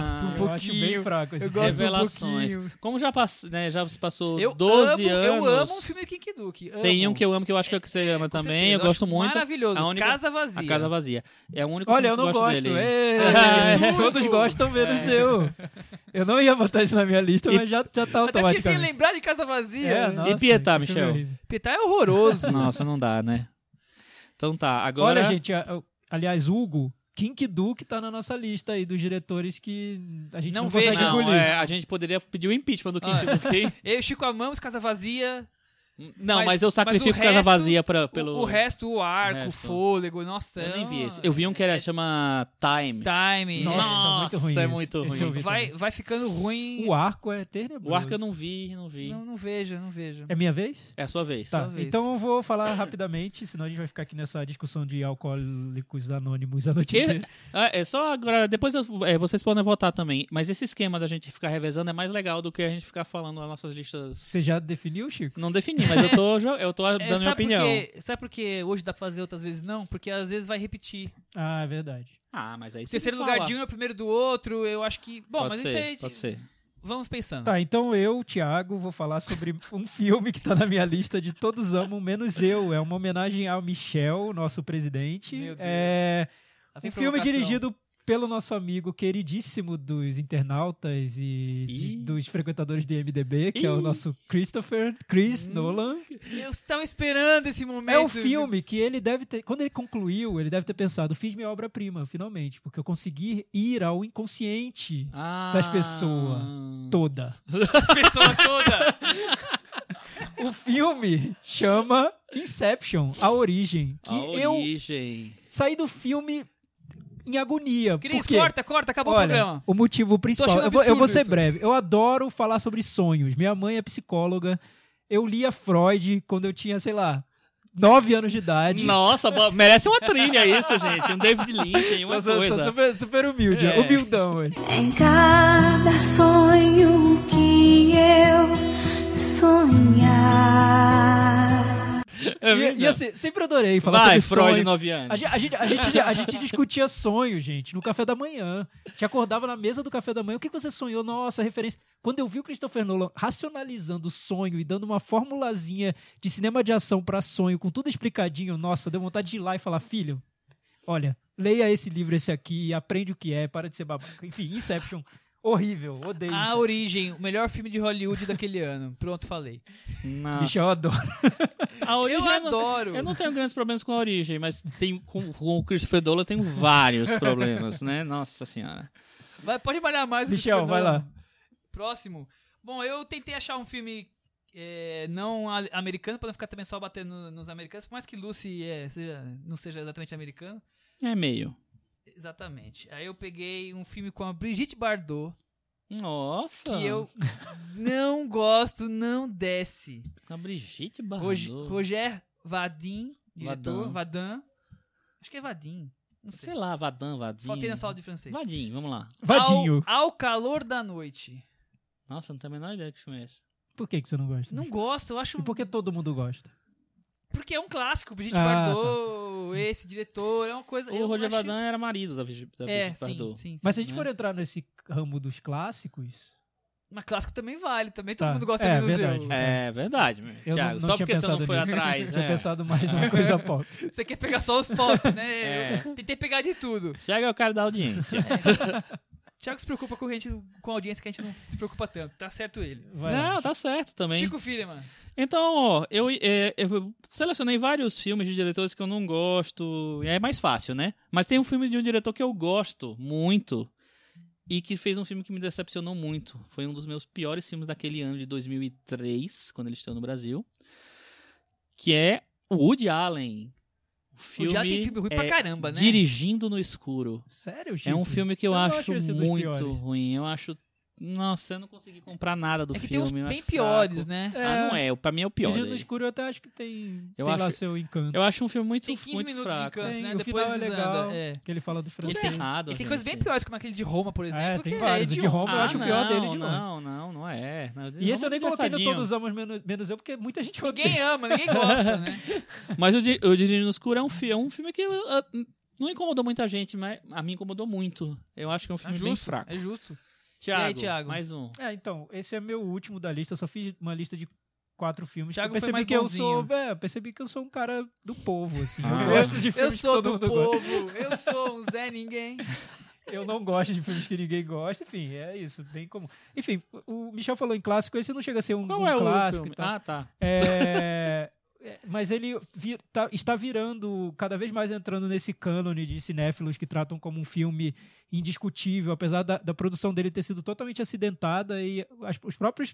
Speaker 2: Eu gosto um
Speaker 4: Eu acho bem
Speaker 2: pouquinho.
Speaker 4: fraco esse
Speaker 2: Eu
Speaker 4: filme.
Speaker 2: gosto
Speaker 3: Revelações.
Speaker 2: um pouquinho.
Speaker 3: Como já, pass, né, já se passou
Speaker 2: Eu
Speaker 3: 12
Speaker 2: amo,
Speaker 3: anos.
Speaker 2: Eu amo um filme do Kink Duke. Amo. É,
Speaker 3: Tem um que eu amo que eu acho que você ama
Speaker 2: Com
Speaker 3: também.
Speaker 2: certeza,
Speaker 3: Eu gosto
Speaker 2: acho
Speaker 3: muito.
Speaker 2: Maravilhoso.
Speaker 3: A única-
Speaker 2: Casa Vazia.
Speaker 3: A Casa Vazia. É o único filme
Speaker 4: Olha, eu
Speaker 3: que
Speaker 4: não
Speaker 3: eu gosto,
Speaker 4: gosto. é
Speaker 3: dele. É.
Speaker 4: Ê,
Speaker 2: Ah, é.
Speaker 4: todos gostam menos eu. Eu não ia botar isso na minha lista, mas já, já tá
Speaker 2: Até porque sem
Speaker 3: né?
Speaker 4: automaticamente.
Speaker 2: lembrar de Casa Vazia.
Speaker 4: É,
Speaker 2: né?
Speaker 4: nossa,
Speaker 3: E Pietá,
Speaker 4: que filme
Speaker 3: Michel?
Speaker 4: horrível.
Speaker 2: Petar é horroroso.
Speaker 3: Nossa, não dá, né? Então tá, agora...
Speaker 4: Olha, gente, a- a- aliás, Hugo, Kink Duke tá na nossa lista aí dos diretores que a gente
Speaker 2: Não
Speaker 4: não,
Speaker 2: vejo.
Speaker 4: consegue
Speaker 3: Não,
Speaker 4: engolir.
Speaker 3: é, a gente poderia pedir o impeachment do Kim
Speaker 2: Ah.
Speaker 3: Duque.
Speaker 2: Eu e o Chico amamos Casa Vazia.
Speaker 3: Não, mas,
Speaker 2: Mas-
Speaker 3: eu
Speaker 2: mas
Speaker 3: sacrifico
Speaker 2: o
Speaker 3: Casa
Speaker 2: resto-
Speaker 3: Vazia pra, pelo...
Speaker 2: O, o resto, o arco,
Speaker 3: o
Speaker 2: o,
Speaker 3: resto.
Speaker 2: fôlego, nossa.
Speaker 3: Eu
Speaker 2: é
Speaker 3: nem vi
Speaker 2: uma-
Speaker 3: esse. Eu vi um que era, chama Time.
Speaker 2: Time.
Speaker 4: Nossa,
Speaker 2: é.
Speaker 4: muito ruim
Speaker 3: é
Speaker 4: esse.
Speaker 3: muito
Speaker 4: Esse eu
Speaker 3: ruim.
Speaker 4: vi
Speaker 2: Vai, vai ficando ruim.
Speaker 4: O arco é tenebroso.
Speaker 3: O arco eu não vi, não vi.
Speaker 2: Não, não vejo, não vejo.
Speaker 4: É minha vez?
Speaker 3: É a sua vez.
Speaker 4: Tá,
Speaker 2: vez.
Speaker 4: então eu vou falar rapidamente, senão a gente vai ficar aqui nessa discussão de alcoólicos anônimos a noite
Speaker 3: E-
Speaker 4: inteira.
Speaker 3: Ah, é só agora, depois eu- é, vocês podem votar também. Mas esse esquema da gente ficar revezando é mais legal do que a gente ficar falando as nossas listas.
Speaker 4: Você já definiu, Chico?
Speaker 3: Não defini, mas eu tô, jo- eu tô dando
Speaker 2: É,
Speaker 3: minha
Speaker 2: sabe por
Speaker 3: opinião.
Speaker 2: quê? sabe por que hoje dá pra fazer, outras vezes não? Porque às vezes vai repetir.
Speaker 4: Ah, é verdade.
Speaker 3: Ah, mas aí
Speaker 2: O
Speaker 3: você
Speaker 2: terceiro
Speaker 3: me
Speaker 2: lugar
Speaker 3: fala.
Speaker 2: de um é o primeiro do outro, eu acho que. Bom,
Speaker 3: Pode
Speaker 2: mas
Speaker 3: ser,
Speaker 2: isso aí. é
Speaker 3: Pode ser.
Speaker 2: Vamos pensando.
Speaker 4: Tá, então eu, Thiago, vou falar sobre um filme que tá na minha lista de Todos Amam, menos eu. É uma homenagem ao Michel, nosso presidente.
Speaker 2: Meu Deus.
Speaker 4: É...
Speaker 2: Lá vem
Speaker 4: Um filme
Speaker 2: provocação.
Speaker 4: dirigido pelo nosso amigo queridíssimo dos internautas e de-
Speaker 3: Ih.
Speaker 4: dos frequentadores de MDB, que é
Speaker 3: Ih.
Speaker 4: o nosso Christopher
Speaker 2: Hum.
Speaker 4: Chris Nolan.
Speaker 2: Eu estava esperando esse momento.
Speaker 4: É o filme que ele deve ter, quando ele concluiu, ele deve ter pensado, fiz minha obra-prima, finalmente, porque eu consegui ir ao inconsciente
Speaker 3: Ah.
Speaker 4: Das pessoas. toda.
Speaker 2: A pessoa toda.
Speaker 4: O filme chama Inception, A Origem. Que
Speaker 3: A
Speaker 4: eu
Speaker 3: origem.
Speaker 4: saí do filme em agonia.
Speaker 2: Cris,
Speaker 4: porque,
Speaker 2: corta, corta, acabou
Speaker 4: olha,
Speaker 2: o programa.
Speaker 4: o motivo principal.
Speaker 2: achando
Speaker 4: Eu vou, eu vou
Speaker 2: absurdo
Speaker 4: ser
Speaker 2: isso.
Speaker 4: breve. Eu adoro falar sobre sonhos. Minha mãe é psicóloga. Eu lia Freud quando eu tinha, sei lá, nove anos de idade.
Speaker 3: Nossa, bo- merece uma trilha isso, gente. Um David Lynch, uma
Speaker 4: Sou- sou-
Speaker 3: coisa.
Speaker 4: sou super, super humilde,
Speaker 3: É.
Speaker 4: humildão. ué.
Speaker 5: Em cada sonho que eu sonhar.
Speaker 3: É
Speaker 4: E, e
Speaker 3: verdade.
Speaker 4: assim, sempre adorei falar
Speaker 3: Vai,
Speaker 4: sobre
Speaker 3: Freud,
Speaker 4: sonho.
Speaker 3: nove
Speaker 4: A
Speaker 3: anos.
Speaker 4: gente, a, gente, a, gente, a gente discutia sonho, gente, no café da manhã. Te acordava na mesa do café da manhã. O que que você sonhou? Nossa, referência. Quando eu vi o Christopher Nolan racionalizando o sonho e dando uma formulazinha de cinema de ação pra sonho, com tudo explicadinho, nossa, deu vontade de ir lá e falar, filho, olha, leia esse livro, esse aqui, aprende o que é, para de ser babaca. Enfim, Inception, horrível, odeio
Speaker 2: A
Speaker 4: é isso.
Speaker 2: Origem, o melhor filme de Hollywood daquele ano. Pronto, falei.
Speaker 3: Nossa.
Speaker 4: Bicho, eu adoro.
Speaker 3: A origem
Speaker 2: Eu
Speaker 4: é
Speaker 3: eu Ah, não-
Speaker 2: adoro.
Speaker 3: Eu não tenho grandes problemas com a origem, mas tem, com, com o Christopher Dolan eu tenho vários problemas, né? Nossa senhora.
Speaker 2: Vai- pode malhar mais.
Speaker 4: Michel,
Speaker 2: Cristiano.
Speaker 4: vai lá.
Speaker 2: Próximo. Bom, eu tentei achar um filme é, não a- americano, pra não ficar também só batendo no- nos americanos, por mais que Lucy é, seja- não seja exatamente americano.
Speaker 3: É meio.
Speaker 2: Exatamente. Aí eu peguei um filme com a Brigitte Bardot, que
Speaker 3: Nossa.
Speaker 4: Ah.
Speaker 2: eu não gosto, não desce.
Speaker 3: A Brigitte
Speaker 4: Ah,
Speaker 2: Roger,
Speaker 3: Bardot.
Speaker 2: Roger Vadim, diretor,
Speaker 3: Vadim.
Speaker 2: Vadim. Acho que é Vadim. Não sei.
Speaker 3: Sei lá, Vadim, Vadim.
Speaker 2: Faltei na sala de francês.
Speaker 3: Vadim, vamos lá.
Speaker 4: Vadinho.
Speaker 2: Ao, ao calor da noite.
Speaker 3: Nossa, não tenho a menor ideia que filme é esse.
Speaker 4: Por que, que você não gosta?
Speaker 2: Não gosto, eu acho.
Speaker 4: E por que todo mundo gosta?
Speaker 2: Porque é um clássico, Brigitte
Speaker 4: Ah,
Speaker 2: Bardot, esse diretor, é uma coisa.
Speaker 3: O
Speaker 2: eu
Speaker 3: Roger
Speaker 2: acho-
Speaker 3: Vadim era marido da Brigitte da
Speaker 2: É,
Speaker 3: Brigitte
Speaker 2: sim,
Speaker 3: Bardot.
Speaker 2: sim, sim.
Speaker 4: Mas se a gente
Speaker 3: né?
Speaker 4: for entrar nesse ramo dos clássicos...
Speaker 2: Mas clássico também vale, também todo
Speaker 4: Tá,
Speaker 2: mundo gosta
Speaker 4: é,
Speaker 2: menos
Speaker 4: verdade.
Speaker 2: eu.
Speaker 3: É verdade, meu.
Speaker 4: Eu
Speaker 3: Thiago,
Speaker 4: não, não
Speaker 3: só
Speaker 4: tinha
Speaker 3: porque você
Speaker 4: pensado
Speaker 3: não foi
Speaker 4: nisso.
Speaker 3: atrás.
Speaker 4: Tinha
Speaker 3: é.
Speaker 4: pensado mais numa coisa pop.
Speaker 2: Você quer pegar só os pop, né?
Speaker 3: É.
Speaker 2: Eu tentei pegar de tudo.
Speaker 3: Thiago é o cara da audiência.
Speaker 2: É, Thiago se preocupa com a, gente, com a audiência que a gente não se preocupa tanto. Tá certo ele.
Speaker 4: Vai lá.
Speaker 3: não, tá certo também.
Speaker 2: Chico Firman.
Speaker 3: Então, ó, eu, é, eu selecionei vários filmes de diretores que eu não gosto. É mais fácil, né? Mas tem um filme de um diretor que eu gosto muito e que fez um filme que me decepcionou muito. Foi um dos meus piores filmes daquele ano de 2003, quando ele estreou no Brasil, que é o Woody Allen. O
Speaker 2: O Diário tem filme ruim pra
Speaker 3: é
Speaker 2: caramba, né? Tipo,
Speaker 3: Dirigindo no Escuro.
Speaker 4: Sério, Chico?
Speaker 3: É um filme que eu,
Speaker 4: Eu
Speaker 3: acho,
Speaker 4: acho esse dos
Speaker 3: muito
Speaker 4: piores.
Speaker 3: ruim. Eu acho. Nossa, eu não consegui comprar nada do
Speaker 2: é que tem
Speaker 3: filme.
Speaker 2: uns
Speaker 3: eu
Speaker 2: bem
Speaker 3: acho
Speaker 2: piores,
Speaker 3: fraco.
Speaker 2: né?
Speaker 3: Ah, não é. o- Pra mim é o pior.
Speaker 4: Vigília no
Speaker 3: daí.
Speaker 4: Escuro eu até acho que tem,
Speaker 3: Eu
Speaker 4: tem lá
Speaker 3: acho-
Speaker 4: seu encanto.
Speaker 3: Eu acho um filme muito,
Speaker 2: Tem 15
Speaker 3: muito
Speaker 2: minutos de
Speaker 3: fraco.
Speaker 2: canto,
Speaker 4: Tem,
Speaker 2: né?
Speaker 4: o
Speaker 2: Depois
Speaker 4: final é
Speaker 2: desanda,
Speaker 4: legal.
Speaker 2: é.
Speaker 4: Que ele fala do
Speaker 2: Tudo
Speaker 3: Tudo
Speaker 4: francês.
Speaker 2: errado.
Speaker 3: errado,
Speaker 2: E tem
Speaker 3: gente.
Speaker 2: coisas bem piores, como aquele de Roma, por exemplo.
Speaker 4: É, tem
Speaker 2: que
Speaker 4: vários.
Speaker 2: É
Speaker 4: O de
Speaker 2: idiota.
Speaker 4: Roma eu
Speaker 3: Ah,
Speaker 4: acho o
Speaker 3: não,
Speaker 4: pior dele de longe.
Speaker 3: Não, não, não é. Não,
Speaker 4: E esse eu nem coloquei no
Speaker 3: engraçadinho.
Speaker 4: Todos Amam Menos, Menos Eu, porque muita gente odeia.
Speaker 2: Ninguém ama,
Speaker 4: É.
Speaker 2: ninguém gosta, né?
Speaker 3: Mas o Di- o Dirigindo no Escuro é um, fi- é um filme que ah, não incomodou muita gente, mas a mim incomodou muito. Eu acho que é um
Speaker 2: É
Speaker 3: filme
Speaker 4: Ah,
Speaker 3: bem
Speaker 2: justo,
Speaker 3: fraco.
Speaker 2: é justo.
Speaker 3: Tiago,
Speaker 2: E aí, Thiago?
Speaker 3: mais um.
Speaker 4: É, então, esse é meu último da lista. Eu só fiz uma lista de quatro filmes.
Speaker 2: Thiago
Speaker 4: eu
Speaker 2: foi
Speaker 4: percebi
Speaker 2: mais
Speaker 4: que eu
Speaker 2: bonzinho.
Speaker 4: sou, é, eu percebi que eu sou um cara do povo, assim.
Speaker 3: Ah.
Speaker 4: Eu gosto de
Speaker 2: Eu
Speaker 4: filmes que
Speaker 2: sou
Speaker 4: todo
Speaker 2: do
Speaker 4: mundo gosta.
Speaker 2: povo, eu sou um Zé Ninguém.
Speaker 4: Eu não gosto de filmes que ninguém gosta. Enfim, é isso, bem comum. Enfim, o Michel falou em clássico, esse não chega a ser um,
Speaker 3: Qual
Speaker 4: um
Speaker 3: é o
Speaker 4: clássico
Speaker 3: filme?
Speaker 4: e tal.
Speaker 3: Ah, tá.
Speaker 4: É, é, mas ele vi- tá- está virando, cada vez mais entrando nesse cânone de cinéfilos que tratam como um filme indiscutível, apesar da, da produção dele ter sido totalmente acidentada e as- os próprios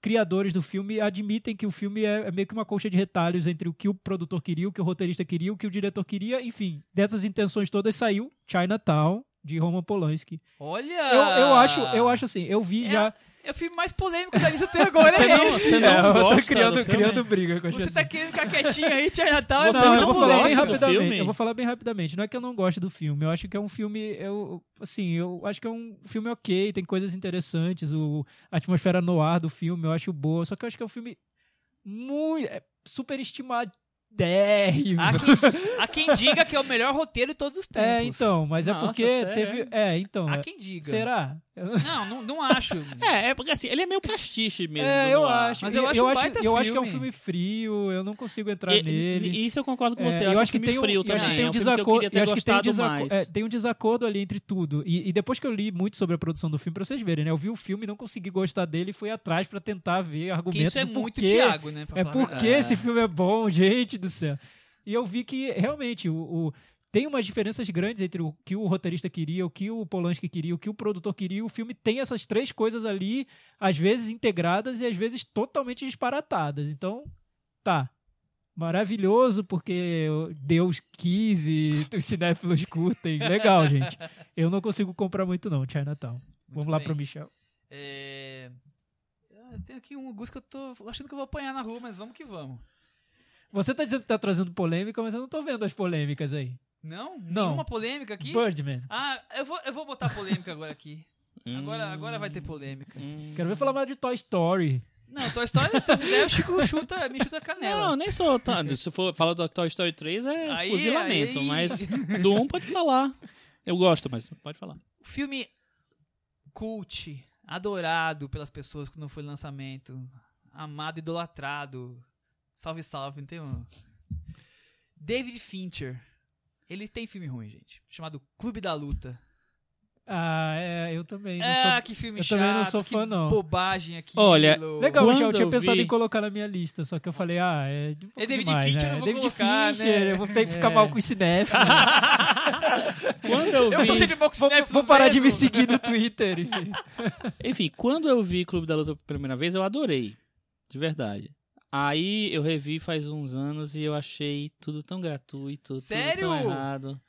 Speaker 4: criadores do filme admitem que o filme é, é meio que uma colcha de retalhos entre o que o produtor queria, o que o roteirista queria, o que o diretor queria, enfim. Dessas intenções todas saiu Chinatown, de Roman Polanski.
Speaker 2: Olha!
Speaker 4: Eu,
Speaker 3: Ah.
Speaker 4: eu acho, eu acho assim, eu vi
Speaker 2: É
Speaker 4: já...
Speaker 2: É o filme mais polêmico da lista até agora,
Speaker 3: Você
Speaker 2: é
Speaker 3: não-
Speaker 2: esse.
Speaker 3: você não
Speaker 4: É, eu tô
Speaker 3: gosta do
Speaker 4: criando,
Speaker 3: filme?
Speaker 4: criando briga com a
Speaker 2: Você
Speaker 4: Chelsea.
Speaker 2: tá querendo ficar quietinho aí, Tia Natal, é
Speaker 3: Você
Speaker 4: Não,
Speaker 2: muito
Speaker 4: eu vou
Speaker 3: polêmico.
Speaker 4: falar bem
Speaker 2: polêmico.
Speaker 3: do
Speaker 4: rapidamente.
Speaker 3: filme?
Speaker 4: Eu vou falar bem rapidamente. Não é que eu não gosto do filme. Eu acho que é um filme. Eu, assim, eu acho que é um filme ok. Tem coisas interessantes. O, a atmosfera no ar do filme eu acho boa. Só que eu acho que é um filme muito. É, super estimado.
Speaker 2: Há quem, há quem diga que é o melhor roteiro de todos os tempos.
Speaker 4: É, então. Mas é
Speaker 3: Nossa,
Speaker 4: porque
Speaker 3: sério?
Speaker 4: teve. É, então.
Speaker 2: Há
Speaker 4: é,
Speaker 2: quem diga.
Speaker 4: será?
Speaker 2: Não, não, não acho.
Speaker 3: É, é porque assim, ele é meio pastiche mesmo.
Speaker 4: É,
Speaker 3: do
Speaker 4: eu
Speaker 3: noir.
Speaker 4: acho.
Speaker 2: Mas eu
Speaker 4: E-
Speaker 2: acho
Speaker 4: eu
Speaker 2: um
Speaker 4: acho,
Speaker 2: baita
Speaker 4: eu acho que é um
Speaker 2: filme.
Speaker 4: filme frio. Eu não consigo entrar
Speaker 3: E-
Speaker 4: nele.
Speaker 3: e- Isso eu concordo com
Speaker 4: É,
Speaker 3: você.
Speaker 4: eu acho que tem um-
Speaker 3: frio
Speaker 4: eu
Speaker 3: também.
Speaker 4: acho que
Speaker 3: é
Speaker 4: tem um
Speaker 3: um filme que eu
Speaker 4: desacordo,
Speaker 3: queria ter
Speaker 4: eu acho que tem um
Speaker 3: gostado
Speaker 4: desacordo,
Speaker 3: mais.
Speaker 4: é, tem um desacordo ali entre tudo. E, e depois que eu li muito sobre a produção do filme, pra vocês verem, né? Eu vi o filme, não consegui gostar dele e fui atrás pra tentar ver
Speaker 2: Que
Speaker 4: argumentos
Speaker 2: isso é
Speaker 4: do
Speaker 2: muito
Speaker 4: porquê.
Speaker 2: Thiago, né? pra
Speaker 4: É
Speaker 2: falar a
Speaker 4: porque
Speaker 2: verdade.
Speaker 4: esse filme é bom, gente do céu. E eu vi que realmente o, o- tem umas diferenças grandes entre o que o roteirista queria, o que o Polanski queria, o que o produtor queria. O filme tem essas três coisas ali, às vezes integradas e às vezes totalmente disparatadas. Então, tá. Maravilhoso, porque Deus quis e os cinéfilos curtem. Legal, gente. Eu não consigo comprar muito, não, Chinatown. Vamos lá
Speaker 2: bem.
Speaker 4: pro Michel.
Speaker 2: É... ah, Tem aqui um Gus que eu tô achando que eu vou apanhar na rua, mas vamos que vamos.
Speaker 4: Você tá dizendo que tá trazendo polêmica, mas eu não tô vendo as polêmicas aí.
Speaker 2: Não?
Speaker 4: Não.
Speaker 2: Nenhuma polêmica aqui?
Speaker 4: Birdman.
Speaker 2: Ah, eu vou, eu vou botar polêmica agora aqui. Agora, agora vai ter
Speaker 4: Hum.
Speaker 3: Hum,
Speaker 2: polêmica.
Speaker 4: Quero ver falar mais de Toy Story.
Speaker 2: Não, tua história, se eu fizer, o Chico chuta, me chuta a canela.
Speaker 3: Não, nem sou. Tá, se for falar do Toy Story 3 é
Speaker 2: Aí,
Speaker 3: fuzilamento,
Speaker 2: aí.
Speaker 3: mas do 1 pode falar. Eu gosto, mas pode falar.
Speaker 2: O filme cult, adorado pelas pessoas quando foi lançamento, amado, idolatrado. Salve, salve, não tem um. David Fincher. Ele tem filme ruim, gente. Chamado Clube da Luta.
Speaker 4: Ah, é, eu também. não
Speaker 2: Ah,
Speaker 4: sou-
Speaker 2: que filme
Speaker 4: eu
Speaker 2: chato.
Speaker 4: também não sou
Speaker 2: que
Speaker 4: fã, não.
Speaker 2: bobagem aqui.
Speaker 3: Olha,
Speaker 2: aquilo.
Speaker 4: Legal, Michel, eu
Speaker 3: Quando
Speaker 4: tinha
Speaker 3: eu
Speaker 4: pensado
Speaker 3: vi-
Speaker 4: em colocar na minha lista, só que eu falei, ah, é de um pouco
Speaker 2: David
Speaker 4: demais,
Speaker 2: Fincher,
Speaker 4: né?
Speaker 2: eu vou
Speaker 4: David
Speaker 2: colocar,
Speaker 4: Fincher,
Speaker 2: né?
Speaker 4: eu vou ter que ficar
Speaker 2: É.
Speaker 4: mal com o cinéfilos.
Speaker 3: Quando eu vi.
Speaker 2: Eu tô sempre né, mal com
Speaker 4: vou,
Speaker 2: cinéfilos
Speaker 4: vou parar de me
Speaker 2: mesmo.
Speaker 4: seguir no Twitter. enfim.
Speaker 3: Enfim, quando eu vi Clube da Luta pela primeira vez, eu adorei. De verdade. Aí eu revi faz uns anos e eu achei tudo tão gratuito,
Speaker 2: Sério?
Speaker 3: tudo tão errado.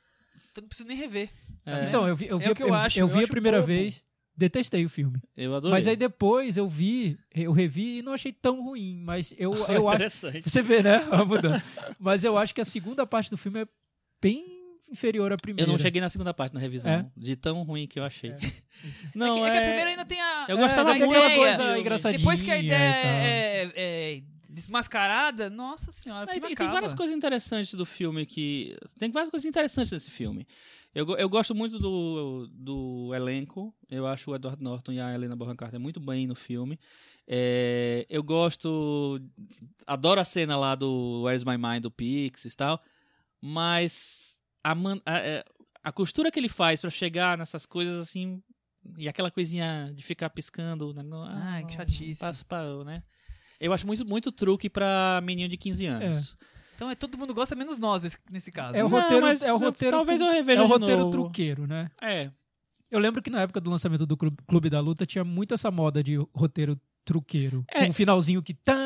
Speaker 2: Então não preciso nem rever.
Speaker 3: É,
Speaker 4: Então, eu vi, eu
Speaker 2: É
Speaker 4: vi,
Speaker 2: o que eu
Speaker 4: eu-
Speaker 2: acho,
Speaker 4: eu
Speaker 2: eu
Speaker 4: vi a
Speaker 2: acho
Speaker 4: primeira
Speaker 2: pouco.
Speaker 4: vez, detestei o filme.
Speaker 3: eu adorei.
Speaker 4: Mas aí depois eu vi, eu revi e não achei tão ruim, mas eu, eu acho...
Speaker 3: interessante.
Speaker 4: Você vê, né? A mudança. Mas eu acho que a segunda parte do filme é bem inferior à primeira.
Speaker 3: Eu não cheguei na segunda parte na revisão,
Speaker 4: É?
Speaker 3: de tão ruim que eu achei.
Speaker 2: É que-
Speaker 3: Não,
Speaker 2: é,
Speaker 3: é,
Speaker 2: que a primeira ainda tem a.
Speaker 4: É,
Speaker 3: Eu
Speaker 2: a-
Speaker 3: gostava
Speaker 2: a
Speaker 4: muito
Speaker 2: ideia.
Speaker 4: daquela coisa
Speaker 3: Depois
Speaker 4: engraçadinha
Speaker 2: Depois que a
Speaker 4: e
Speaker 2: ideia
Speaker 4: tal.
Speaker 2: é, é- é desmascarada, nossa senhora, o
Speaker 3: Aí
Speaker 2: filme
Speaker 3: tem, tem
Speaker 2: acaba.
Speaker 3: várias coisas interessantes do filme que. Tem várias coisas interessantes nesse filme. Eu, go- eu gosto muito do, do elenco. Eu acho o Edward Norton e a Helena Bonham Carter muito bem no filme. É, eu gosto. Adoro a cena lá do Where's My Mind do Pixies e tal. Mas a, man- a- é, a costura que ele faz pra chegar nessas coisas assim. E aquela coisinha de ficar piscando. né?
Speaker 2: Ai, que
Speaker 3: não,
Speaker 2: chatice.
Speaker 3: Passa pra, né? Eu acho muito, muito truque pra menino de 15 anos.
Speaker 2: Então é todo mundo gosta, menos nós nesse, nesse caso.
Speaker 4: É o
Speaker 3: Não,
Speaker 4: roteiro,
Speaker 3: mas
Speaker 4: é o
Speaker 3: eu-
Speaker 4: roteiro.
Speaker 3: talvez
Speaker 4: com-
Speaker 3: eu reveja
Speaker 4: É o
Speaker 3: de
Speaker 4: roteiro
Speaker 3: novo.
Speaker 4: truqueiro, né?
Speaker 3: É.
Speaker 4: Eu lembro que na época do lançamento do Clube, Clube da Luta tinha muito essa moda de roteiro truqueiro.
Speaker 3: É.
Speaker 4: Com um finalzinho que tá,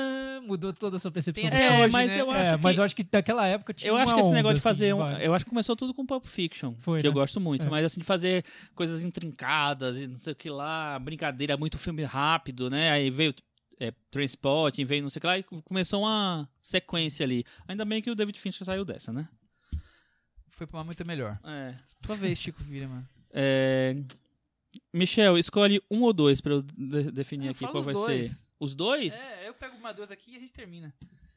Speaker 4: mudou toda essa
Speaker 2: Tem
Speaker 4: percepção.
Speaker 2: até
Speaker 4: do filme.
Speaker 2: hoje,
Speaker 3: mas
Speaker 2: né?
Speaker 3: eu
Speaker 4: É,
Speaker 3: acho que,
Speaker 4: mas eu acho que daquela época tinha
Speaker 3: eu acho
Speaker 4: uma
Speaker 3: que esse
Speaker 4: onda,
Speaker 3: negócio de
Speaker 4: assim,
Speaker 3: fazer um,
Speaker 4: vai.
Speaker 3: eu acho que começou tudo com Pulp Fiction,
Speaker 4: Foi,
Speaker 3: que eu
Speaker 4: né?
Speaker 3: gosto muito,
Speaker 4: É.
Speaker 3: mas assim de fazer coisas intrincadas e não sei o que lá, brincadeira, muito filme rápido, né? Aí veio é, Transporting, veio não sei o que lá e começou uma sequência ali. Ainda bem que o David Fincher saiu dessa, né?
Speaker 2: Foi pra uma muito melhor.
Speaker 3: É.
Speaker 2: Tua vez, Chico Vira, mano.
Speaker 3: É, Michel, escolhe um ou dois pra eu de- definir
Speaker 2: É,
Speaker 3: aqui
Speaker 2: fala
Speaker 3: qual
Speaker 2: os
Speaker 3: vai
Speaker 2: dois.
Speaker 3: ser. Os dois?
Speaker 2: É, eu pego uma duas aqui e a gente termina.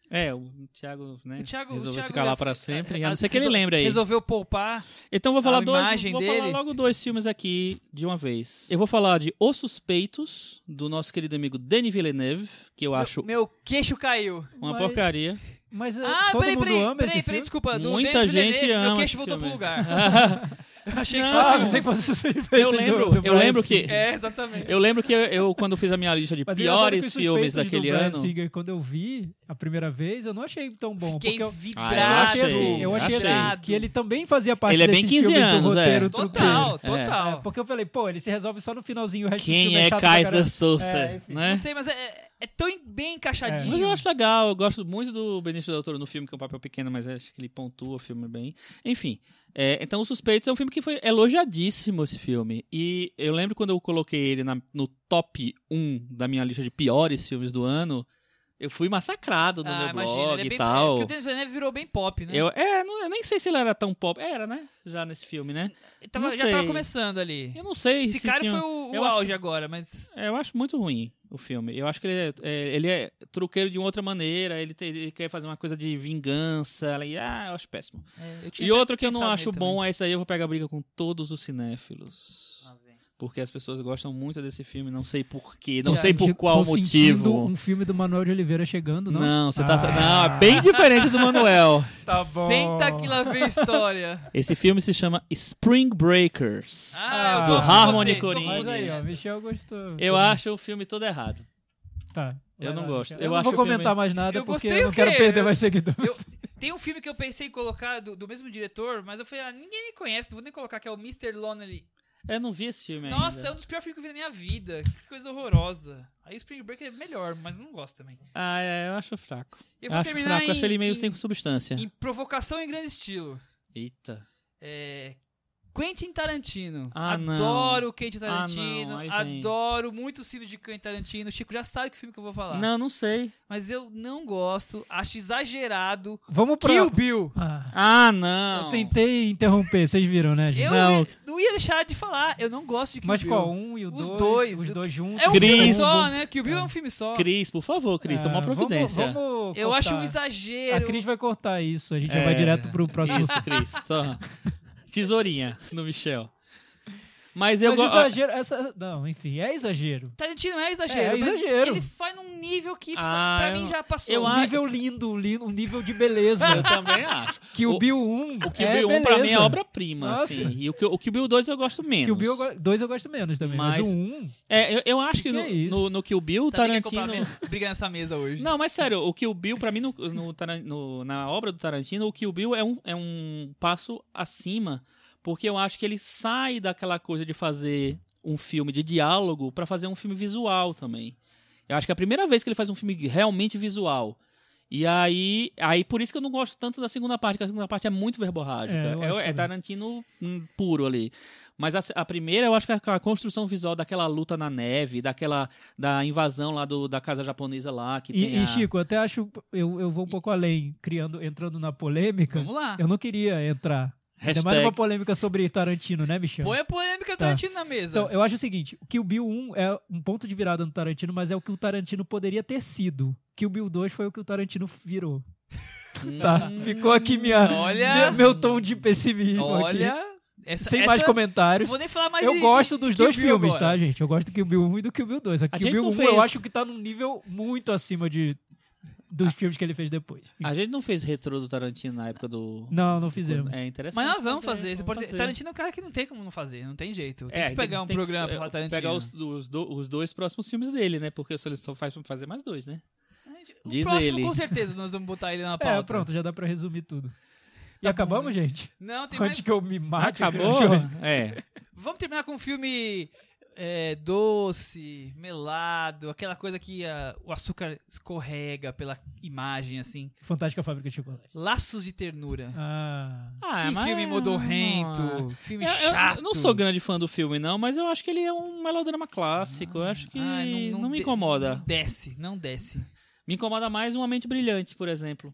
Speaker 3: É, o Thiago, né?
Speaker 2: O Thiago- o
Speaker 3: resolveu
Speaker 2: Thiago
Speaker 3: se calar
Speaker 2: é-
Speaker 3: pra sempre.
Speaker 2: é,
Speaker 3: A não ser que ele
Speaker 2: resol-
Speaker 3: lembre aí.
Speaker 2: Resolveu poupar.
Speaker 3: Então vou falar
Speaker 2: A
Speaker 3: dois,
Speaker 2: imagem
Speaker 3: vou
Speaker 2: dele.
Speaker 3: falar logo dois filmes aqui de uma vez. Eu vou falar de Os Suspeitos do nosso querido amigo Denis Villeneuve, que eu acho
Speaker 2: Meu, meu queixo caiu.
Speaker 3: uma
Speaker 4: Mas-
Speaker 3: porcaria.
Speaker 4: Mas é,
Speaker 2: Ah,
Speaker 4: todo
Speaker 2: peraí,
Speaker 4: mundo
Speaker 2: peraí,
Speaker 4: ama
Speaker 2: peraí, peraí,
Speaker 4: esse filme?
Speaker 2: desculpa. do
Speaker 3: Muita
Speaker 2: Denis
Speaker 3: gente
Speaker 2: Villeneuve, Meu
Speaker 3: ama
Speaker 2: queixo
Speaker 3: esse
Speaker 2: voltou pro
Speaker 3: filme.
Speaker 2: lugar. eu achei que
Speaker 3: Não,
Speaker 4: Ah,
Speaker 2: fosse-
Speaker 4: pensei que fosse esse efeito
Speaker 3: Eu lembro-
Speaker 4: do- do
Speaker 3: eu
Speaker 4: Brian
Speaker 3: lembro que-
Speaker 4: Singer.
Speaker 2: É, exatamente.
Speaker 3: Eu lembro que eu, eu, quando fiz a minha lista de
Speaker 4: Mas é engraçado que
Speaker 3: piores
Speaker 4: os
Speaker 3: filmes
Speaker 4: Suspeitos assim, do
Speaker 3: daquele
Speaker 4: Brian
Speaker 3: ano,
Speaker 4: Singer, quando eu vi a primeira vez, eu não achei tão bom.
Speaker 2: Fiquei
Speaker 4: porque eu,
Speaker 2: vidrado.
Speaker 4: eu
Speaker 3: Ah,
Speaker 4: achei, assim, eu achei assim,
Speaker 2: vidrado.
Speaker 4: que ele também fazia parte
Speaker 3: Ele é bem
Speaker 4: desses
Speaker 3: 15
Speaker 4: filmes do
Speaker 3: anos, é.
Speaker 4: roteiro truqueiro.
Speaker 2: Total,
Speaker 3: truqueiro. É.
Speaker 2: total.
Speaker 4: É, porque eu falei, pô, ele se resolve só no finalzinho, o resto do
Speaker 3: quem
Speaker 4: filme é
Speaker 3: é
Speaker 4: chato pra
Speaker 3: Kaiser
Speaker 4: caralho.
Speaker 3: Sousa,
Speaker 4: É, enfim.
Speaker 3: né?
Speaker 2: Não sei, mas é, é tão bem encaixadinho.
Speaker 3: Mas eu acho legal, eu gosto muito do Benício Del Toro no filme, que é um papel pequeno, mas acho que ele pontua o filme bem. Enfim, é, então Os Suspeitos é um filme que foi elogiadíssimo, esse filme. E eu lembro quando eu coloquei ele na- no top 1 da minha lista de piores filmes do ano, eu fui massacrado no meu blog
Speaker 2: ele é bem,
Speaker 3: e tal.
Speaker 2: é que o Denis Villeneuve virou bem pop, né?
Speaker 3: Eu, é, não- eu nem sei se ele era tão pop. Era, né? Já nesse filme, né?
Speaker 2: Ele tava-
Speaker 3: não
Speaker 2: já tava
Speaker 3: sei.
Speaker 2: começando ali.
Speaker 3: Eu não sei
Speaker 2: Esse
Speaker 3: se
Speaker 2: cara
Speaker 3: tinha- um-
Speaker 2: foi o, o
Speaker 3: eu acho-
Speaker 2: auge agora, mas...
Speaker 3: É, eu acho muito ruim o filme. Eu acho que ele é, é, ele é truqueiro de uma outra maneira. Ele, te- ele quer fazer uma coisa de vingança. ali, ah, eu acho péssimo.
Speaker 2: é, eu tinha
Speaker 3: E
Speaker 2: até
Speaker 3: outro que eu não
Speaker 2: pensado
Speaker 3: acho
Speaker 2: nele
Speaker 3: bom é esse aí. Eu vou pegar briga com todos os cinéfilos.
Speaker 2: também.
Speaker 3: Porque as pessoas gostam muito desse filme. Não sei porquê. Não
Speaker 2: Já
Speaker 3: sei
Speaker 4: Senti-
Speaker 3: por qual
Speaker 4: tô sentindo
Speaker 3: motivo.
Speaker 4: um filme do Manuel de Oliveira
Speaker 2: um
Speaker 4: chegando, não?
Speaker 3: Não, você tá.
Speaker 4: Ah.
Speaker 3: Não, é bem diferente do Manuel.
Speaker 4: Tá bom.
Speaker 2: Senta que lá vem a história.
Speaker 3: Esse filme se chama Spring Breakers.
Speaker 2: Ah, eu
Speaker 4: Ah.
Speaker 2: tô
Speaker 4: Do
Speaker 2: com
Speaker 3: Harmony
Speaker 2: você, tô com
Speaker 3: Corinthians.
Speaker 4: Mas
Speaker 2: você
Speaker 4: aí, ó,
Speaker 2: nessa.
Speaker 4: Michel gostou.
Speaker 3: Eu acho o filme todo errado.
Speaker 4: Tá.
Speaker 3: Eu
Speaker 4: Vai
Speaker 3: não
Speaker 4: lá,
Speaker 3: gosto.
Speaker 4: Michel.
Speaker 3: Eu
Speaker 4: não
Speaker 3: acho
Speaker 4: vou
Speaker 3: o filme-
Speaker 4: comentar mais nada
Speaker 2: Eu
Speaker 4: porque
Speaker 2: gostei
Speaker 4: eu não
Speaker 2: o
Speaker 4: quero
Speaker 2: quê?
Speaker 4: perder
Speaker 2: Eu-
Speaker 4: mais seguidores.
Speaker 2: Eu- Tem um filme que eu pensei em colocar do, do mesmo diretor, mas eu falei, ah, ninguém conhece, não vou nem colocar, que é o Mr. Lonely.
Speaker 3: Eu não vi esse filme
Speaker 2: Nossa, é
Speaker 3: ainda.
Speaker 2: um dos piores filmes que eu vi na minha vida. Que coisa horrorosa. Aí o Spring Break é melhor, mas eu não gosto também.
Speaker 3: Ah, é, eu acho fraco.
Speaker 2: Eu vou
Speaker 3: acho
Speaker 2: terminar
Speaker 3: fraco,
Speaker 2: em,
Speaker 3: acho ele meio
Speaker 2: em-
Speaker 3: sem substância.
Speaker 2: em provocação em grande estilo.
Speaker 3: Eita.
Speaker 2: É, Quentin Tarantino.
Speaker 3: Ah, não.
Speaker 2: adoro o Quentin
Speaker 3: não,
Speaker 2: Tarantino.
Speaker 3: aí vem.
Speaker 2: adoro muito os filmes de Quentin Tarantino. O Chico já sabe que filme que eu vou falar.
Speaker 3: Não, não sei.
Speaker 2: Mas eu não gosto, acho exagerado.
Speaker 4: Vamos pra...
Speaker 2: Kill Bill.
Speaker 4: Ah,
Speaker 3: Ah, não.
Speaker 4: eu tentei interromper, vocês viram, né, gente?
Speaker 2: Eu
Speaker 3: Não.
Speaker 2: não. ia deixar de falar, eu não gosto de Kill
Speaker 4: Mas
Speaker 2: Bill.
Speaker 4: qual? Um e o
Speaker 2: Os
Speaker 4: dois?
Speaker 2: dois.
Speaker 4: Os dois juntos?
Speaker 2: É um
Speaker 3: Gris.
Speaker 2: filme só, né? Kill Bill é, um filme só.
Speaker 3: Cris, por favor, Cris,
Speaker 4: Ah,
Speaker 3: toma uma providência.
Speaker 4: Vamos, vamos
Speaker 2: Eu
Speaker 4: cortar.
Speaker 2: acho um
Speaker 3: Ah,
Speaker 4: A
Speaker 2: exagero.
Speaker 4: Cris vai cortar isso, a gente já
Speaker 3: É.
Speaker 4: vai direto pro próximo.
Speaker 3: Isso, Cris. toma. Tesourinha no Michel. Mas eu
Speaker 4: Mas
Speaker 3: go-
Speaker 4: é
Speaker 3: ah,
Speaker 4: exagero, essa... Não, enfim, é exagero.
Speaker 2: Tarantino é exagero,
Speaker 4: É, é
Speaker 2: mas
Speaker 4: exagero.
Speaker 2: ele faz num nível que
Speaker 3: Ah,
Speaker 2: pra
Speaker 3: eu-
Speaker 2: mim já passou. é
Speaker 3: eu
Speaker 4: Um
Speaker 3: acho-
Speaker 4: nível lindo, li- um nível de beleza.
Speaker 3: Eu também acho.
Speaker 4: que o
Speaker 3: O-
Speaker 4: Bill 1
Speaker 3: O Kill
Speaker 4: é
Speaker 3: Bill 1 pra mim é
Speaker 4: beleza.
Speaker 3: obra-prima, assim.
Speaker 4: Nossa.
Speaker 3: E o, Kill- o Kill Bill 2 eu gosto menos.
Speaker 4: Que o Bill 2 eu gosto menos também, mas,
Speaker 3: Mas-
Speaker 4: o 1...
Speaker 3: É, eu, eu acho que,
Speaker 4: Que
Speaker 3: no,
Speaker 4: é isso?
Speaker 3: no, no Kill Bill, o
Speaker 2: Sabe quem é que eu
Speaker 3: Tarantino...
Speaker 2: tava Brigando nessa mesa hoje.
Speaker 3: Não, mas sério, o Kill Bill, pra mim, no, no Taran- no- na obra do Tarantino, o Kill Bill é um, é um passo acima, porque eu acho que ele sai daquela coisa de fazer um filme de diálogo pra fazer um filme visual também. Eu acho que é a primeira vez que ele faz um filme realmente visual. E aí, aí por isso que eu não gosto tanto da segunda parte, porque a segunda parte é muito verborrágica.
Speaker 4: É, eu acho
Speaker 3: É, é
Speaker 4: também.
Speaker 3: Tarantino hum, puro ali. Mas a, se- a primeira, eu acho que a, a construção visual daquela luta na neve, daquela da invasão lá do, da casa japonesa lá que
Speaker 4: E,
Speaker 3: tem a...
Speaker 4: e, Chico, eu até acho... Eu, eu vou um pouco além, criando, entrando na polêmica.
Speaker 2: Vamos lá.
Speaker 4: Eu não queria entrar. Ainda mais
Speaker 3: Hashtag.
Speaker 4: uma polêmica sobre Tarantino, né, Michel?
Speaker 2: Põe a polêmica do
Speaker 4: Tá.
Speaker 2: Tarantino na mesa.
Speaker 4: Então, eu acho o seguinte, que o Bill 1 é um ponto de virada no Tarantino, mas é o que o Tarantino poderia ter sido. Que o Bill 2 foi o que o Tarantino virou. Tá, ficou aqui minha,
Speaker 2: Hum. Olha.
Speaker 4: minha- meu tom de pessimismo aqui.
Speaker 2: Olha, essa,
Speaker 4: Sem
Speaker 2: essa-
Speaker 4: mais
Speaker 2: Não
Speaker 4: comentários.
Speaker 2: vou nem falar mais
Speaker 4: Eu
Speaker 2: de-
Speaker 4: gosto
Speaker 2: de-
Speaker 4: dos
Speaker 2: de
Speaker 4: dois
Speaker 2: Kill Bill
Speaker 4: filmes,
Speaker 2: agora.
Speaker 4: tá, gente? Eu gosto do Kill Bill 1 e do Kill Bill 2. Aqui
Speaker 3: gente
Speaker 4: o Bill
Speaker 3: não
Speaker 4: 1
Speaker 3: fez-
Speaker 4: eu acho que tá num nível muito acima de
Speaker 2: Ah.
Speaker 4: dos filmes que ele fez depois.
Speaker 3: A gente não fez retrô do Tarantino na época do...
Speaker 4: Não, não fizemos.
Speaker 3: É interessante.
Speaker 2: Mas nós vamos fazer.
Speaker 3: Vamos
Speaker 2: Você pode...
Speaker 3: fazer.
Speaker 2: Tarantino é um cara que não tem como não fazer, não tem jeito. Tem
Speaker 3: É,
Speaker 2: que pegar um
Speaker 3: tem que-
Speaker 2: programa
Speaker 3: é,
Speaker 2: pra falar Tarantino.
Speaker 3: Pegar os, os do- os dois próximos filmes dele, né? Porque ele só faz fazer mais dois, né?
Speaker 2: O
Speaker 3: Diz
Speaker 2: próximo,
Speaker 3: ele.
Speaker 2: com certeza, nós vamos botar ele na pauta.
Speaker 4: É, pronto, já dá pra resumir tudo. E
Speaker 2: Tá bom,
Speaker 4: acabamos, gente?
Speaker 2: Não, tem mais...
Speaker 4: Antes Ah, que eu me mate.
Speaker 3: Acabou?
Speaker 4: aqui no show.
Speaker 3: É.
Speaker 2: Vamos terminar com um filme é, doce, melado, aquela coisa que ah, o açúcar escorrega pela imagem, assim.
Speaker 4: Fantástica Fábrica de Chocolate.
Speaker 2: Laços de Ternura.
Speaker 4: Ah. é.
Speaker 3: Ah,
Speaker 2: que
Speaker 3: mas-
Speaker 2: filme modorrento, filme
Speaker 3: Eu, eu-
Speaker 2: chato.
Speaker 3: eu não sou grande fã do filme, não, mas eu acho que ele é um melodrama clássico. Eu acho que
Speaker 2: Ai,
Speaker 3: não, me
Speaker 2: de-
Speaker 3: incomoda.
Speaker 2: Não desce, não desce.
Speaker 3: Me incomoda mais Uma Mente Brilhante, por exemplo.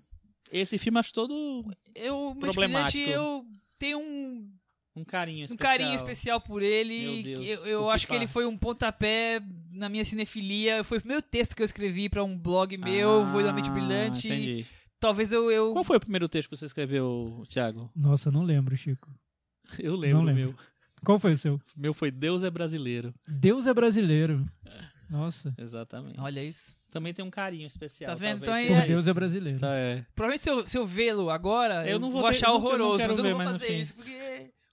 Speaker 3: Esse filme acho todo
Speaker 2: Eu, Mente
Speaker 3: Problemático.
Speaker 2: Brilhante, eu tenho um,
Speaker 3: um carinho
Speaker 2: um
Speaker 3: especial.
Speaker 2: carinho especial por ele.
Speaker 3: Meu Deus,
Speaker 2: que eu
Speaker 3: por
Speaker 2: eu
Speaker 3: que
Speaker 2: acho que ele
Speaker 3: parte?
Speaker 2: foi um pontapé na minha cinefilia. Foi o primeiro texto que eu escrevi pra um blog meu, foi da Mente
Speaker 3: Ah,
Speaker 2: Brilhante.
Speaker 3: Entendi.
Speaker 2: Talvez eu... eu...
Speaker 3: Qual foi o primeiro texto que você escreveu, Thiago?
Speaker 4: Nossa, não lembro, Chico.
Speaker 3: Eu lembro,
Speaker 4: Não
Speaker 3: o
Speaker 4: lembro.
Speaker 3: meu.
Speaker 4: Qual foi o seu?
Speaker 3: O Meu foi Deus é brasileiro.
Speaker 4: Deus é brasileiro. Nossa.
Speaker 3: Exatamente.
Speaker 2: Olha isso.
Speaker 3: Também tem um carinho especial.
Speaker 2: Tá vendo?
Speaker 3: talvez,
Speaker 2: Então é-
Speaker 4: Por
Speaker 3: por
Speaker 4: Deus
Speaker 3: isso.
Speaker 4: é brasileiro.
Speaker 3: Tá, é.
Speaker 2: Provavelmente se eu, se eu vê-lo agora,
Speaker 3: Eu
Speaker 2: eu
Speaker 3: não
Speaker 2: não
Speaker 3: vou
Speaker 2: vou,
Speaker 3: ter-
Speaker 2: achar
Speaker 3: eu não- eu não
Speaker 2: horroroso,
Speaker 3: quero
Speaker 2: mas eu
Speaker 3: ver
Speaker 2: não vou
Speaker 3: mais no
Speaker 2: fazer
Speaker 3: fim.
Speaker 2: isso, porque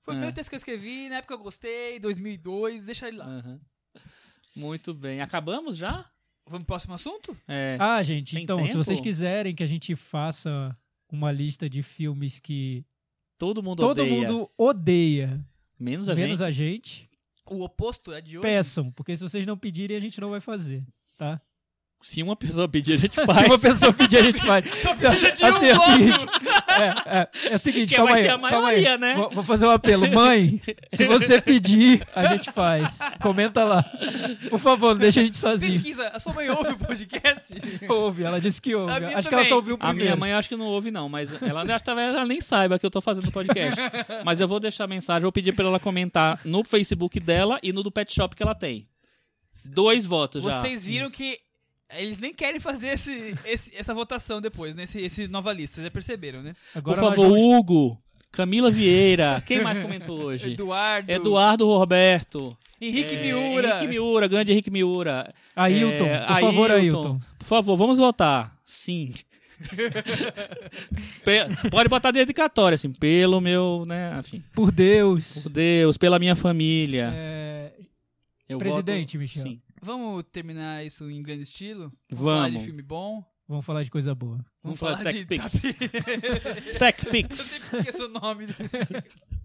Speaker 2: foi o primeiro
Speaker 3: É.
Speaker 2: texto que eu escrevi, na época eu gostei, 2002, deixa ele lá.
Speaker 3: Aham. Muito bem. Acabamos já?
Speaker 2: Vamos pro próximo assunto?
Speaker 3: É.
Speaker 4: Ah, gente,
Speaker 3: Tem
Speaker 4: então, se
Speaker 3: tempo?
Speaker 4: vocês quiserem que a gente faça uma lista de filmes que
Speaker 3: Todo mundo
Speaker 4: todo
Speaker 3: odeia.
Speaker 4: mundo odeia,
Speaker 3: Menos a
Speaker 4: menos
Speaker 3: gente.
Speaker 4: a gente,
Speaker 2: O oposto é de hoje.
Speaker 4: peçam, porque se vocês não pedirem, a gente não vai fazer, tá?
Speaker 3: Se uma pessoa pedir, a gente faz.
Speaker 4: Se uma pessoa pedir, a gente faz.
Speaker 2: Só precisa de um
Speaker 4: Assim, é o
Speaker 2: voto.
Speaker 4: seguinte, é, é, é o seguinte,
Speaker 3: Que
Speaker 4: calma
Speaker 3: vai
Speaker 4: aí,
Speaker 3: ser a
Speaker 4: calma
Speaker 3: maioria,
Speaker 4: aí.
Speaker 3: né?
Speaker 4: Vou, vou fazer um apelo. Mãe, se você pedir, a gente faz. Comenta lá. Por favor, não deixa a gente sozinho.
Speaker 2: Pesquisa, a sua mãe ouve o podcast?
Speaker 4: Ouve, ela disse que ouve.
Speaker 2: A minha
Speaker 4: Acho que ela
Speaker 2: também.
Speaker 4: só ouviu o
Speaker 3: A minha
Speaker 4: primeiro.
Speaker 3: mãe eu acho que não ouve, não, mas ela acho que talvez ela nem saiba que eu tô fazendo podcast. mas eu vou deixar mensagem, vou pedir pra ela comentar no Facebook dela e no do pet shop que ela tem. Dois votos já.
Speaker 2: Vocês viram que eles nem querem fazer esse, esse- essa votação depois, né? Esse, esse nova lista, vocês já perceberam, né?
Speaker 4: Agora
Speaker 3: Por
Speaker 4: nós
Speaker 3: favor,
Speaker 4: vamos-
Speaker 3: Hugo, Camila Vieira, quem mais comentou hoje?
Speaker 2: Eduardo,
Speaker 3: Eduardo Roberto.
Speaker 2: Henrique
Speaker 3: É,
Speaker 2: Miura.
Speaker 3: Henrique Miura, grande Henrique Miura.
Speaker 4: Ailton,
Speaker 3: É,
Speaker 4: por favor, Ailton.
Speaker 3: Por favor, vamos votar. Sim. Pe- Pode botar dedicatória, assim, pelo meu, né, enfim.
Speaker 4: Por Deus.
Speaker 3: Por Deus, pela minha família.
Speaker 4: É,
Speaker 3: Eu
Speaker 4: Presidente,
Speaker 3: voto
Speaker 4: Michel.
Speaker 3: Sim.
Speaker 2: Vamos terminar isso em grande estilo?
Speaker 3: Vamos.
Speaker 2: falar de filme bom?
Speaker 4: Vamos falar de coisa boa.
Speaker 3: Vamos falar de Tech
Speaker 2: de
Speaker 3: Pix.
Speaker 2: Eu
Speaker 3: Tech Pix.
Speaker 2: sempre esqueço o nome.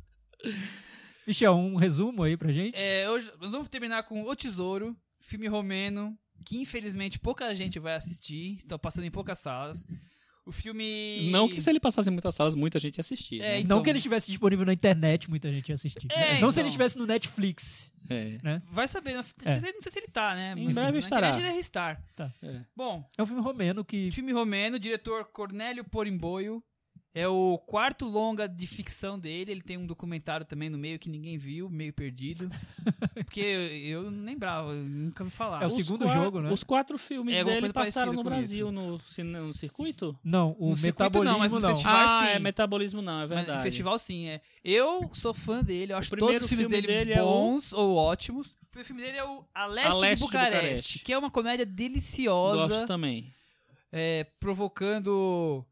Speaker 4: Michel, um resumo aí pra gente?
Speaker 2: É, hoje nós vamos terminar com O Tesouro, filme romeno, que infelizmente pouca gente vai assistir, está passando em poucas salas. O filme.
Speaker 3: Não que se ele passasse em muitas salas, muita gente assistia.
Speaker 2: É,
Speaker 3: né?
Speaker 4: Não
Speaker 2: então-
Speaker 4: que ele estivesse disponível na internet, muita gente ia assistir.
Speaker 2: É,
Speaker 4: Não se ele
Speaker 2: então.
Speaker 4: estivesse no Netflix.
Speaker 3: É.
Speaker 2: Vai saber, não,
Speaker 4: É.
Speaker 2: não sei se ele tá, né?
Speaker 3: Em
Speaker 2: Mas
Speaker 3: breve
Speaker 2: na
Speaker 3: estará.
Speaker 2: internet Ele deve estar.
Speaker 4: Tá.
Speaker 3: É.
Speaker 2: Bom,
Speaker 4: É um filme romeno que.
Speaker 2: filme romeno, diretor Cornélio Porimboio. É o quarto longa de ficção dele. Ele tem um documentário também no meio que ninguém viu, meio perdido. Porque eu não lembrava, eu nunca ouvi falar.
Speaker 4: É o
Speaker 3: Os
Speaker 4: segundo
Speaker 3: qua-
Speaker 4: jogo, né?
Speaker 3: Os quatro filmes
Speaker 2: É, alguma
Speaker 3: dele
Speaker 2: coisa parecida
Speaker 3: passaram no
Speaker 2: com
Speaker 3: Brasil, no, cine- no circuito?
Speaker 4: Não, o
Speaker 2: No circuito não,
Speaker 4: metabolismo
Speaker 2: mas
Speaker 4: não.
Speaker 2: no festival.
Speaker 3: Ah,
Speaker 2: sim.
Speaker 3: é metabolismo não, é
Speaker 2: Mas
Speaker 3: verdade.
Speaker 2: Festival sim, é. Eu sou fã dele, eu acho
Speaker 3: primeiro
Speaker 2: todos os filmes
Speaker 3: filme
Speaker 2: dele,
Speaker 3: dele é o-
Speaker 2: bons ou ótimos. O primeiro filme dele é o A Leste,
Speaker 3: A Leste
Speaker 2: de,
Speaker 3: de
Speaker 2: Bucareste,
Speaker 3: Bucareste.
Speaker 2: que é uma comédia
Speaker 3: Gosto
Speaker 2: deliciosa,
Speaker 3: também.
Speaker 2: é, provocando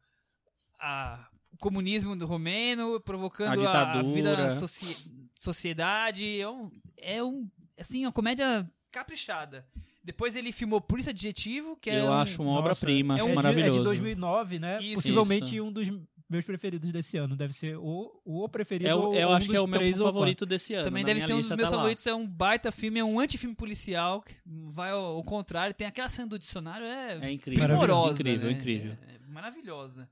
Speaker 2: a- o comunismo do romeno, provocando
Speaker 3: A
Speaker 2: a,
Speaker 3: ditadura.
Speaker 2: vida na soci- sociedade. É um, é um- assim, uma comédia caprichada. Depois ele filmou Polícia Adjetivo, que é
Speaker 3: Eu
Speaker 2: um-
Speaker 3: acho uma
Speaker 4: Nossa,
Speaker 3: obra-prima,
Speaker 2: é
Speaker 3: acho
Speaker 2: um-
Speaker 4: É de,
Speaker 3: maravilhoso.
Speaker 4: 2009, né?
Speaker 2: Isso.
Speaker 4: Possivelmente
Speaker 3: Isso.
Speaker 4: um dos meus preferidos desse ano. Deve ser o, o preferido.
Speaker 3: É o-
Speaker 4: ou
Speaker 3: eu
Speaker 4: um
Speaker 3: acho que é
Speaker 4: dos
Speaker 3: o meu
Speaker 4: três ou
Speaker 3: favorito desse ano.
Speaker 2: Também
Speaker 3: na
Speaker 2: deve
Speaker 3: minha
Speaker 2: ser um dos
Speaker 3: lista
Speaker 2: meus
Speaker 3: tá lá.
Speaker 2: favoritos. É um baita filme, é um antifilme policial. que Vai ao, ao contrário, tem aquela cena do dicionário, é,
Speaker 3: É incrível.
Speaker 2: primorosa.
Speaker 3: Incrível,
Speaker 2: né?
Speaker 3: incrível.
Speaker 2: É- é maravilhosa.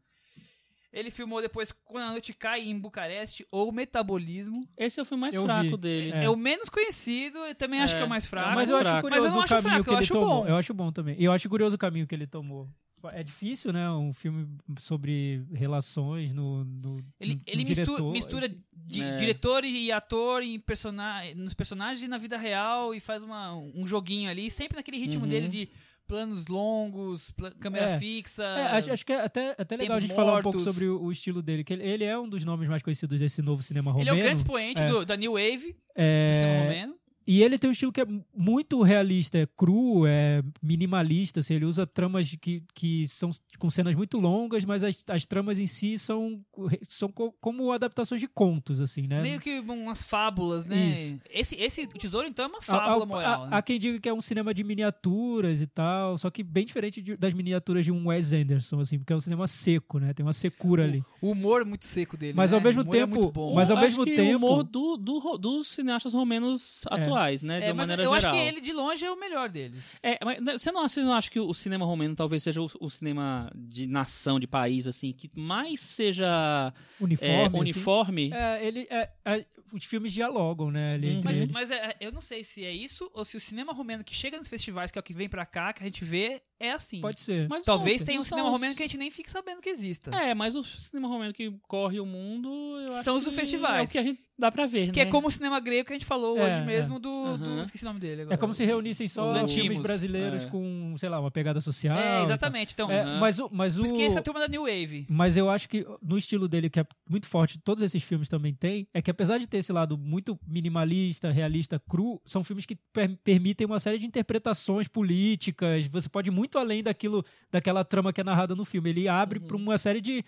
Speaker 2: Ele filmou depois Quando a Noite Cai em Bucareste ou Metabolismo.
Speaker 3: Esse é o filme mais
Speaker 4: Eu
Speaker 3: fraco
Speaker 4: vi.
Speaker 3: dele.
Speaker 4: É.
Speaker 2: É. o menos conhecido, eu também acho
Speaker 3: É.
Speaker 2: que é o mais fraco.
Speaker 4: mas eu
Speaker 3: fraco.
Speaker 4: acho
Speaker 3: Mas
Speaker 4: curioso
Speaker 2: eu não
Speaker 4: o
Speaker 2: acho
Speaker 4: caminho
Speaker 2: fraco,
Speaker 4: que
Speaker 2: eu
Speaker 4: ele
Speaker 2: acho
Speaker 4: tomou. É um
Speaker 2: bom.
Speaker 4: Eu acho bom também. E eu acho curioso o caminho que ele tomou. É difícil, né? Um filme sobre relações no. no
Speaker 2: Ele,
Speaker 4: no
Speaker 2: ele mistura,
Speaker 4: diretor.
Speaker 2: mistura di-
Speaker 3: É.
Speaker 2: diretor e ator em persona- nos personagens e na vida real e faz uma- um joguinho ali, sempre naquele ritmo
Speaker 3: Uhum.
Speaker 2: dele de planos longos, pla- câmera
Speaker 4: É.
Speaker 2: fixa.
Speaker 4: É, acho, acho que é até, até legal a
Speaker 2: Tempos
Speaker 4: gente falar um pouco
Speaker 2: Mortos.
Speaker 4: sobre o, o estilo dele, que ele, ele é um dos nomes mais conhecidos desse novo cinema
Speaker 2: Ele
Speaker 4: romeno.
Speaker 2: é o grande expoente
Speaker 4: É.
Speaker 2: do- da New Wave, do cinema
Speaker 4: É,
Speaker 2: romeno.
Speaker 4: e ele tem um estilo que é muito realista, é cru, é minimalista. Assim, ele usa tramas que, que são com cenas muito longas, mas as, as tramas em si são, são co- como adaptações de contos, assim, né?
Speaker 2: Meio que umas fábulas, né?
Speaker 4: Isso.
Speaker 2: Esse, esse tesouro, então, é uma
Speaker 4: Há- há-
Speaker 2: fábula
Speaker 4: há-
Speaker 2: moral.
Speaker 4: há,
Speaker 2: né?
Speaker 4: quem diga que é um cinema de miniaturas e tal, só que bem diferente de- das miniaturas de um Wes Anderson, assim, porque é um cinema seco, né? Tem uma secura ali.
Speaker 2: O humor muito seco dele.
Speaker 4: Mas
Speaker 2: né?
Speaker 4: ao mesmo
Speaker 2: O humor é
Speaker 4: tempo-
Speaker 2: muito bom.
Speaker 4: mas
Speaker 3: Eu
Speaker 4: ao
Speaker 3: acho
Speaker 4: mesmo
Speaker 3: que
Speaker 4: tempo-
Speaker 3: O humor do, do ro- dos cineastas romenos atuais, né? De
Speaker 2: É,
Speaker 3: uma
Speaker 2: mas eu
Speaker 3: maneira
Speaker 2: acho
Speaker 3: geral.
Speaker 2: que ele, de longe, é o melhor deles.
Speaker 3: É, mas né, você não, acha- você não acha que o cinema romeno talvez seja o, o cinema de nação, de país, assim, que mais seja
Speaker 4: Uniforme.
Speaker 3: é,
Speaker 4: assim.
Speaker 3: uniforme?
Speaker 4: É, ele, é, é, os filmes dialogam, né? ali
Speaker 3: Hum.
Speaker 4: entre
Speaker 2: Mas,
Speaker 4: eles.
Speaker 2: mas é- eu não sei se é isso ou se o cinema romeno que chega nos festivais, que é o que vem pra cá, que a gente vê, é assim.
Speaker 4: Pode ser.
Speaker 3: Mas
Speaker 2: Talvez
Speaker 3: são-
Speaker 2: tenha um
Speaker 3: não são
Speaker 2: cinema
Speaker 3: os-
Speaker 2: romeno que a gente nem fique sabendo que exista.
Speaker 3: É, mas o cinema romeno que corre o mundo, eu acho
Speaker 2: São os do
Speaker 3: que
Speaker 2: festivais.
Speaker 3: É o que a gente dá pra ver,
Speaker 2: Que
Speaker 3: né?
Speaker 2: é como o cinema grego que a gente falou
Speaker 4: É,
Speaker 2: hoje mesmo do, do-
Speaker 3: Aham.
Speaker 2: Esqueci o nome dele agora.
Speaker 4: É como se reunissem só
Speaker 2: Os
Speaker 4: filmes
Speaker 2: antigos,
Speaker 4: brasileiros
Speaker 3: é.
Speaker 4: com, sei lá, uma pegada social.
Speaker 2: É,
Speaker 4: e
Speaker 2: exatamente. Então,
Speaker 4: tal. É,
Speaker 3: Uhum.
Speaker 4: Mas o. Mas o
Speaker 2: por isso que essa é a turma da New Wave.
Speaker 4: mas eu acho que no estilo dele, que é muito forte, todos esses filmes também têm, é que apesar de ter esse lado muito minimalista, realista, cru, são filmes que per- permitem uma série de interpretações políticas. Você pode ir muito além daquilo, daquela trama que é narrada no filme. Ele abre
Speaker 2: Uhum.
Speaker 4: para uma série de.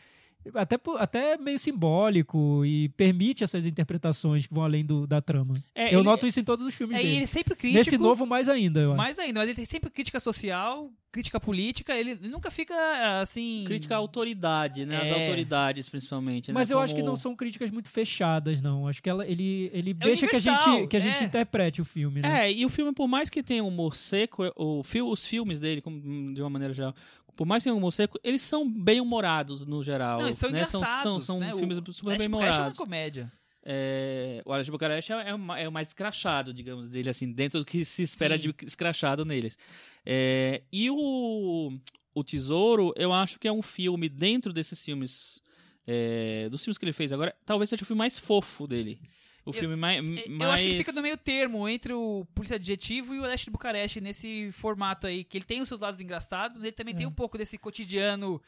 Speaker 4: Até, po- até meio simbólico e permite essas interpretações que vão além do- da trama.
Speaker 3: É,
Speaker 4: eu
Speaker 3: ele-
Speaker 4: noto isso em todos os filmes
Speaker 2: É, e
Speaker 4: dele.
Speaker 2: ele sempre crítico.
Speaker 4: Nesse novo, mais ainda, eu acho.
Speaker 2: mais ainda, mas ele tem sempre crítica social, crítica política, ele nunca fica assim.
Speaker 3: Crítica à autoridade, né? As
Speaker 2: É.
Speaker 3: autoridades, principalmente. né?
Speaker 4: Mas eu acho que
Speaker 3: Como-
Speaker 4: não são críticas muito fechadas, não. Acho que ela, ele, ele deixa que a,
Speaker 2: É universal,
Speaker 4: gente, que a gente
Speaker 2: é.
Speaker 4: interprete o filme, né?
Speaker 2: Uhum.
Speaker 3: É, e o filme, por mais que tenha humor seco, o fil- os filmes dele, como- de uma maneira geral, por mais que tenha humor seco, eles são bem-humorados no geral.
Speaker 2: Não, eles são
Speaker 3: né? São,
Speaker 2: engraçados,
Speaker 3: são
Speaker 2: né? O-
Speaker 3: filmes super
Speaker 2: Ash Bucarest é uma
Speaker 3: bem-humorados.
Speaker 2: comédia.
Speaker 3: É, o Alex de Bucareste é, é o ma- é o mais escrachado, digamos, dele, assim, dentro do que se espera
Speaker 2: Sim.
Speaker 3: de escrachado neles. É, e o, o Tesouro, eu acho que é um filme, dentro desses filmes, é, dos filmes que ele fez agora, talvez seja o filme mais fofo dele. O
Speaker 2: Eu-
Speaker 3: filme mais,
Speaker 2: É, Eu acho que ele fica no meio termo entre o Polícia Adjetivo e o Leste de Bucareste nesse formato aí, que ele tem os seus lados engraçados, mas ele também
Speaker 4: É.
Speaker 2: tem um pouco desse cotidiano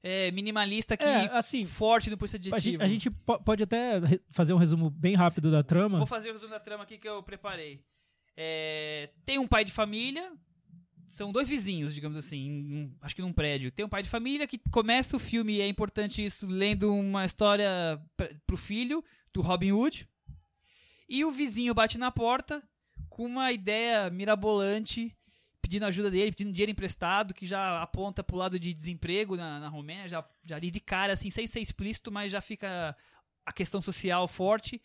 Speaker 2: é, minimalista que
Speaker 4: É, assim,
Speaker 2: forte no Polícia Adjetivo.
Speaker 4: a gente, a gente po- pode até re- fazer um resumo bem rápido da trama.
Speaker 2: Vou fazer o resumo da trama aqui que eu preparei. É, tem um pai de família. São dois vizinhos, digamos assim, em um- acho que num prédio. Tem um pai de família que começa o filme, e é importante isso, lendo uma história pra- pro filho, do Robin Hood. E o vizinho bate na porta com uma ideia mirabolante pedindo ajuda dele, pedindo dinheiro emprestado, que já aponta pro lado de desemprego na, na Romênia, já, já ali de cara, assim, sem ser explícito, mas já fica a questão social forte.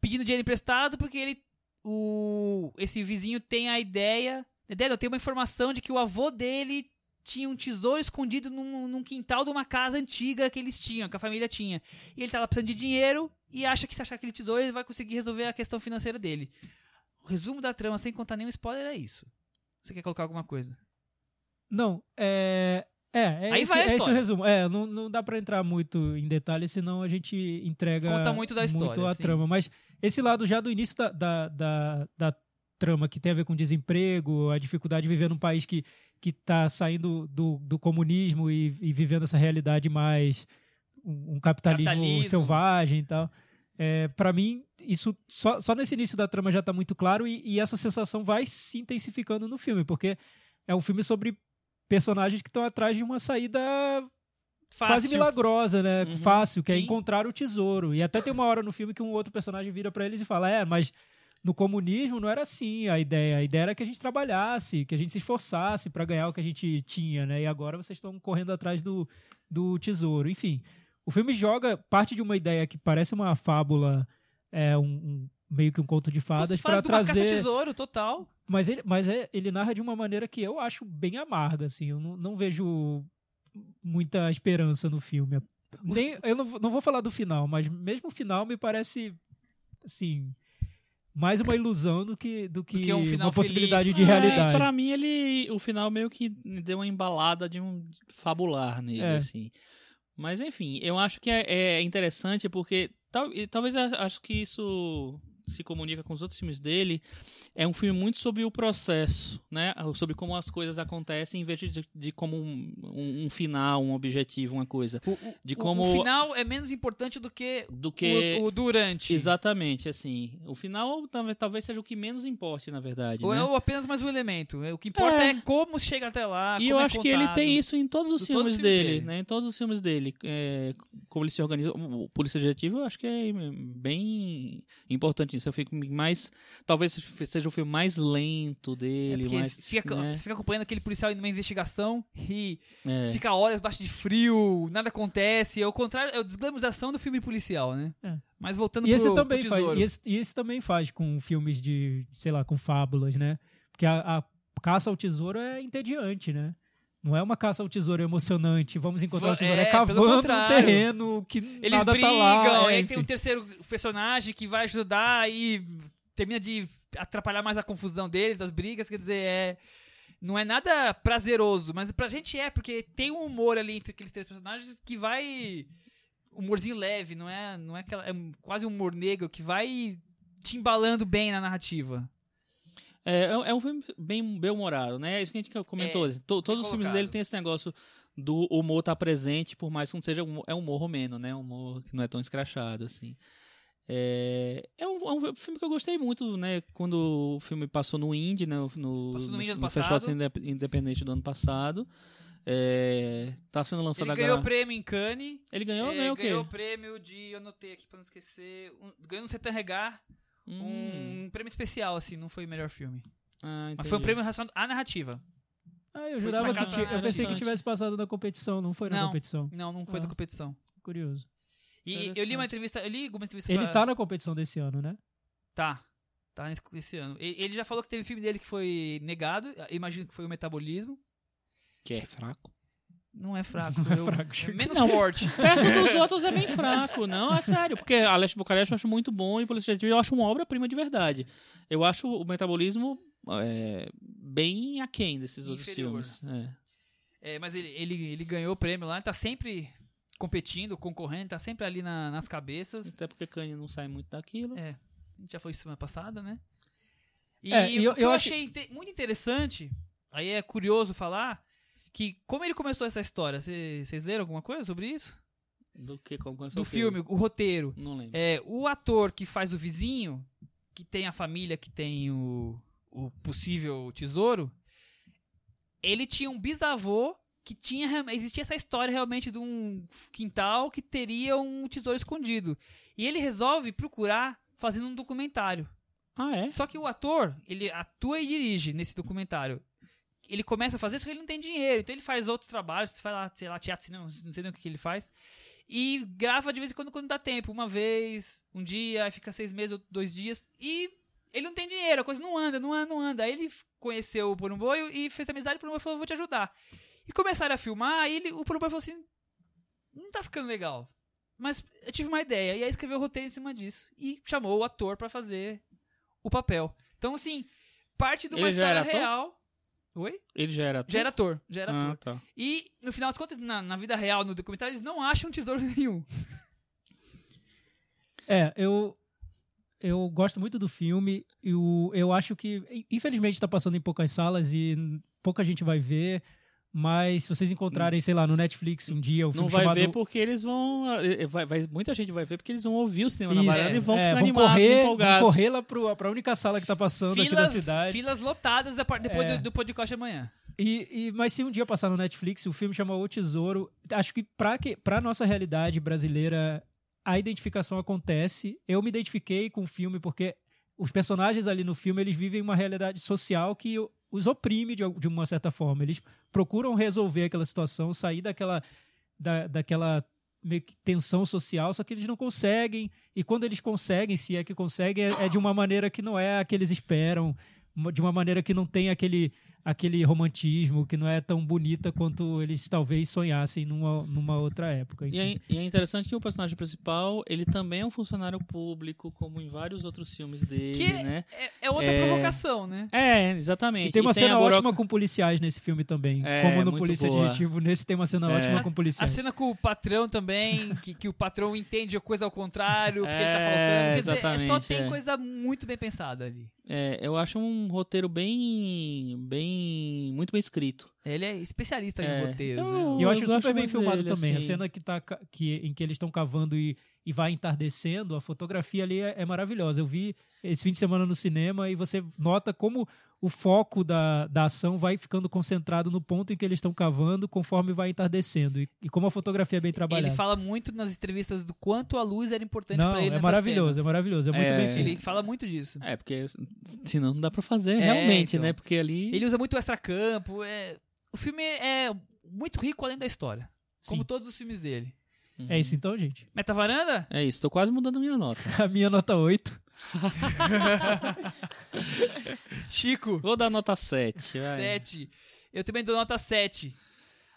Speaker 2: Pedindo dinheiro emprestado porque ele, o, esse vizinho tem a ideia, ideia não, tem uma informação de que o avô dele tinha um tesouro escondido num, num quintal de uma casa antiga que eles tinham, que a família tinha. E ele tá lá precisando de dinheiro e acha que se achar aquele tesouro ele vai conseguir resolver a questão financeira dele. O resumo da trama, sem contar nenhum spoiler, é isso. Você quer colocar alguma coisa?
Speaker 4: Não, é. É, é,
Speaker 2: Aí
Speaker 4: esse,
Speaker 2: vai a
Speaker 4: é esse o
Speaker 2: história.
Speaker 4: resumo. É, não, não dá pra entrar muito em detalhes, senão a gente entrega
Speaker 2: Conta muito da história,
Speaker 4: a
Speaker 2: sim.
Speaker 4: trama. Mas esse lado já do início da, da, da, da trama, que tem a ver com desemprego, a dificuldade de viver num país que, que tá saindo do, do comunismo e, e vivendo essa realidade mais um, um capitalismo,
Speaker 2: Capitalismo.
Speaker 4: selvagem e tal. É, para mim, isso só, só nesse início da trama já tá muito claro e, e essa sensação vai se intensificando no filme, porque é um filme sobre personagens que estão atrás de uma saída quase
Speaker 2: Fácil.
Speaker 4: milagrosa, né?
Speaker 3: Uhum.
Speaker 4: Fácil, que é
Speaker 2: Sim.
Speaker 4: encontrar o tesouro. E até tem uma hora no filme que um outro personagem vira pra eles e fala: "É, mas no comunismo não era assim a ideia. A ideia era que a gente trabalhasse, que a gente se esforçasse pra ganhar o que a gente tinha, né? E agora vocês estão correndo atrás do, do tesouro. Enfim, o filme joga parte de uma ideia que parece uma fábula, é um, um- meio que um conto de
Speaker 2: Todas
Speaker 4: fadas
Speaker 2: as frases
Speaker 4: pra
Speaker 2: de uma caça ao
Speaker 4: trazer
Speaker 2: tesouro, total.
Speaker 4: mas ele, mas é- ele narra de uma maneira que eu acho bem amarga, assim. Eu não, não vejo muita esperança no filme. Nem, eu não, vou- não vou falar do final, mas mesmo o final me parece, assim, mais uma ilusão do que, do que,
Speaker 2: que um final
Speaker 4: uma possibilidade
Speaker 2: feliz.
Speaker 4: de
Speaker 2: É,
Speaker 4: realidade.
Speaker 3: pra mim, ele. O final meio que deu uma embalada de um fabular nele,
Speaker 4: É.
Speaker 3: assim. Mas enfim, eu acho que é, é interessante porque. tal- e talvez a- acho que isso se comunica com os outros filmes dele. É um filme muito sobre o processo, né? Sobre como as coisas acontecem em vez de, de como um, um- um final, um objetivo, uma coisa.
Speaker 2: O, o-
Speaker 3: De
Speaker 2: o-
Speaker 3: como-
Speaker 2: o final é menos importante do que,
Speaker 3: Do que.
Speaker 2: o, o durante.
Speaker 3: Exatamente, assim. O final talvez- talvez seja o que menos importe, na verdade.
Speaker 2: Ou
Speaker 3: né?
Speaker 2: é o- apenas mais um elemento. O que importa é,
Speaker 3: É.
Speaker 2: como chega até lá.
Speaker 3: E
Speaker 2: como
Speaker 3: eu
Speaker 2: é
Speaker 3: acho que ele
Speaker 2: contado.
Speaker 3: tem isso em todos os
Speaker 2: Do
Speaker 3: filmes
Speaker 2: todos os filmes
Speaker 3: dele,
Speaker 2: dele.
Speaker 3: né? Em todos os filmes dele. É, como ele se organiza. O Polícia Objetivo eu acho que é bem importante isso. Eu fico mais. Talvez seja o filme mais lento
Speaker 2: É
Speaker 3: dele.
Speaker 2: porque
Speaker 3: mais,
Speaker 2: fica,
Speaker 3: né?
Speaker 2: Você fica acompanhando aquele policial indo numa investigação e
Speaker 3: É.
Speaker 2: fica horas baixo de frio, nada acontece. É o contrário, é a desglamorização do filme policial, né?
Speaker 4: É.
Speaker 2: Mas voltando
Speaker 4: E esse
Speaker 2: pro,
Speaker 4: também
Speaker 2: pro
Speaker 4: faz.
Speaker 2: tesouro.
Speaker 4: E esse, e esse também faz com filmes de, sei lá, com fábulas, né? Porque a, a caça ao tesouro é entediante, né? Não é uma caça ao tesouro emocionante. Vamos encontrar
Speaker 2: Va-
Speaker 4: o tesouro.
Speaker 2: é,
Speaker 4: É,
Speaker 2: pelo
Speaker 4: cavando um
Speaker 2: contrário.
Speaker 4: terreno que
Speaker 2: Eles
Speaker 4: nada
Speaker 2: brigam,
Speaker 4: tá lá.
Speaker 2: e
Speaker 4: é,
Speaker 2: aí tem um
Speaker 4: enfim.
Speaker 2: terceiro personagem que vai ajudar e termina de atrapalhar mais a confusão deles, das brigas, quer dizer, é. Não é nada prazeroso, mas pra gente é, porque tem um humor ali entre aqueles três personagens que vai. Humorzinho leve, não é, não é aquela. É quase um humor negro que vai te embalando bem na narrativa.
Speaker 3: É, é um- é um filme bem bem-humorado, né? É isso que a gente comentou. assim, to- todos os filmes
Speaker 2: colocado.
Speaker 3: dele tem esse negócio do humor estar presente, por mais que não seja um, é um humor romeno, né? Um humor que não é tão escrachado, assim. É, é um, é um filme que eu gostei muito, né? Quando o filme passou no Indie, né? No,
Speaker 2: Passou no Indie ano
Speaker 3: Festival de
Speaker 2: passado.
Speaker 3: Cinema Indep- Independente do ano passado. É, tá sendo lançado
Speaker 2: Ele
Speaker 3: agora...
Speaker 2: ganhou o prêmio em Cannes.
Speaker 3: Ele ganhou?
Speaker 2: é,
Speaker 3: ganhou o quê?
Speaker 2: ganhou o prêmio de. Eu anotei aqui pra não esquecer. um- ganhou no Setan Regar
Speaker 3: Hum,
Speaker 2: um prêmio especial, assim, não foi o melhor filme.
Speaker 3: ah,
Speaker 2: Mas foi um
Speaker 3: entendi.
Speaker 2: prêmio relacionado à narrativa.
Speaker 4: Ah, eu jurava que
Speaker 2: destacado
Speaker 4: ti-
Speaker 2: na
Speaker 4: eu pensei que
Speaker 3: interessante.
Speaker 4: tivesse passado na competição, não foi na
Speaker 2: Não.
Speaker 4: competição.
Speaker 2: Não, não foi
Speaker 4: Ah.
Speaker 2: da competição.
Speaker 4: Curioso.
Speaker 2: E eu li
Speaker 3: Interessante.
Speaker 2: uma entrevista, eu li alguma entrevista
Speaker 4: Ele
Speaker 2: pra-
Speaker 4: tá na competição desse ano, né?
Speaker 2: Tá. Tá nesse, esse ano. E- Ele já falou que teve filme dele que foi negado, eu imagino que foi o Metabolismo.
Speaker 3: Que é fraco.
Speaker 2: Não é fraco, não é,
Speaker 4: fraco, acho que
Speaker 2: menos
Speaker 3: não.
Speaker 2: forte.
Speaker 3: Perto dos outros é bem fraco, não, é sério. Porque a Leste Bucareste eu acho muito bom e Polícia Detective eu acho uma obra-prima de verdade. Eu acho o metabolismo é, bem aquém desses outros
Speaker 2: Inferior.
Speaker 3: filmes. é.
Speaker 2: É, mas ele, ele, ele ganhou o prêmio lá, tá sempre competindo, concorrendo, tá sempre ali na- nas cabeças.
Speaker 3: Até porque Kanye não sai muito daquilo.
Speaker 2: É, a gente já foi semana passada, né? E
Speaker 4: É, e eu-
Speaker 2: eu,
Speaker 4: eu
Speaker 2: eu
Speaker 4: achei-
Speaker 2: achei inte- muito interessante, aí é curioso falar, que como ele começou essa história, Cê- vocês leram alguma coisa sobre isso?
Speaker 3: Do que como, como-
Speaker 2: Do
Speaker 3: o quê?
Speaker 2: filme, o roteiro.
Speaker 3: Não lembro.
Speaker 2: É, o ator que faz o vizinho, que tem a família, que tem o, o possível tesouro, ele tinha um bisavô que tinha real- existia essa história realmente de um quintal que teria um tesouro escondido. E ele resolve procurar fazendo um documentário.
Speaker 3: Ah, é?
Speaker 2: Só que o ator, ele atua e dirige nesse documentário. ele começa a fazer, só que ele não tem dinheiro. Então ele faz outros trabalhos, faz lá, sei lá, teatro, cinema, não sei nem o que, que ele faz. E grava de vez em quando, quando dá tempo. Uma vez, um dia, aí fica seis meses, outro- dois dias. E ele não tem dinheiro, a coisa não anda, não anda, não anda. Aí ele f- conheceu o Porumboio e fez amizade, o Porumboio falou, vou te ajudar. E começaram a filmar, aí ele, o Porumboio falou assim, não tá ficando legal. Mas eu tive uma ideia, e aí escreveu o roteiro em cima disso. E chamou o ator pra fazer o papel. Então, assim, parte de uma
Speaker 3: Ele já era
Speaker 2: história
Speaker 3: ator?
Speaker 2: real... Oi?
Speaker 3: Ele já era.
Speaker 2: Já era ator, já era
Speaker 3: Ah,
Speaker 2: ator.
Speaker 3: tá.
Speaker 4: Um
Speaker 2: E, no final das contas, na, na vida real, no documentário, eles não acham tesouro nenhum.
Speaker 4: É, eu eu gosto muito do filme. Eu, eu acho que, in- infelizmente, está passando em poucas salas e n- pouca gente vai ver. Mas se vocês encontrarem, sei lá, no Netflix um dia, um
Speaker 3: Não
Speaker 4: filme
Speaker 3: vai
Speaker 4: chamado...
Speaker 3: ver porque eles vão. eh, eh, vai- vai- muita gente vai ver porque eles vão ouvir o cinema na
Speaker 4: Isso,
Speaker 3: varanda e vão
Speaker 4: é,
Speaker 3: ficar
Speaker 4: vão
Speaker 3: animados,
Speaker 4: correr,
Speaker 3: empolgados.
Speaker 4: Vão correr lá pro, pra única sala que tá passando aqui na
Speaker 2: Filas,
Speaker 4: cidade.
Speaker 2: filas lotadas da par- depois
Speaker 4: É.
Speaker 2: do, do podcast amanhã.
Speaker 4: E, e- mas se um dia passar no Netflix, o filme chama O Tesouro. Acho que pra, que pra nossa realidade brasileira, a identificação acontece. Eu me identifiquei com o filme porque os personagens ali no filme, eles vivem uma realidade social que o- os oprime de, al- de uma certa forma. Eles procuram resolver aquela situação, sair daquela, da, daquela meio que tensão social, só que eles não conseguem. E quando eles conseguem, se é que conseguem, é, é de uma maneira que não é a que eles esperam, uma- de uma maneira que não tem aquele, aquele romantismo, que não é tão bonita quanto eles talvez sonhassem numa, numa outra época.
Speaker 3: E
Speaker 4: enfim.
Speaker 3: é, e é interessante que o personagem principal, ele também é um funcionário público, como em vários outros filmes dele,
Speaker 2: Que-
Speaker 3: né?
Speaker 2: É, é outra
Speaker 3: É.
Speaker 2: provocação, né?
Speaker 3: É,
Speaker 4: E
Speaker 3: exatamente.
Speaker 4: tem uma
Speaker 3: a
Speaker 4: cena
Speaker 3: buroc-
Speaker 4: ótima com policiais nesse filme também.
Speaker 3: É,
Speaker 4: como no
Speaker 3: muito
Speaker 4: Polícia
Speaker 3: boa.
Speaker 4: Adjetivo, nesse tem uma cena
Speaker 3: É.
Speaker 4: ótima com
Speaker 2: A
Speaker 4: policiais.
Speaker 2: cena com o patrão também, que, que o patrão entende a coisa ao contrário, porque ele tá
Speaker 3: É,
Speaker 2: faltando. Quer dizer, é só
Speaker 3: exatamente,
Speaker 2: tem
Speaker 3: é.
Speaker 2: coisa muito bem pensada ali.
Speaker 3: É, eu acho um roteiro bem. bem. muito bem escrito.
Speaker 2: Ele é especialista
Speaker 3: É.
Speaker 2: em roteiros,
Speaker 3: Eu-
Speaker 2: né?
Speaker 4: E eu acho
Speaker 3: gosto
Speaker 4: super bem
Speaker 3: muito
Speaker 4: filmado
Speaker 3: dele,
Speaker 4: também. A
Speaker 3: assim.
Speaker 4: cena que tá, ca- que, em que eles estão cavando e, e vai entardecendo, a fotografia ali é, é maravilhosa. Eu vi esse fim de semana no cinema e você nota como o foco da, da ação vai ficando concentrado no ponto em que eles estão cavando conforme vai entardecendo. E, e como a fotografia é bem trabalhada.
Speaker 2: Ele fala muito nas entrevistas do quanto a luz era importante
Speaker 4: Não,
Speaker 2: pra ele.
Speaker 4: é
Speaker 2: nessas
Speaker 4: maravilhoso, é
Speaker 2: cenas.
Speaker 4: maravilhoso. É muito
Speaker 3: É.
Speaker 4: bem feito.
Speaker 2: Ele fala muito disso.
Speaker 3: É, porque senão não dá pra fazer
Speaker 2: É,
Speaker 3: realmente,
Speaker 2: então.
Speaker 3: né? Porque ali.
Speaker 2: Ele usa muito o extracampo. É... O filme é muito rico além da história. Como
Speaker 4: Sim.
Speaker 2: todos os filmes dele.
Speaker 4: É isso então, gente.
Speaker 2: Metavaranda?
Speaker 3: É isso, tô quase mudando a minha nota.
Speaker 4: A minha nota 8.
Speaker 2: Chico,
Speaker 3: Vou dar nota 7. vai.
Speaker 2: 7. Eu também dou nota 7.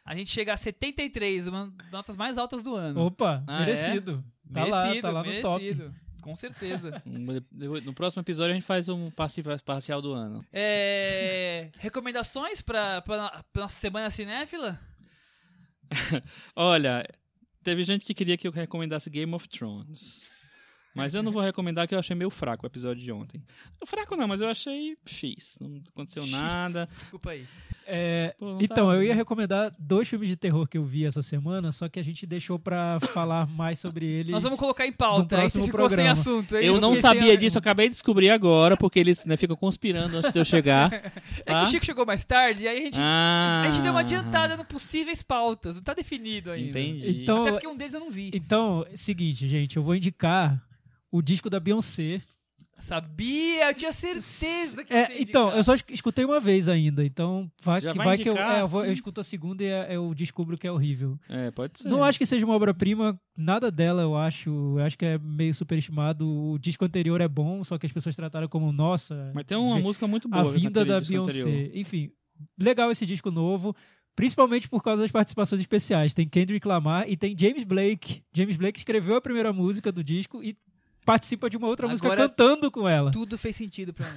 Speaker 2: A gente chega a 73, uma das notas mais altas do ano.
Speaker 4: Opa,
Speaker 3: Ah, é?
Speaker 4: merecido. Tá lá, tá lá no top.
Speaker 2: top. Com certeza.
Speaker 3: Hum, depois- No próximo episódio a gente faz um passi- parcial do ano.
Speaker 2: É, recomendações pra, pra, pra nossa semana cinéfila?
Speaker 3: Olha, teve gente que queria que eu recomendasse Game of Thrones. Mas eu não vou recomendar que eu achei meio fraco o episódio de ontem. Fraco não, mas eu achei X. Não aconteceu
Speaker 2: X.
Speaker 3: nada.
Speaker 2: Desculpa aí.
Speaker 4: É,
Speaker 3: Pô, não tá-
Speaker 4: Então, eu ia recomendar dois filmes de terror que eu vi essa semana, só que a gente deixou pra falar mais sobre eles.
Speaker 2: Nós vamos colocar em
Speaker 4: No
Speaker 2: pauta. Aí você
Speaker 4: próximo
Speaker 2: ficou sem
Speaker 4: programa.
Speaker 2: assunto. é
Speaker 3: Eu
Speaker 2: isso?
Speaker 3: não
Speaker 4: esqueci
Speaker 3: sabia
Speaker 4: a-
Speaker 3: disso, eu acabei de descobrir agora, porque eles né, ficam conspirando antes de eu chegar.
Speaker 2: É que o Chico chegou mais tarde, aí a gente,
Speaker 3: Ah,
Speaker 2: a gente deu uma adiantada no possíveis pautas. Não tá definido ainda.
Speaker 3: Entendi.
Speaker 4: Então,
Speaker 2: Até porque um deles eu não vi.
Speaker 4: então, é o seguinte, gente, eu vou indicar o disco da Beyoncé.
Speaker 2: Sabia, eu tinha certeza que
Speaker 4: É,
Speaker 2: você ia
Speaker 4: então,
Speaker 2: indicar.
Speaker 4: eu só es- escutei uma vez ainda, então vai
Speaker 3: Já
Speaker 4: que
Speaker 3: vai
Speaker 4: vai que eu,
Speaker 3: indicar,
Speaker 4: é, eu, vou- eu
Speaker 3: assim?
Speaker 4: escuto a segunda e é- eu descubro que é horrível.
Speaker 3: É, pode ser.
Speaker 4: Não acho que seja uma obra-prima, nada dela, eu acho. Eu acho que é meio superestimado. O disco anterior é bom, só que as pessoas trataram como nossa.
Speaker 3: Mas tem uma
Speaker 4: vê-
Speaker 3: música muito boa.
Speaker 4: a vinda
Speaker 3: naquele
Speaker 4: da
Speaker 3: disco
Speaker 4: Beyoncé.
Speaker 3: anterior.
Speaker 4: Enfim, legal esse disco novo, principalmente por causa das participações especiais. Tem Kendrick Lamar e tem James Blake. James Blake escreveu a primeira música do disco e participa de uma outra música
Speaker 2: Agora-
Speaker 4: cantando com ela.
Speaker 2: Tudo fez sentido pra mim.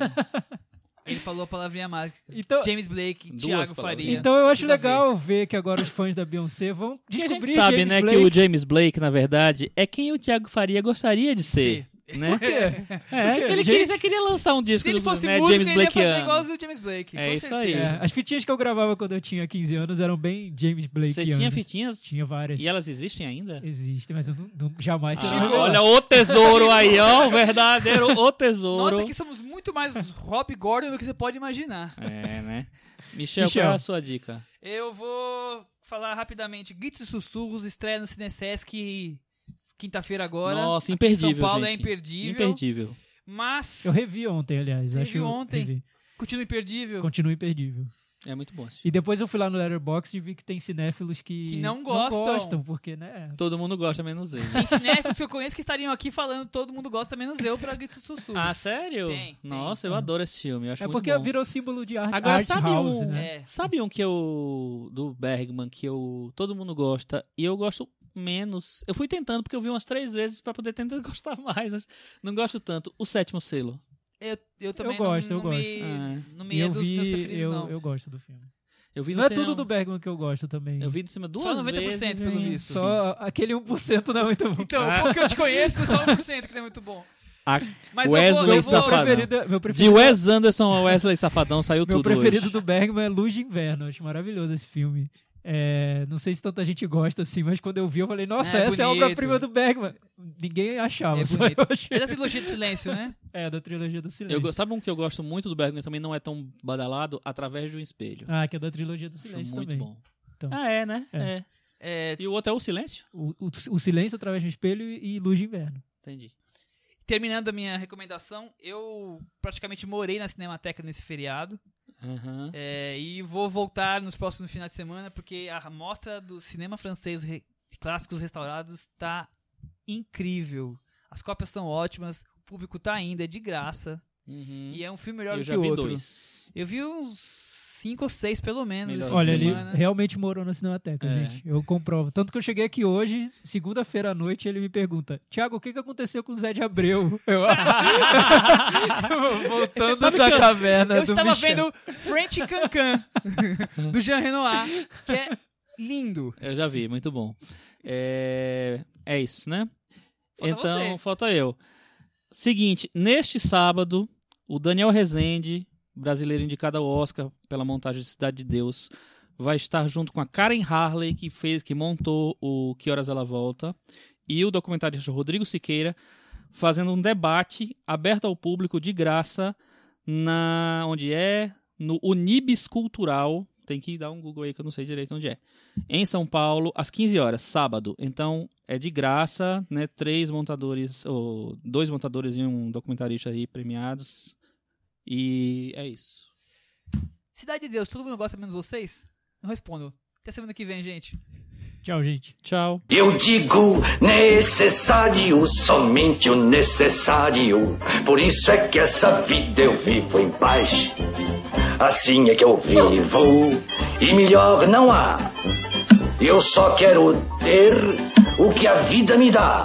Speaker 2: Ele falou a palavrinha mágica.
Speaker 4: Então,
Speaker 2: James Blake,
Speaker 3: Duas
Speaker 2: Thiago
Speaker 3: palavrinhas.
Speaker 2: Faria.
Speaker 4: então eu acho
Speaker 2: Tudo a
Speaker 4: legal ver que agora os fãs da Beyoncé vão
Speaker 3: Que a
Speaker 4: descobrir
Speaker 3: gente sabe,
Speaker 4: James
Speaker 3: né,
Speaker 4: Blake.
Speaker 3: que o James Blake, na verdade, é quem o Thiago Faria gostaria de ser. Né? É, que ele
Speaker 4: Gente-
Speaker 3: queria, já queria lançar um disco
Speaker 2: Se ele
Speaker 3: do-
Speaker 2: fosse
Speaker 3: né,
Speaker 2: músico,
Speaker 3: James
Speaker 2: ele ia
Speaker 3: Blake.
Speaker 2: fazer igual o James Blake.
Speaker 3: É
Speaker 2: com
Speaker 3: isso
Speaker 2: certeza.
Speaker 3: aí.
Speaker 4: É, as fitinhas que eu gravava quando eu tinha 15 anos eram bem James Blake.
Speaker 3: Você tinha fitinhas?
Speaker 4: Tinha várias.
Speaker 3: E elas existem ainda?
Speaker 4: Existem, mas eu não, não- jamais será
Speaker 3: Ah,
Speaker 4: revelado.
Speaker 3: olha o tesouro aí, ó. O verdadeiro o tesouro.
Speaker 2: Nota que somos muito mais Rob Gordon do que você pode imaginar.
Speaker 3: É, né? Michel,
Speaker 4: Michel.
Speaker 3: qual é a sua dica?
Speaker 2: Eu vou falar rapidamente. Gritos e Sussurros estreia no Cinesesc quinta-feira agora.
Speaker 3: Nossa,
Speaker 2: Aqui em
Speaker 3: imperdível.
Speaker 2: São Paulo é
Speaker 3: gente.
Speaker 2: imperdível.
Speaker 3: Imperdível.
Speaker 2: Mas
Speaker 4: Eu revi ontem, aliás.
Speaker 2: Você
Speaker 4: acho
Speaker 2: viu ontem?
Speaker 4: revi.
Speaker 2: continua imperdível.
Speaker 4: Continua imperdível.
Speaker 3: É muito bom esse filme.
Speaker 4: E depois eu fui lá no Letterboxd e vi que tem cinéfilos que,
Speaker 2: Que não gostam.
Speaker 4: gostam, porque, né?
Speaker 3: Todo mundo gosta, menos ele.
Speaker 2: Tem cinéfilos que eu conheço que estariam aqui falando todo mundo gosta, menos eu, pra gritos e sussurros.
Speaker 3: ah, sério?
Speaker 2: Tem, Uhum. tem.
Speaker 3: Nossa, eu adoro esse filme. Eu acho
Speaker 4: É
Speaker 3: muito
Speaker 4: porque
Speaker 3: bom.
Speaker 4: virou símbolo de arte,
Speaker 3: Agora
Speaker 4: art
Speaker 3: sabe
Speaker 4: house,
Speaker 3: um,
Speaker 4: né?
Speaker 2: É.
Speaker 3: sabe um que eu do Bergman que eu todo mundo gosta e eu gosto menos. Eu fui tentando porque eu vi umas três vezes pra poder tentar gostar mais, mas não gosto tanto. O Sétimo Selo.
Speaker 2: Eu, eu também
Speaker 4: Eu
Speaker 2: não-
Speaker 4: gosto,
Speaker 2: não,
Speaker 4: eu gosto.
Speaker 2: Me,
Speaker 3: Ah.
Speaker 2: Não
Speaker 4: E
Speaker 2: me é
Speaker 4: eu
Speaker 2: dos meus
Speaker 4: vi,
Speaker 2: preferidos,
Speaker 4: eu,
Speaker 2: não.
Speaker 4: eu gosto do filme.
Speaker 3: Eu vi no
Speaker 4: Não é
Speaker 3: cinema-
Speaker 4: tudo do Bergman que eu gosto também.
Speaker 3: Eu vi no cinema duas
Speaker 2: Só 90%
Speaker 3: vezes.
Speaker 2: pelo
Speaker 3: e-
Speaker 2: visto.
Speaker 4: Só aquele 1% não é muito bom.
Speaker 2: Então, o pouco que eu te conheço, só 1% que é muito bom.
Speaker 3: A-
Speaker 2: Mas
Speaker 3: Wesley
Speaker 2: eu vou, eu vou,
Speaker 3: Safadão.
Speaker 4: preferido, meu
Speaker 3: De
Speaker 4: preferido,
Speaker 3: Wes Anderson a Wesley Safadão saiu
Speaker 4: meu
Speaker 3: tudo
Speaker 4: preferido
Speaker 3: hoje.
Speaker 4: do Bergman é Luz de Inverno. Acho maravilhoso esse filme. É, não sei se tanta gente gosta assim, mas quando eu vi, eu falei, nossa,
Speaker 2: É
Speaker 4: essa é a
Speaker 2: bonito.
Speaker 4: obra-prima do Bergman. Ninguém achava,
Speaker 2: É
Speaker 4: só
Speaker 2: bonito.
Speaker 4: eu achei.
Speaker 2: É da trilogia do silêncio, né?
Speaker 4: É, da trilogia do
Speaker 3: Eu
Speaker 4: silêncio.
Speaker 3: go- sabe um que eu gosto muito do Bergman também não é tão badalado através de um espelho.
Speaker 4: Ah, que é da trilogia do
Speaker 3: Acho
Speaker 4: silêncio
Speaker 3: muito
Speaker 4: também.
Speaker 3: bom.
Speaker 4: Então.
Speaker 3: Ah, é, né?
Speaker 4: É.
Speaker 3: É.
Speaker 2: É,
Speaker 3: E o outro é o silêncio?
Speaker 4: O, o, o silêncio através do espelho e luz de inverno.
Speaker 3: Entendi.
Speaker 2: terminando a minha recomendação, eu praticamente morei na Cinemateca nesse feriado.
Speaker 3: Aham.
Speaker 2: é, e vou voltar nos próximos finais de semana, porque a mostra do cinema francês re- de clássicos restaurados está incrível. As cópias são ótimas, o público tá ainda, é de graça.
Speaker 3: Uhum.
Speaker 2: E é um filme melhor
Speaker 3: eu
Speaker 2: do
Speaker 3: já
Speaker 2: que o
Speaker 3: vi
Speaker 2: outro.
Speaker 3: dois.
Speaker 2: Eu vi uns cinco ou seis, pelo menos.
Speaker 3: Melhor.
Speaker 2: esse fim
Speaker 4: Olha,
Speaker 2: de
Speaker 4: ele
Speaker 2: semana.
Speaker 4: realmente morou na Cinemateca,
Speaker 3: É.
Speaker 4: gente. Eu comprovo. Tanto que eu cheguei aqui hoje, segunda-feira à noite, ele me pergunta: Tiago, o que, que aconteceu com o Zé de Abreu? Eu, voltando
Speaker 3: Sabe
Speaker 4: da
Speaker 3: que eu-
Speaker 4: caverna
Speaker 2: Eu
Speaker 4: do
Speaker 2: estava
Speaker 4: Michel.
Speaker 2: vendo French Cancan, do Jean Renoir, que é lindo.
Speaker 3: Eu já vi, muito bom. É, é isso, né?
Speaker 2: Falta
Speaker 3: então,
Speaker 2: você.
Speaker 3: falta eu. Seguinte, neste sábado, o Daniel Rezende, brasileiro indicado ao Oscar pela montagem de Cidade de Deus, vai estar junto com a Karen Harley, que fez, que montou o Que Horas Ela Volta, e o documentarista Rodrigo Siqueira, fazendo um debate aberto ao público de graça na onde é no Unibis Cultural. Tem que dar um Google aí que eu não sei direito onde é. Em São Paulo, às 15 horas, sábado. Então é de graça, né? Três montadores, ou dois montadores e um documentarista aí premiados. E é isso.
Speaker 2: Cidade de Deus, todo mundo gosta menos vocês? Não respondo. Até semana que vem, gente.
Speaker 4: Tchau, gente.
Speaker 3: Tchau.
Speaker 6: Eu digo necessário, somente o necessário. Por isso é que essa vida eu vivo em paz. Assim é que eu vivo, e melhor não há. Eu só quero ter o que a vida me dá.